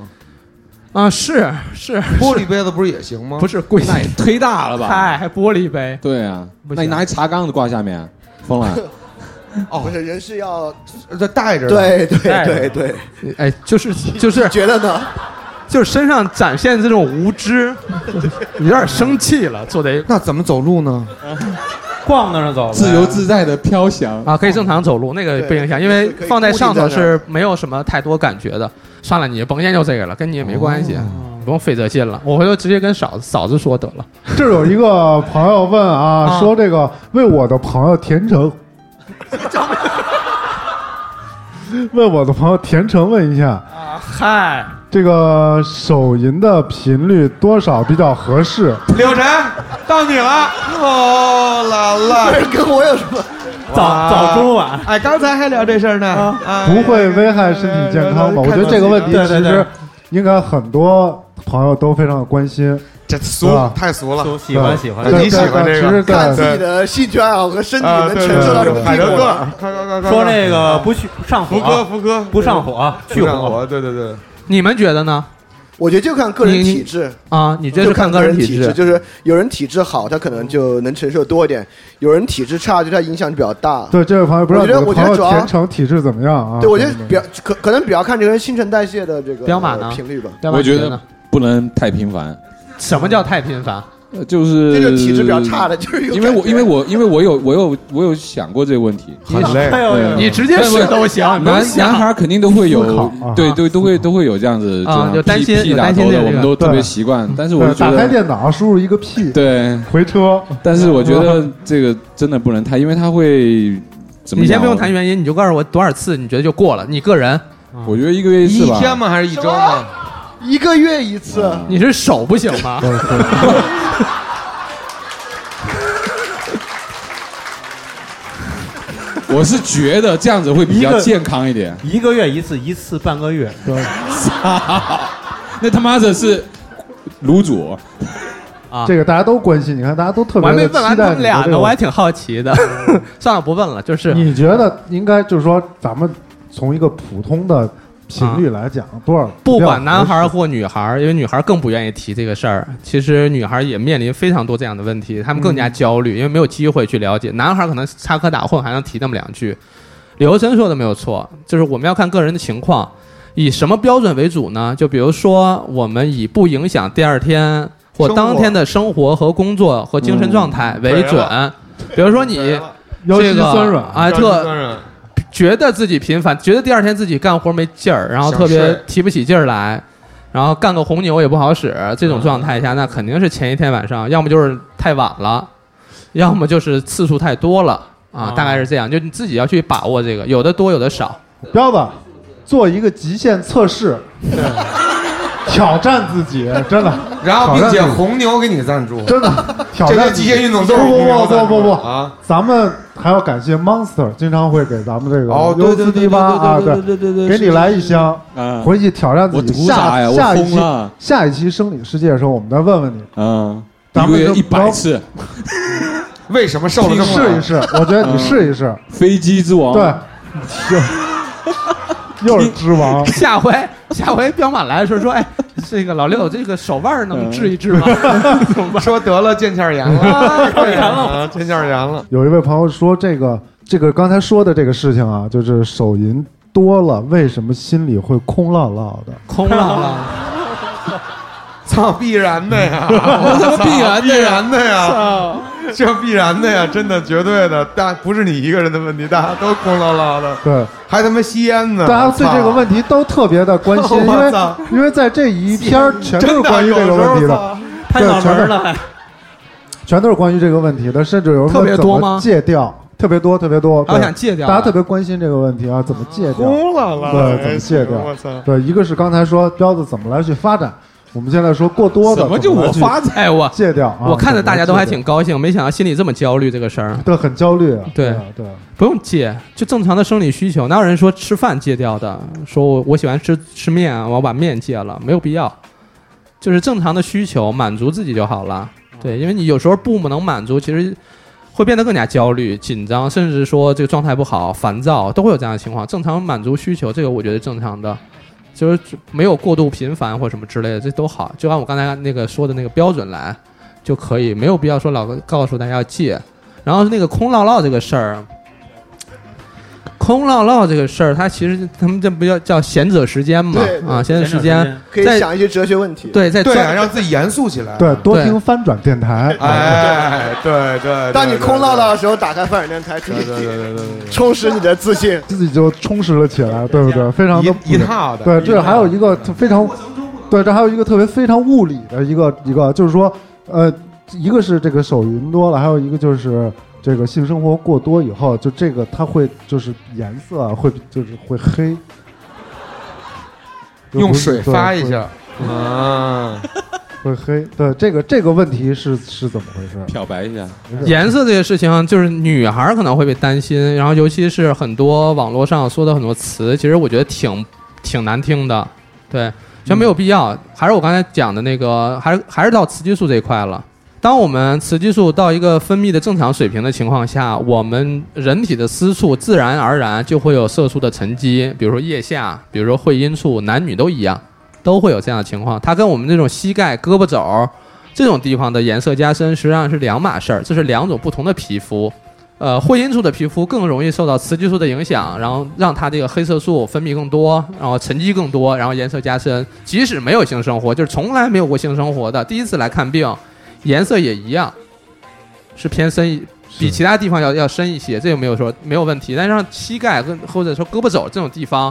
[SPEAKER 8] 啊是是
[SPEAKER 5] 玻璃杯子不是也行吗？
[SPEAKER 8] 不是贵，
[SPEAKER 6] 那也忒大了吧？
[SPEAKER 8] 嗨，哎还玻璃杯，
[SPEAKER 6] 对啊，
[SPEAKER 8] 不行
[SPEAKER 6] 那你拿一茶缸子挂下面，疯了。
[SPEAKER 9] 哦，不是，人是要
[SPEAKER 5] 这带着
[SPEAKER 9] 对对
[SPEAKER 8] 带着
[SPEAKER 9] 对
[SPEAKER 8] [LAUGHS]
[SPEAKER 9] 对，
[SPEAKER 8] 哎，就是就是
[SPEAKER 9] 觉得呢？
[SPEAKER 8] 就是身上展现这种无知，有点生气了，做的
[SPEAKER 5] 那怎么走路呢？
[SPEAKER 1] 逛那儿走呗，
[SPEAKER 6] 自由自在的飘翔。
[SPEAKER 8] 啊，可以正常走路，那个不影响，因为
[SPEAKER 9] 可以
[SPEAKER 8] 放在上头
[SPEAKER 9] 固定在那
[SPEAKER 8] 是没有什么太多感觉的。算了，你甭研究这个了，跟你也没关系，不用费这劲了。我回头直接跟嫂子嫂子说得了。
[SPEAKER 2] 这儿有一个朋友问啊，说这个为我的朋友田 [LAUGHS] 成，问我的朋友田成问一下，
[SPEAKER 8] 啊嗨，
[SPEAKER 2] 这个手淫的频率多少比较合适？
[SPEAKER 10] 柳晨，到你了，哦啦
[SPEAKER 9] 不
[SPEAKER 10] 啦，
[SPEAKER 9] 是 [LAUGHS] 跟我有什么？
[SPEAKER 1] [LAUGHS] 早早中晚，
[SPEAKER 10] 哎，刚才还聊这事儿呢，啊
[SPEAKER 2] 不会危害身体健康吗？我觉得这个问题
[SPEAKER 1] 对
[SPEAKER 2] 其
[SPEAKER 1] 对对
[SPEAKER 2] 实应该很多朋友都非常的关心。
[SPEAKER 10] 这
[SPEAKER 2] 对
[SPEAKER 10] 俗
[SPEAKER 2] 吧
[SPEAKER 10] 太俗
[SPEAKER 1] 都
[SPEAKER 10] 了，
[SPEAKER 1] 喜欢
[SPEAKER 2] 对
[SPEAKER 1] 喜欢
[SPEAKER 2] 对。
[SPEAKER 10] 你喜欢
[SPEAKER 2] 对
[SPEAKER 10] 这个
[SPEAKER 2] 其实
[SPEAKER 9] 看自己
[SPEAKER 2] 对
[SPEAKER 9] 的性趣爱好和身体
[SPEAKER 10] 啊，
[SPEAKER 9] 能
[SPEAKER 10] 对
[SPEAKER 9] 承
[SPEAKER 10] 对
[SPEAKER 9] 受到什么
[SPEAKER 10] 海
[SPEAKER 9] 地
[SPEAKER 10] 德
[SPEAKER 9] 步
[SPEAKER 10] 格
[SPEAKER 9] 了。
[SPEAKER 10] 尔，快快快快，
[SPEAKER 1] 说那个不去上
[SPEAKER 10] 嗯福哥
[SPEAKER 1] 火，啊
[SPEAKER 10] 福哥
[SPEAKER 1] 不上火，啊去
[SPEAKER 10] 啊上
[SPEAKER 1] 火。
[SPEAKER 10] 火，对对对，
[SPEAKER 8] 你们觉得呢？
[SPEAKER 9] 我觉得就看个人
[SPEAKER 8] 你
[SPEAKER 9] 体质，
[SPEAKER 8] 啊，你这
[SPEAKER 9] 就是
[SPEAKER 8] 看
[SPEAKER 9] 个
[SPEAKER 8] 个人
[SPEAKER 9] 体
[SPEAKER 8] 体质，
[SPEAKER 9] 就是有人体质好，他可能就能承受多一点；有人体质差，对他影响就比较大。
[SPEAKER 2] 对这位朋友，不知道
[SPEAKER 9] 我
[SPEAKER 2] 你
[SPEAKER 9] 觉得
[SPEAKER 2] 的
[SPEAKER 9] 我觉
[SPEAKER 2] 朋
[SPEAKER 9] 得
[SPEAKER 2] 友
[SPEAKER 9] 主要
[SPEAKER 2] 田成体质怎么样啊？
[SPEAKER 9] 对，我觉得比较可可能比较看这个人新陈代谢的这个
[SPEAKER 8] 彪马呢
[SPEAKER 9] 呃频率吧。
[SPEAKER 8] 要不然
[SPEAKER 6] 我觉
[SPEAKER 8] 你
[SPEAKER 6] 得
[SPEAKER 8] 呢
[SPEAKER 6] 不能太频繁，
[SPEAKER 8] 什么叫太频繁？
[SPEAKER 6] 呃就是
[SPEAKER 9] 这就是体质比较差的，就是有
[SPEAKER 6] 因为我
[SPEAKER 9] 感觉
[SPEAKER 6] 因为我因为我有我有我有想过这个问题，
[SPEAKER 10] 很累，
[SPEAKER 1] 哎呦
[SPEAKER 6] 对
[SPEAKER 1] 哎呦
[SPEAKER 8] 你直接
[SPEAKER 6] 但是
[SPEAKER 8] 说都行，
[SPEAKER 6] 男
[SPEAKER 8] 你甭啊想
[SPEAKER 6] 男孩肯定都会
[SPEAKER 2] 思考
[SPEAKER 6] 有
[SPEAKER 2] 啊，
[SPEAKER 6] 对，都都会都会有这样子，这
[SPEAKER 8] 啊
[SPEAKER 6] 样
[SPEAKER 8] 有担心
[SPEAKER 6] P
[SPEAKER 8] 有
[SPEAKER 6] 打
[SPEAKER 8] 担心
[SPEAKER 6] 头
[SPEAKER 8] 这
[SPEAKER 6] 的，
[SPEAKER 8] 个嗯
[SPEAKER 6] 我们都特别习惯。但是我
[SPEAKER 2] 对
[SPEAKER 6] 觉
[SPEAKER 2] 打开
[SPEAKER 6] 得，
[SPEAKER 2] 电脑输入一个 P，
[SPEAKER 6] 对，
[SPEAKER 2] 回车。
[SPEAKER 6] 但是我觉得这个真的不能太，因为他会怎么？
[SPEAKER 8] 嗯你先不用
[SPEAKER 1] 啊
[SPEAKER 8] 谈，原因，你就告诉我多少次你觉得就过了。你个人，
[SPEAKER 6] 我觉得一个月次
[SPEAKER 10] 一
[SPEAKER 6] 吧，
[SPEAKER 10] 天吗？还是一周吗？
[SPEAKER 9] 一个月一次，
[SPEAKER 8] 你是手不行吗？
[SPEAKER 6] 我是觉得这样子会比较健康一点。
[SPEAKER 1] 一个月一次，一次半个月，
[SPEAKER 6] 那他妈的是卤煮，
[SPEAKER 8] 啊
[SPEAKER 2] 这个大家都关心，你看大家都特
[SPEAKER 8] 我
[SPEAKER 2] 别
[SPEAKER 8] 还没
[SPEAKER 2] 的
[SPEAKER 8] 问
[SPEAKER 2] 期
[SPEAKER 8] 完他
[SPEAKER 2] 待
[SPEAKER 8] 们
[SPEAKER 2] 你
[SPEAKER 8] 俩
[SPEAKER 2] 的这
[SPEAKER 8] 呢，
[SPEAKER 2] 个
[SPEAKER 8] 我还挺好奇的。 [LAUGHS] 算了，不问了，就是
[SPEAKER 2] 你觉得应该就是说，咱们从一个普通的频率来讲，多少
[SPEAKER 8] 啊不管男孩儿或女孩儿，因为女孩儿更不愿意提这个事儿。其实女孩儿也面临非常多这样的问题，她们更加
[SPEAKER 2] 嗯
[SPEAKER 8] 焦虑，因为没有机会去了解。男孩儿可能插科打诨还能提那么两句。李欧森说的没有错，就是我们要看个人的情况，以什么标准为主呢？就比如说，我们以不影响第二天或
[SPEAKER 10] 生活
[SPEAKER 8] 当天的生活和工作和精
[SPEAKER 2] 嗯
[SPEAKER 8] 神状态为
[SPEAKER 10] 对
[SPEAKER 8] 准
[SPEAKER 10] 了。
[SPEAKER 8] 比如说你
[SPEAKER 10] 腰
[SPEAKER 8] 这
[SPEAKER 10] 肌
[SPEAKER 8] 个
[SPEAKER 10] 酸软
[SPEAKER 8] 啊，
[SPEAKER 10] 腰肌
[SPEAKER 8] 特
[SPEAKER 10] 酸软
[SPEAKER 8] 觉得自己频繁，觉得第二天自己干活没劲儿，然后特
[SPEAKER 10] 想
[SPEAKER 8] 别
[SPEAKER 10] 睡
[SPEAKER 8] 提不起劲儿来，然后干个红牛也不好使，这种状态下，那肯定是前一天晚上，要么就是太晚了，要么就是次数太多了啊，大概是这样，就你自己要去把握这个，有的多有的少。。
[SPEAKER 2] 彪子做一个极限测试，挑战自己，真的。
[SPEAKER 5] 然后并
[SPEAKER 2] 挑
[SPEAKER 5] 且
[SPEAKER 2] 战自己
[SPEAKER 5] 红牛给你赞助，
[SPEAKER 2] 真的挑
[SPEAKER 5] 这
[SPEAKER 2] 战
[SPEAKER 5] 些极限运动都是
[SPEAKER 2] 不
[SPEAKER 5] 红牛
[SPEAKER 2] 不
[SPEAKER 5] 赞
[SPEAKER 2] 不不
[SPEAKER 5] 助
[SPEAKER 2] 不不
[SPEAKER 5] 啊！
[SPEAKER 2] 咱们还要感谢 Monster，经常会给咱们这个
[SPEAKER 5] 哦对对对
[SPEAKER 2] USD 八啊，
[SPEAKER 5] 对对对对对对
[SPEAKER 2] 给
[SPEAKER 5] 是
[SPEAKER 2] 你
[SPEAKER 5] 是嗯
[SPEAKER 2] 来一箱
[SPEAKER 6] 啊，
[SPEAKER 2] 回去挑战自己。
[SPEAKER 6] 我图啥呀
[SPEAKER 2] 下下
[SPEAKER 6] 我
[SPEAKER 2] 一
[SPEAKER 6] 疯
[SPEAKER 2] 期
[SPEAKER 6] 了
[SPEAKER 2] 下一期生理世界的时候，我们再问问你，
[SPEAKER 6] 嗯，
[SPEAKER 2] 咱
[SPEAKER 6] 一个
[SPEAKER 2] 们
[SPEAKER 6] 月
[SPEAKER 2] 就
[SPEAKER 6] 一百次，
[SPEAKER 5] 为什么瘦了这嗯么
[SPEAKER 2] 试一试，我觉得你试一试，
[SPEAKER 6] 飞机之王，，
[SPEAKER 2] 对， [LAUGHS] 又又是之王
[SPEAKER 8] 下回下回彪马来的时候说，哎，这个老六这个手腕儿能治一治吗？
[SPEAKER 10] 说得了，腱鞘炎了，啊腱炎了，腱鞘炎了。
[SPEAKER 2] 有一位朋友说，这个这个刚才说的这个事情啊，就是手淫多了，为什么心里会空落落的？
[SPEAKER 8] 空了了。
[SPEAKER 10] 操，必然的
[SPEAKER 2] [LAUGHS]
[SPEAKER 10] 呀
[SPEAKER 6] 必然的呀
[SPEAKER 10] 必然的呀，这必然的呀，真的绝对的，大不是你一个人的问题，大家都空落落的，
[SPEAKER 2] 对，
[SPEAKER 10] 还他妈吸烟呢，
[SPEAKER 2] 大家对这个问题都特别的关心，因
[SPEAKER 10] [LAUGHS] 我
[SPEAKER 2] 为
[SPEAKER 10] 操
[SPEAKER 2] 因为在这一篇儿全都是关于这个问
[SPEAKER 10] 真的有时
[SPEAKER 2] 题
[SPEAKER 10] 候
[SPEAKER 2] 的
[SPEAKER 10] 操，
[SPEAKER 2] 对，全都
[SPEAKER 1] 了，
[SPEAKER 2] 全都是关于这个问题的，甚至有人
[SPEAKER 8] 特别
[SPEAKER 2] 问怎
[SPEAKER 8] 多
[SPEAKER 2] 么
[SPEAKER 8] 吗
[SPEAKER 2] 戒掉，特别多特别多，
[SPEAKER 8] 还有
[SPEAKER 2] 对
[SPEAKER 8] 想戒掉的
[SPEAKER 2] 大家特别关心这个问题啊，怎么戒
[SPEAKER 10] [LAUGHS]
[SPEAKER 2] 掉？
[SPEAKER 10] 空落落的，
[SPEAKER 2] 对，怎么戒
[SPEAKER 10] 哎我操
[SPEAKER 2] 掉？对，一个是刚才说彪子怎么来去发展，我们现在说过多的
[SPEAKER 8] 怎么就我发
[SPEAKER 2] 展
[SPEAKER 8] 财我
[SPEAKER 2] 戒掉啊？
[SPEAKER 8] 我看
[SPEAKER 2] 怎
[SPEAKER 8] 着
[SPEAKER 2] 么
[SPEAKER 8] 大
[SPEAKER 2] 来
[SPEAKER 8] 家都还
[SPEAKER 2] 戒掉
[SPEAKER 8] 挺高兴，没想到心里这么焦虑这个事儿。
[SPEAKER 2] 对，很焦虑啊，
[SPEAKER 8] 对
[SPEAKER 2] 啊对啊。
[SPEAKER 8] 不用戒，就正常的生理需求。哪有人说吃饭戒掉的？说我我喜欢吃吃面，啊我把面戒了，没有必要。就是正常的需求，满足自己就好了。对，因为你有时候不能满足，其实会变得更加焦虑、紧张，甚至说这个状态不好、烦躁，都会有这样的情况。正常满足需求，这个我觉得正常的，就是没有过度频繁或什么之类的，这都好。就按我刚才那个说的那个标准来就可以，没有必要说老告诉大家要戒。然后那个空落落这个事儿，空落落这个事儿，它其实他们这不叫叫闲者时间嘛？
[SPEAKER 9] 对
[SPEAKER 8] 啊，闲者时间
[SPEAKER 9] 可以
[SPEAKER 8] 在
[SPEAKER 9] 想一些哲学问题。
[SPEAKER 8] 对在
[SPEAKER 10] 对啊，
[SPEAKER 8] 钻
[SPEAKER 10] 让自己严肃起来，
[SPEAKER 2] 对，多
[SPEAKER 8] 对
[SPEAKER 2] 听翻转电台。
[SPEAKER 10] 哎，对对，
[SPEAKER 9] 当你空
[SPEAKER 10] 落
[SPEAKER 9] 落落的时候，打开范儿电台，自 [LAUGHS]
[SPEAKER 10] 对
[SPEAKER 9] 己
[SPEAKER 10] 对对对对对。
[SPEAKER 9] 充实你的自信。
[SPEAKER 2] 自己就充实了起来，对
[SPEAKER 10] 哎
[SPEAKER 2] 不对？非常的
[SPEAKER 10] 一一套的
[SPEAKER 2] 对，
[SPEAKER 10] 一
[SPEAKER 2] 这
[SPEAKER 10] 套的
[SPEAKER 2] 还有一个特非常，对，这还有一个特别非常物理的一个一个，就是说，呃，一个是这个手淫多了，还有一个就是这个性生活过多以后，就这个它会就是颜色啊会就是会黑，就
[SPEAKER 10] 用
[SPEAKER 2] 不
[SPEAKER 10] 水
[SPEAKER 2] 对
[SPEAKER 10] 发一
[SPEAKER 2] 会
[SPEAKER 10] 下，啊，
[SPEAKER 2] 会黑。对，这个这个问题是是怎么回事？
[SPEAKER 6] 漂白一下，
[SPEAKER 8] 颜色这个事情，就是女孩儿可能会被担心，然后尤其是很多网络上说的很多词，其实我觉得挺挺难听的，对，全没有必要。还是我刚才讲的那个，还是还是到雌激素这一块了。当我们雌激素到一个分泌的正常水平的情况下，我们人体的私处自然而然就会有色素的沉积，比如说腋下，比如说会阴处，男女都一样，都会有这样的情况。它跟我们这种膝盖、胳膊肘儿这种地方的颜色加深实际上是两码事儿，这是两种不同的皮肤。呃，会阴处的皮肤更容易受到雌激素的影响，然后让它这个黑色素分泌更多，然后沉积更多，然后颜色加深。即使没有性生活，就是从来没有过性生活的，第一次来看病，颜色也一样，是偏深一，比其他地方要要深一些，这个没有说没有问题。但是像膝盖跟或者说胳膊肘这种地方，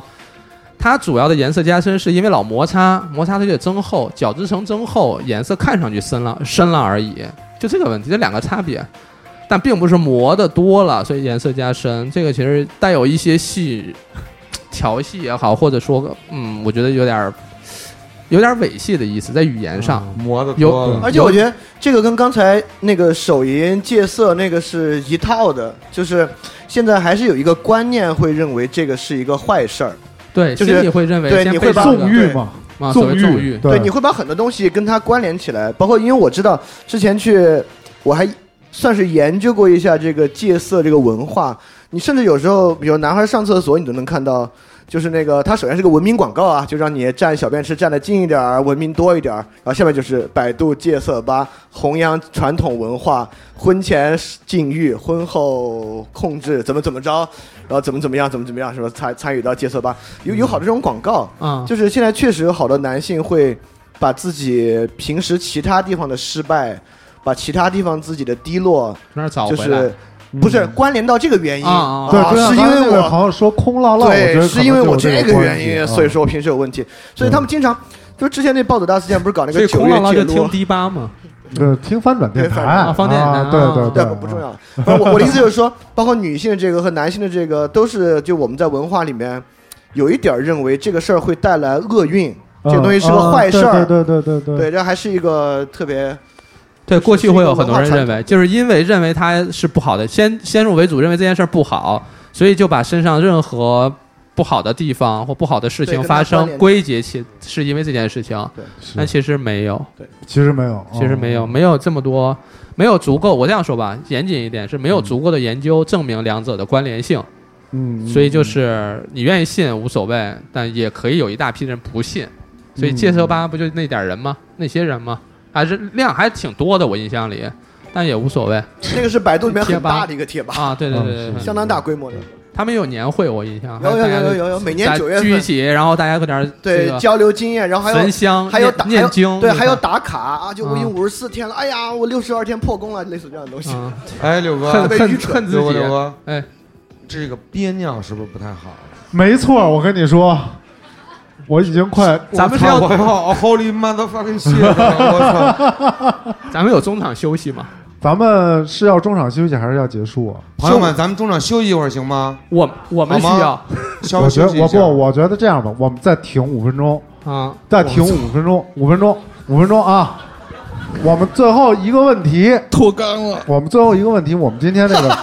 [SPEAKER 8] 它主要的颜色加深是因为老摩擦，摩擦它就增厚，角质层增厚，颜色看上去深了深了而已，就这个问题，这两个差别。但并不是磨的多了，所以颜色加深，这个其实带有一些戏调戏也好，或者说，嗯，我觉得有点儿有点儿猥亵的意思，在语言上。
[SPEAKER 9] 嗯
[SPEAKER 10] 磨的
[SPEAKER 8] 有
[SPEAKER 10] 多
[SPEAKER 5] 嗯
[SPEAKER 10] 了，
[SPEAKER 9] 而且我觉得这个跟刚才那个手淫戒色那个是一套的，就是现在还是有一个观念会认为这个是一个坏事儿，
[SPEAKER 8] 对，
[SPEAKER 9] 就
[SPEAKER 8] 心
[SPEAKER 9] 是
[SPEAKER 8] 里会认为
[SPEAKER 9] 对
[SPEAKER 8] 先
[SPEAKER 9] 你
[SPEAKER 8] 被
[SPEAKER 9] 会把
[SPEAKER 8] 这个
[SPEAKER 2] 纵欲嘛，
[SPEAKER 8] 啊所谓纵纵欲欲
[SPEAKER 2] 嗯
[SPEAKER 9] 对，
[SPEAKER 8] 对
[SPEAKER 9] 你会把很多东西跟它关联起来，包括因为我知道之前去，我还算是研究过一下这个戒色这个文化。你甚至有时候，比如男孩上厕所，你都能看到，就是那个他首先是个文明广告啊，就让你站小便池站得近一点儿，文明多一点儿。然后下面就是百度戒色吧，弘扬传统文化，婚前禁欲，婚后控制，怎么怎么着，然后怎么怎么样，怎么怎么样，什么参参与到戒色吧，有有好多这种广告。
[SPEAKER 8] 嗯
[SPEAKER 9] 就是现在确实有好多男性会把自己平时其他地方的失败，把其他地方自己的低落，
[SPEAKER 8] 从那儿找
[SPEAKER 9] 就
[SPEAKER 8] 回来嗯
[SPEAKER 9] 是不是关联到这个原因
[SPEAKER 8] 啊
[SPEAKER 2] 对，
[SPEAKER 9] 啊
[SPEAKER 2] 对
[SPEAKER 9] 是因为我
[SPEAKER 2] 好像说空落落，我觉
[SPEAKER 9] 对，
[SPEAKER 2] 得
[SPEAKER 9] 是因为我这
[SPEAKER 2] 个啊
[SPEAKER 9] 个原因，所以说我平时有问题，所以他们经常就之前那暴走大事件不是搞那
[SPEAKER 8] 所
[SPEAKER 9] 个
[SPEAKER 8] 以
[SPEAKER 9] 九
[SPEAKER 8] 孔姥姥
[SPEAKER 9] 月
[SPEAKER 8] 就
[SPEAKER 9] 戒
[SPEAKER 8] 听
[SPEAKER 9] 撸。
[SPEAKER 8] 迪吧嘛，
[SPEAKER 2] 呃，听翻转电台，
[SPEAKER 9] 啊
[SPEAKER 2] 放对对
[SPEAKER 9] [LAUGHS] 对，不重要。不是我我的意思就是说，包括女性的这个和男性的这个，都是就我们在文化里面有一点儿认为这个事儿会带来厄运，这个东西是个坏事儿。
[SPEAKER 2] 嗯啊对对对对
[SPEAKER 9] 对，这还是一个特
[SPEAKER 8] [LAUGHS]
[SPEAKER 9] 别
[SPEAKER 8] 对，过去会有很多人
[SPEAKER 9] 是一个
[SPEAKER 8] 认
[SPEAKER 9] 文化
[SPEAKER 8] 为，就是因为认为它是不好的，先先入为主认为这件事儿不好，所以就把身上任何不好的地方或不好的事
[SPEAKER 9] 对
[SPEAKER 8] 情
[SPEAKER 9] 跟它
[SPEAKER 8] 发
[SPEAKER 9] 关
[SPEAKER 8] 生
[SPEAKER 9] 联
[SPEAKER 8] 归结起是因为这件事情，但其实没有，
[SPEAKER 9] 哦
[SPEAKER 2] 其实没有，嗯
[SPEAKER 8] 其实没有，没有这么多，没有足够，我这样说吧，严谨一点是
[SPEAKER 9] 嗯
[SPEAKER 8] 没有足够的研究证明两者的关联性，
[SPEAKER 2] 嗯，
[SPEAKER 8] 所以就是你愿意信无所谓，但也可以有一大批人不信，所以戒色吧不就那点儿人吗？那些人吗？还是量还挺多的，我印象里，但也无所
[SPEAKER 9] [LAUGHS]
[SPEAKER 8] 谓。
[SPEAKER 9] 那个是百度里面
[SPEAKER 8] 贴
[SPEAKER 9] 很
[SPEAKER 8] 吧嗯
[SPEAKER 9] 大的一个贴吧
[SPEAKER 8] 啊，对对对对，
[SPEAKER 9] 相当大规模的。
[SPEAKER 8] 他们有年会，我印象
[SPEAKER 9] 嗯有有
[SPEAKER 8] 大家
[SPEAKER 9] 有有有有每年
[SPEAKER 8] 大家
[SPEAKER 9] 九月份
[SPEAKER 8] 聚一起，然后大家搁那儿这
[SPEAKER 9] 对，
[SPEAKER 8] 个
[SPEAKER 9] 交流经验，然后还有
[SPEAKER 8] 焚香
[SPEAKER 9] 还有
[SPEAKER 8] 念
[SPEAKER 9] 打
[SPEAKER 8] 念经
[SPEAKER 9] 还有对，
[SPEAKER 8] 那个
[SPEAKER 9] 还有打卡啊，就我已经
[SPEAKER 8] 嗯
[SPEAKER 9] 五十四天了，哎呀，我六十二天破功了，类似这样的东西。
[SPEAKER 10] 哎，柳哥，
[SPEAKER 9] 特别愚蠢
[SPEAKER 2] 啊
[SPEAKER 10] 柳哥，柳哥，
[SPEAKER 8] 哎，
[SPEAKER 10] 这个憋尿是不是不太好？
[SPEAKER 2] 嗯没错，我跟你说，我已经
[SPEAKER 8] [LAUGHS]
[SPEAKER 2] 快，
[SPEAKER 10] 我操我要 Holy motherfucking shit！我操！
[SPEAKER 8] 咱们有中场休息吗？
[SPEAKER 2] [LAUGHS] 咱们是要中场休息还是要结束啊？
[SPEAKER 10] 朋友们，咱们中场休息一会儿行吗？
[SPEAKER 8] 我我
[SPEAKER 2] 们需要
[SPEAKER 10] 稍
[SPEAKER 2] 我
[SPEAKER 10] 微
[SPEAKER 2] 觉
[SPEAKER 10] 休
[SPEAKER 2] 得
[SPEAKER 10] 息一
[SPEAKER 2] 我
[SPEAKER 10] 下
[SPEAKER 2] 不，。我觉得这样吧，我们再停五分钟，
[SPEAKER 8] 啊，
[SPEAKER 2] 再停五分钟，五分钟，五分钟啊！我们最后一个问题
[SPEAKER 6] 脱肛了。
[SPEAKER 2] 我们最后一个问题，我们今天这个，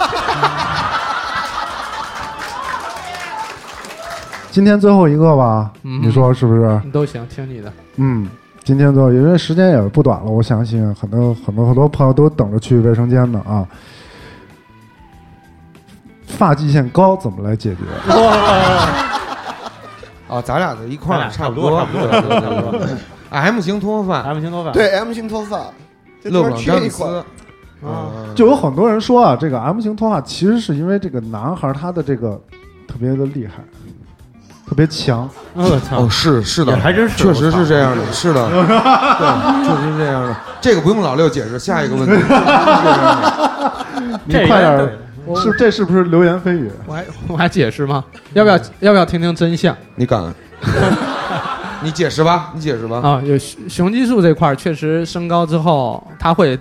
[SPEAKER 2] 今天最后一个吧，
[SPEAKER 8] 嗯
[SPEAKER 2] 你说是不是？
[SPEAKER 8] 都行，听你的。
[SPEAKER 2] 嗯，今天最后，因为时间也不短了，我相信很多很多很多朋友都等着去卫生间呢啊。发际线高怎么来解决？
[SPEAKER 10] 啊，咱俩的一块
[SPEAKER 2] 咱
[SPEAKER 10] 儿
[SPEAKER 2] 俩
[SPEAKER 10] 差
[SPEAKER 2] 差
[SPEAKER 10] 不
[SPEAKER 2] 不
[SPEAKER 10] 多，
[SPEAKER 2] 多
[SPEAKER 10] 对对
[SPEAKER 2] 差不多
[SPEAKER 10] 对对对 M 型脱发
[SPEAKER 1] ，M 型脱发
[SPEAKER 9] 对 M 型脱发，这
[SPEAKER 10] 勒
[SPEAKER 9] 中
[SPEAKER 10] 布朗
[SPEAKER 9] 间缺
[SPEAKER 10] 詹姆
[SPEAKER 9] 一块
[SPEAKER 10] 斯
[SPEAKER 9] 儿。
[SPEAKER 10] 啊，
[SPEAKER 2] 就有很多人说啊，这个 M 型脱发其实是因为这个男孩他的这个特别的厉害，特别强。
[SPEAKER 1] 我操
[SPEAKER 10] 哦，是是的，
[SPEAKER 1] 也还真是
[SPEAKER 10] 确实
[SPEAKER 1] 我操
[SPEAKER 10] 是这样的，是的，对，确实是这样的。这个不用老六解释，下一个问题。就是这样的
[SPEAKER 2] 你
[SPEAKER 8] 这
[SPEAKER 2] 快点
[SPEAKER 8] 个
[SPEAKER 2] 儿，是这是不是流言蜚语？
[SPEAKER 8] 我还 [LAUGHS] 我还解释吗？要不要要不要听听真相？
[SPEAKER 10] 你敢？ [LAUGHS] 你解释吧，你解释吧。
[SPEAKER 8] 啊，有雄雄激素这块儿确实升高之后，它会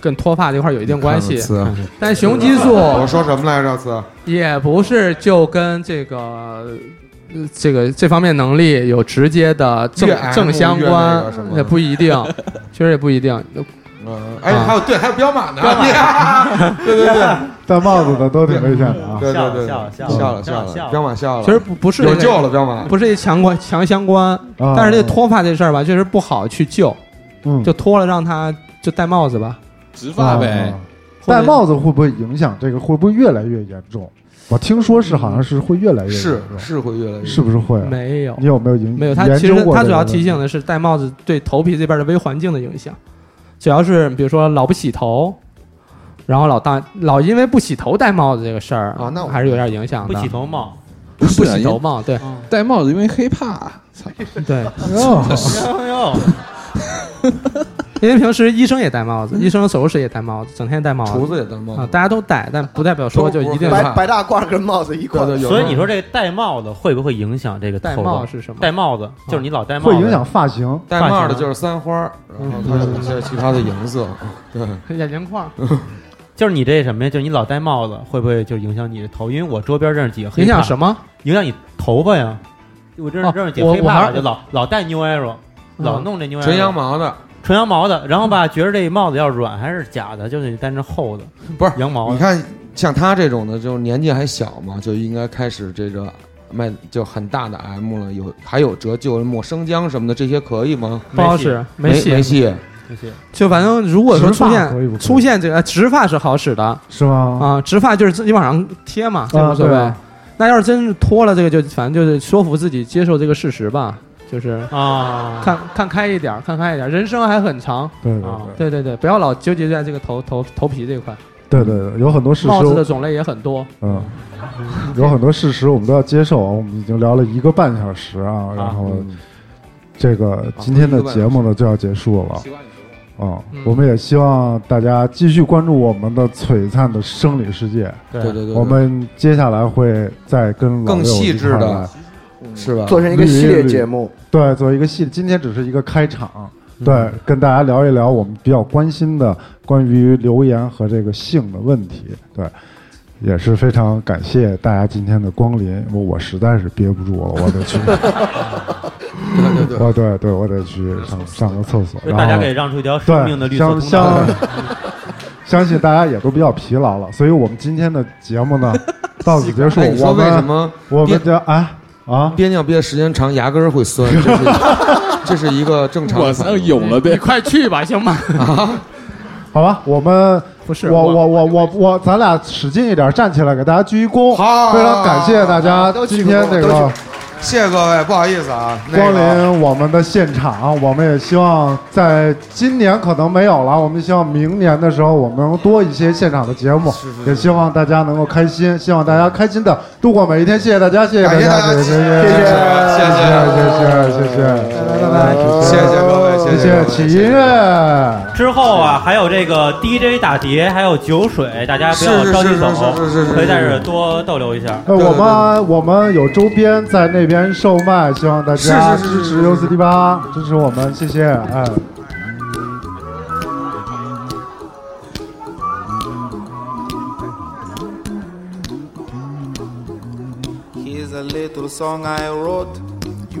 [SPEAKER 8] 跟脱发这块儿有一定关系
[SPEAKER 10] 看看词。啊
[SPEAKER 8] 但雄激素
[SPEAKER 10] 我说什么来着？词
[SPEAKER 8] 也不是就跟这个呃这个这方面能力有直接的正
[SPEAKER 10] 越 M
[SPEAKER 8] 正相
[SPEAKER 10] 越那
[SPEAKER 8] 关
[SPEAKER 10] 个什，么
[SPEAKER 8] 也不
[SPEAKER 10] [LAUGHS]
[SPEAKER 8] 一定，确实也不一定。
[SPEAKER 10] 嗯，哎，
[SPEAKER 8] 啊
[SPEAKER 10] 还有对，还有彪马呢。对对对，
[SPEAKER 2] 戴帽子的都挺危险的啊！
[SPEAKER 10] [LAUGHS] 对对对，笑
[SPEAKER 1] 了
[SPEAKER 10] 笑了笑了，彪马笑了。
[SPEAKER 8] 其实不不是
[SPEAKER 10] 有
[SPEAKER 8] 那个
[SPEAKER 10] 救了，嗯彪马。
[SPEAKER 8] 不是一强关强相关，
[SPEAKER 2] 啊
[SPEAKER 8] 但是这脱发这事儿吧，确实不好去救，
[SPEAKER 2] 嗯
[SPEAKER 8] 就脱了让他就戴帽子吧，
[SPEAKER 6] 植
[SPEAKER 2] 发呗啊戴帽子会不会影响这个？会不会越来越严重？我听说是好像是会越来越严
[SPEAKER 10] 是
[SPEAKER 2] 重，
[SPEAKER 10] 是会越来越
[SPEAKER 2] 是不是会啊？
[SPEAKER 8] 没有
[SPEAKER 2] 你有没有研
[SPEAKER 8] 没有，它
[SPEAKER 2] 研
[SPEAKER 8] 其实
[SPEAKER 2] 究过
[SPEAKER 8] 它
[SPEAKER 2] 这
[SPEAKER 8] 主
[SPEAKER 2] 个
[SPEAKER 8] 要
[SPEAKER 2] 问题
[SPEAKER 8] 提
[SPEAKER 2] [LAUGHS]
[SPEAKER 8] 醒的是戴帽子对头皮这边的微环境的影响。只要是比如说老不洗头，然后老大老因为不洗头戴帽子这个事儿啊，那还是有点影响的。
[SPEAKER 1] 不洗头帽，
[SPEAKER 8] 不
[SPEAKER 6] 是啊
[SPEAKER 8] 洗头
[SPEAKER 6] 因
[SPEAKER 8] 帽，对，
[SPEAKER 6] 戴帽子因为黑怕，操，
[SPEAKER 8] 对，
[SPEAKER 2] 哦
[SPEAKER 1] 哎呦，
[SPEAKER 8] [LAUGHS] 因为平时医生也戴帽子，医生手术室也戴帽子，整天戴帽子，
[SPEAKER 10] 厨子也戴帽子
[SPEAKER 8] 啊，大家都戴，但不代表说就一定
[SPEAKER 9] 白
[SPEAKER 8] 怕
[SPEAKER 9] 白大褂跟帽子一块儿。
[SPEAKER 1] 所以你说这个戴帽子会不会影响这个
[SPEAKER 8] 戴
[SPEAKER 1] 头
[SPEAKER 8] 帽
[SPEAKER 1] 发
[SPEAKER 8] 是什么
[SPEAKER 1] 戴帽子就是你老戴帽
[SPEAKER 2] [LAUGHS] 会
[SPEAKER 1] 子，
[SPEAKER 2] 影响发
[SPEAKER 8] [LAUGHS]
[SPEAKER 2] 型，
[SPEAKER 10] 戴帽的就是三花儿，然后它有一些其他的颜色。对，
[SPEAKER 8] 眼镜框。
[SPEAKER 1] 就是你这什么呀？就是你老戴帽子，会不会就影响你的头？因为我周边认识几个黑
[SPEAKER 8] 影响
[SPEAKER 1] 怕
[SPEAKER 8] 什么？
[SPEAKER 1] 影响你头发呀。我认识认识几
[SPEAKER 8] 哦
[SPEAKER 1] 个
[SPEAKER 8] 我
[SPEAKER 1] 黑
[SPEAKER 8] 我还
[SPEAKER 1] 怕
[SPEAKER 8] 是
[SPEAKER 1] 就老老戴 New Era，
[SPEAKER 8] 嗯
[SPEAKER 1] 老弄这 New Era，
[SPEAKER 10] 纯羊毛的。
[SPEAKER 1] 纯羊毛的，然后吧，觉得这帽子要软还是假的，就得戴那厚的，
[SPEAKER 10] 不是
[SPEAKER 1] 羊毛的。
[SPEAKER 10] 你看，像他这种的，就是年纪还小嘛，就应该开始这个卖就很大的 M 了，有还有折旧抹生姜什么的，这些可以吗？
[SPEAKER 8] 不好使，
[SPEAKER 10] 没
[SPEAKER 8] 戏，
[SPEAKER 10] 没戏。
[SPEAKER 8] 就反正如果说
[SPEAKER 10] 植发
[SPEAKER 8] 出
[SPEAKER 10] 可以不可以
[SPEAKER 8] 现出现这个直发是好使的，
[SPEAKER 2] 是吗？
[SPEAKER 8] 啊，直发就是自己往上贴嘛，这无所
[SPEAKER 2] 啊对
[SPEAKER 8] 谓
[SPEAKER 2] 啊。
[SPEAKER 8] 那要是真是脱了这个，就反正就是说服自己接受这个事实吧，就是
[SPEAKER 1] 啊
[SPEAKER 8] 看看开一点儿，看开一点儿，人生还很长。
[SPEAKER 2] 对对对
[SPEAKER 8] 啊对对对，不要老纠结在这个头头头皮这块，
[SPEAKER 2] 对对对，有很多事实
[SPEAKER 8] 帽子的种类也很多。
[SPEAKER 2] 嗯，有很多事实我们都要接受啊。我们已经聊了一个半小时啊，然后
[SPEAKER 10] 嗯
[SPEAKER 2] 这个今天的节目呢就要结束了。啊、
[SPEAKER 8] 嗯
[SPEAKER 2] 我们也希望大家继续关注我们的璀璨的生理世界。
[SPEAKER 10] 对对对对
[SPEAKER 2] 我们接下来会再跟老
[SPEAKER 10] 更
[SPEAKER 2] 六
[SPEAKER 10] 细
[SPEAKER 2] 一
[SPEAKER 10] 致
[SPEAKER 2] 块儿
[SPEAKER 10] 的
[SPEAKER 2] 来
[SPEAKER 10] 是吧？
[SPEAKER 9] 做成一个
[SPEAKER 2] 捋
[SPEAKER 9] 系列
[SPEAKER 2] 一捋
[SPEAKER 9] 节目。
[SPEAKER 2] 对，做一个系，今天只是一个开场，
[SPEAKER 10] 嗯
[SPEAKER 2] 对，跟大家聊一聊我们比较关心的关于留言和这个性的问题，对。也是非常感谢大家今天的光临，我我实在是憋不住了，我得
[SPEAKER 10] [LAUGHS]
[SPEAKER 2] 去，
[SPEAKER 10] 对对
[SPEAKER 2] 我对对，我得去上上个厕所。
[SPEAKER 1] 所以大家
[SPEAKER 2] 然后
[SPEAKER 1] 给让出一条生命的绿色
[SPEAKER 2] 对
[SPEAKER 1] 通道
[SPEAKER 2] 相相 [LAUGHS] 相信大家也都比较疲劳了，所以我们今天的节目
[SPEAKER 10] [LAUGHS]
[SPEAKER 2] 呢到此结束。
[SPEAKER 10] 哎你
[SPEAKER 2] 我
[SPEAKER 10] 说为
[SPEAKER 2] 们
[SPEAKER 10] 什么
[SPEAKER 2] 我
[SPEAKER 10] 憋
[SPEAKER 2] 们的啊啊
[SPEAKER 10] 憋尿憋的时间长，牙根儿会酸，这是这是一个正常的反应。
[SPEAKER 8] 你快去吧，行吗？
[SPEAKER 2] 好吧，我们
[SPEAKER 8] 不是
[SPEAKER 2] 我
[SPEAKER 8] 我
[SPEAKER 2] 我我我我，咱俩使劲一点，站起来给大家鞠一躬。
[SPEAKER 10] 好
[SPEAKER 2] 非常感谢大家
[SPEAKER 10] 都鞠
[SPEAKER 2] 今天
[SPEAKER 10] 躬
[SPEAKER 2] 这
[SPEAKER 10] 都
[SPEAKER 2] 个
[SPEAKER 10] 鞠谢谢各位，不好意思啊，那
[SPEAKER 2] 光
[SPEAKER 10] 个
[SPEAKER 2] 临我们的现场，我们也希望在今年可能没有了，我们希望明年的时候我们能多一些现场的节目，也希望大家能够开心，希望大家开心的度过每一天。谢谢大家，谢谢大家，谢谢谢谢谢谢谢谢谢谢，拜拜拜，谢谢各位，谢谢起音乐。
[SPEAKER 1] 之后啊，还有这个 DJ 打碟，还有酒水，大家不要
[SPEAKER 2] 是
[SPEAKER 1] 着急
[SPEAKER 2] 是
[SPEAKER 1] 走，
[SPEAKER 2] 是是是是
[SPEAKER 1] 可以在
[SPEAKER 2] 是
[SPEAKER 1] 这儿多逗留一下。
[SPEAKER 2] 呃，我们我们有周边在那边售卖，希望大家
[SPEAKER 1] 是是
[SPEAKER 2] 支持 U 四 D 八，支持我们，谢谢。哎，
[SPEAKER 12] Here's a little song I wrote. You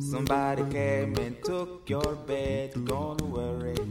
[SPEAKER 12] Somebody came and took your bed. Don't worry.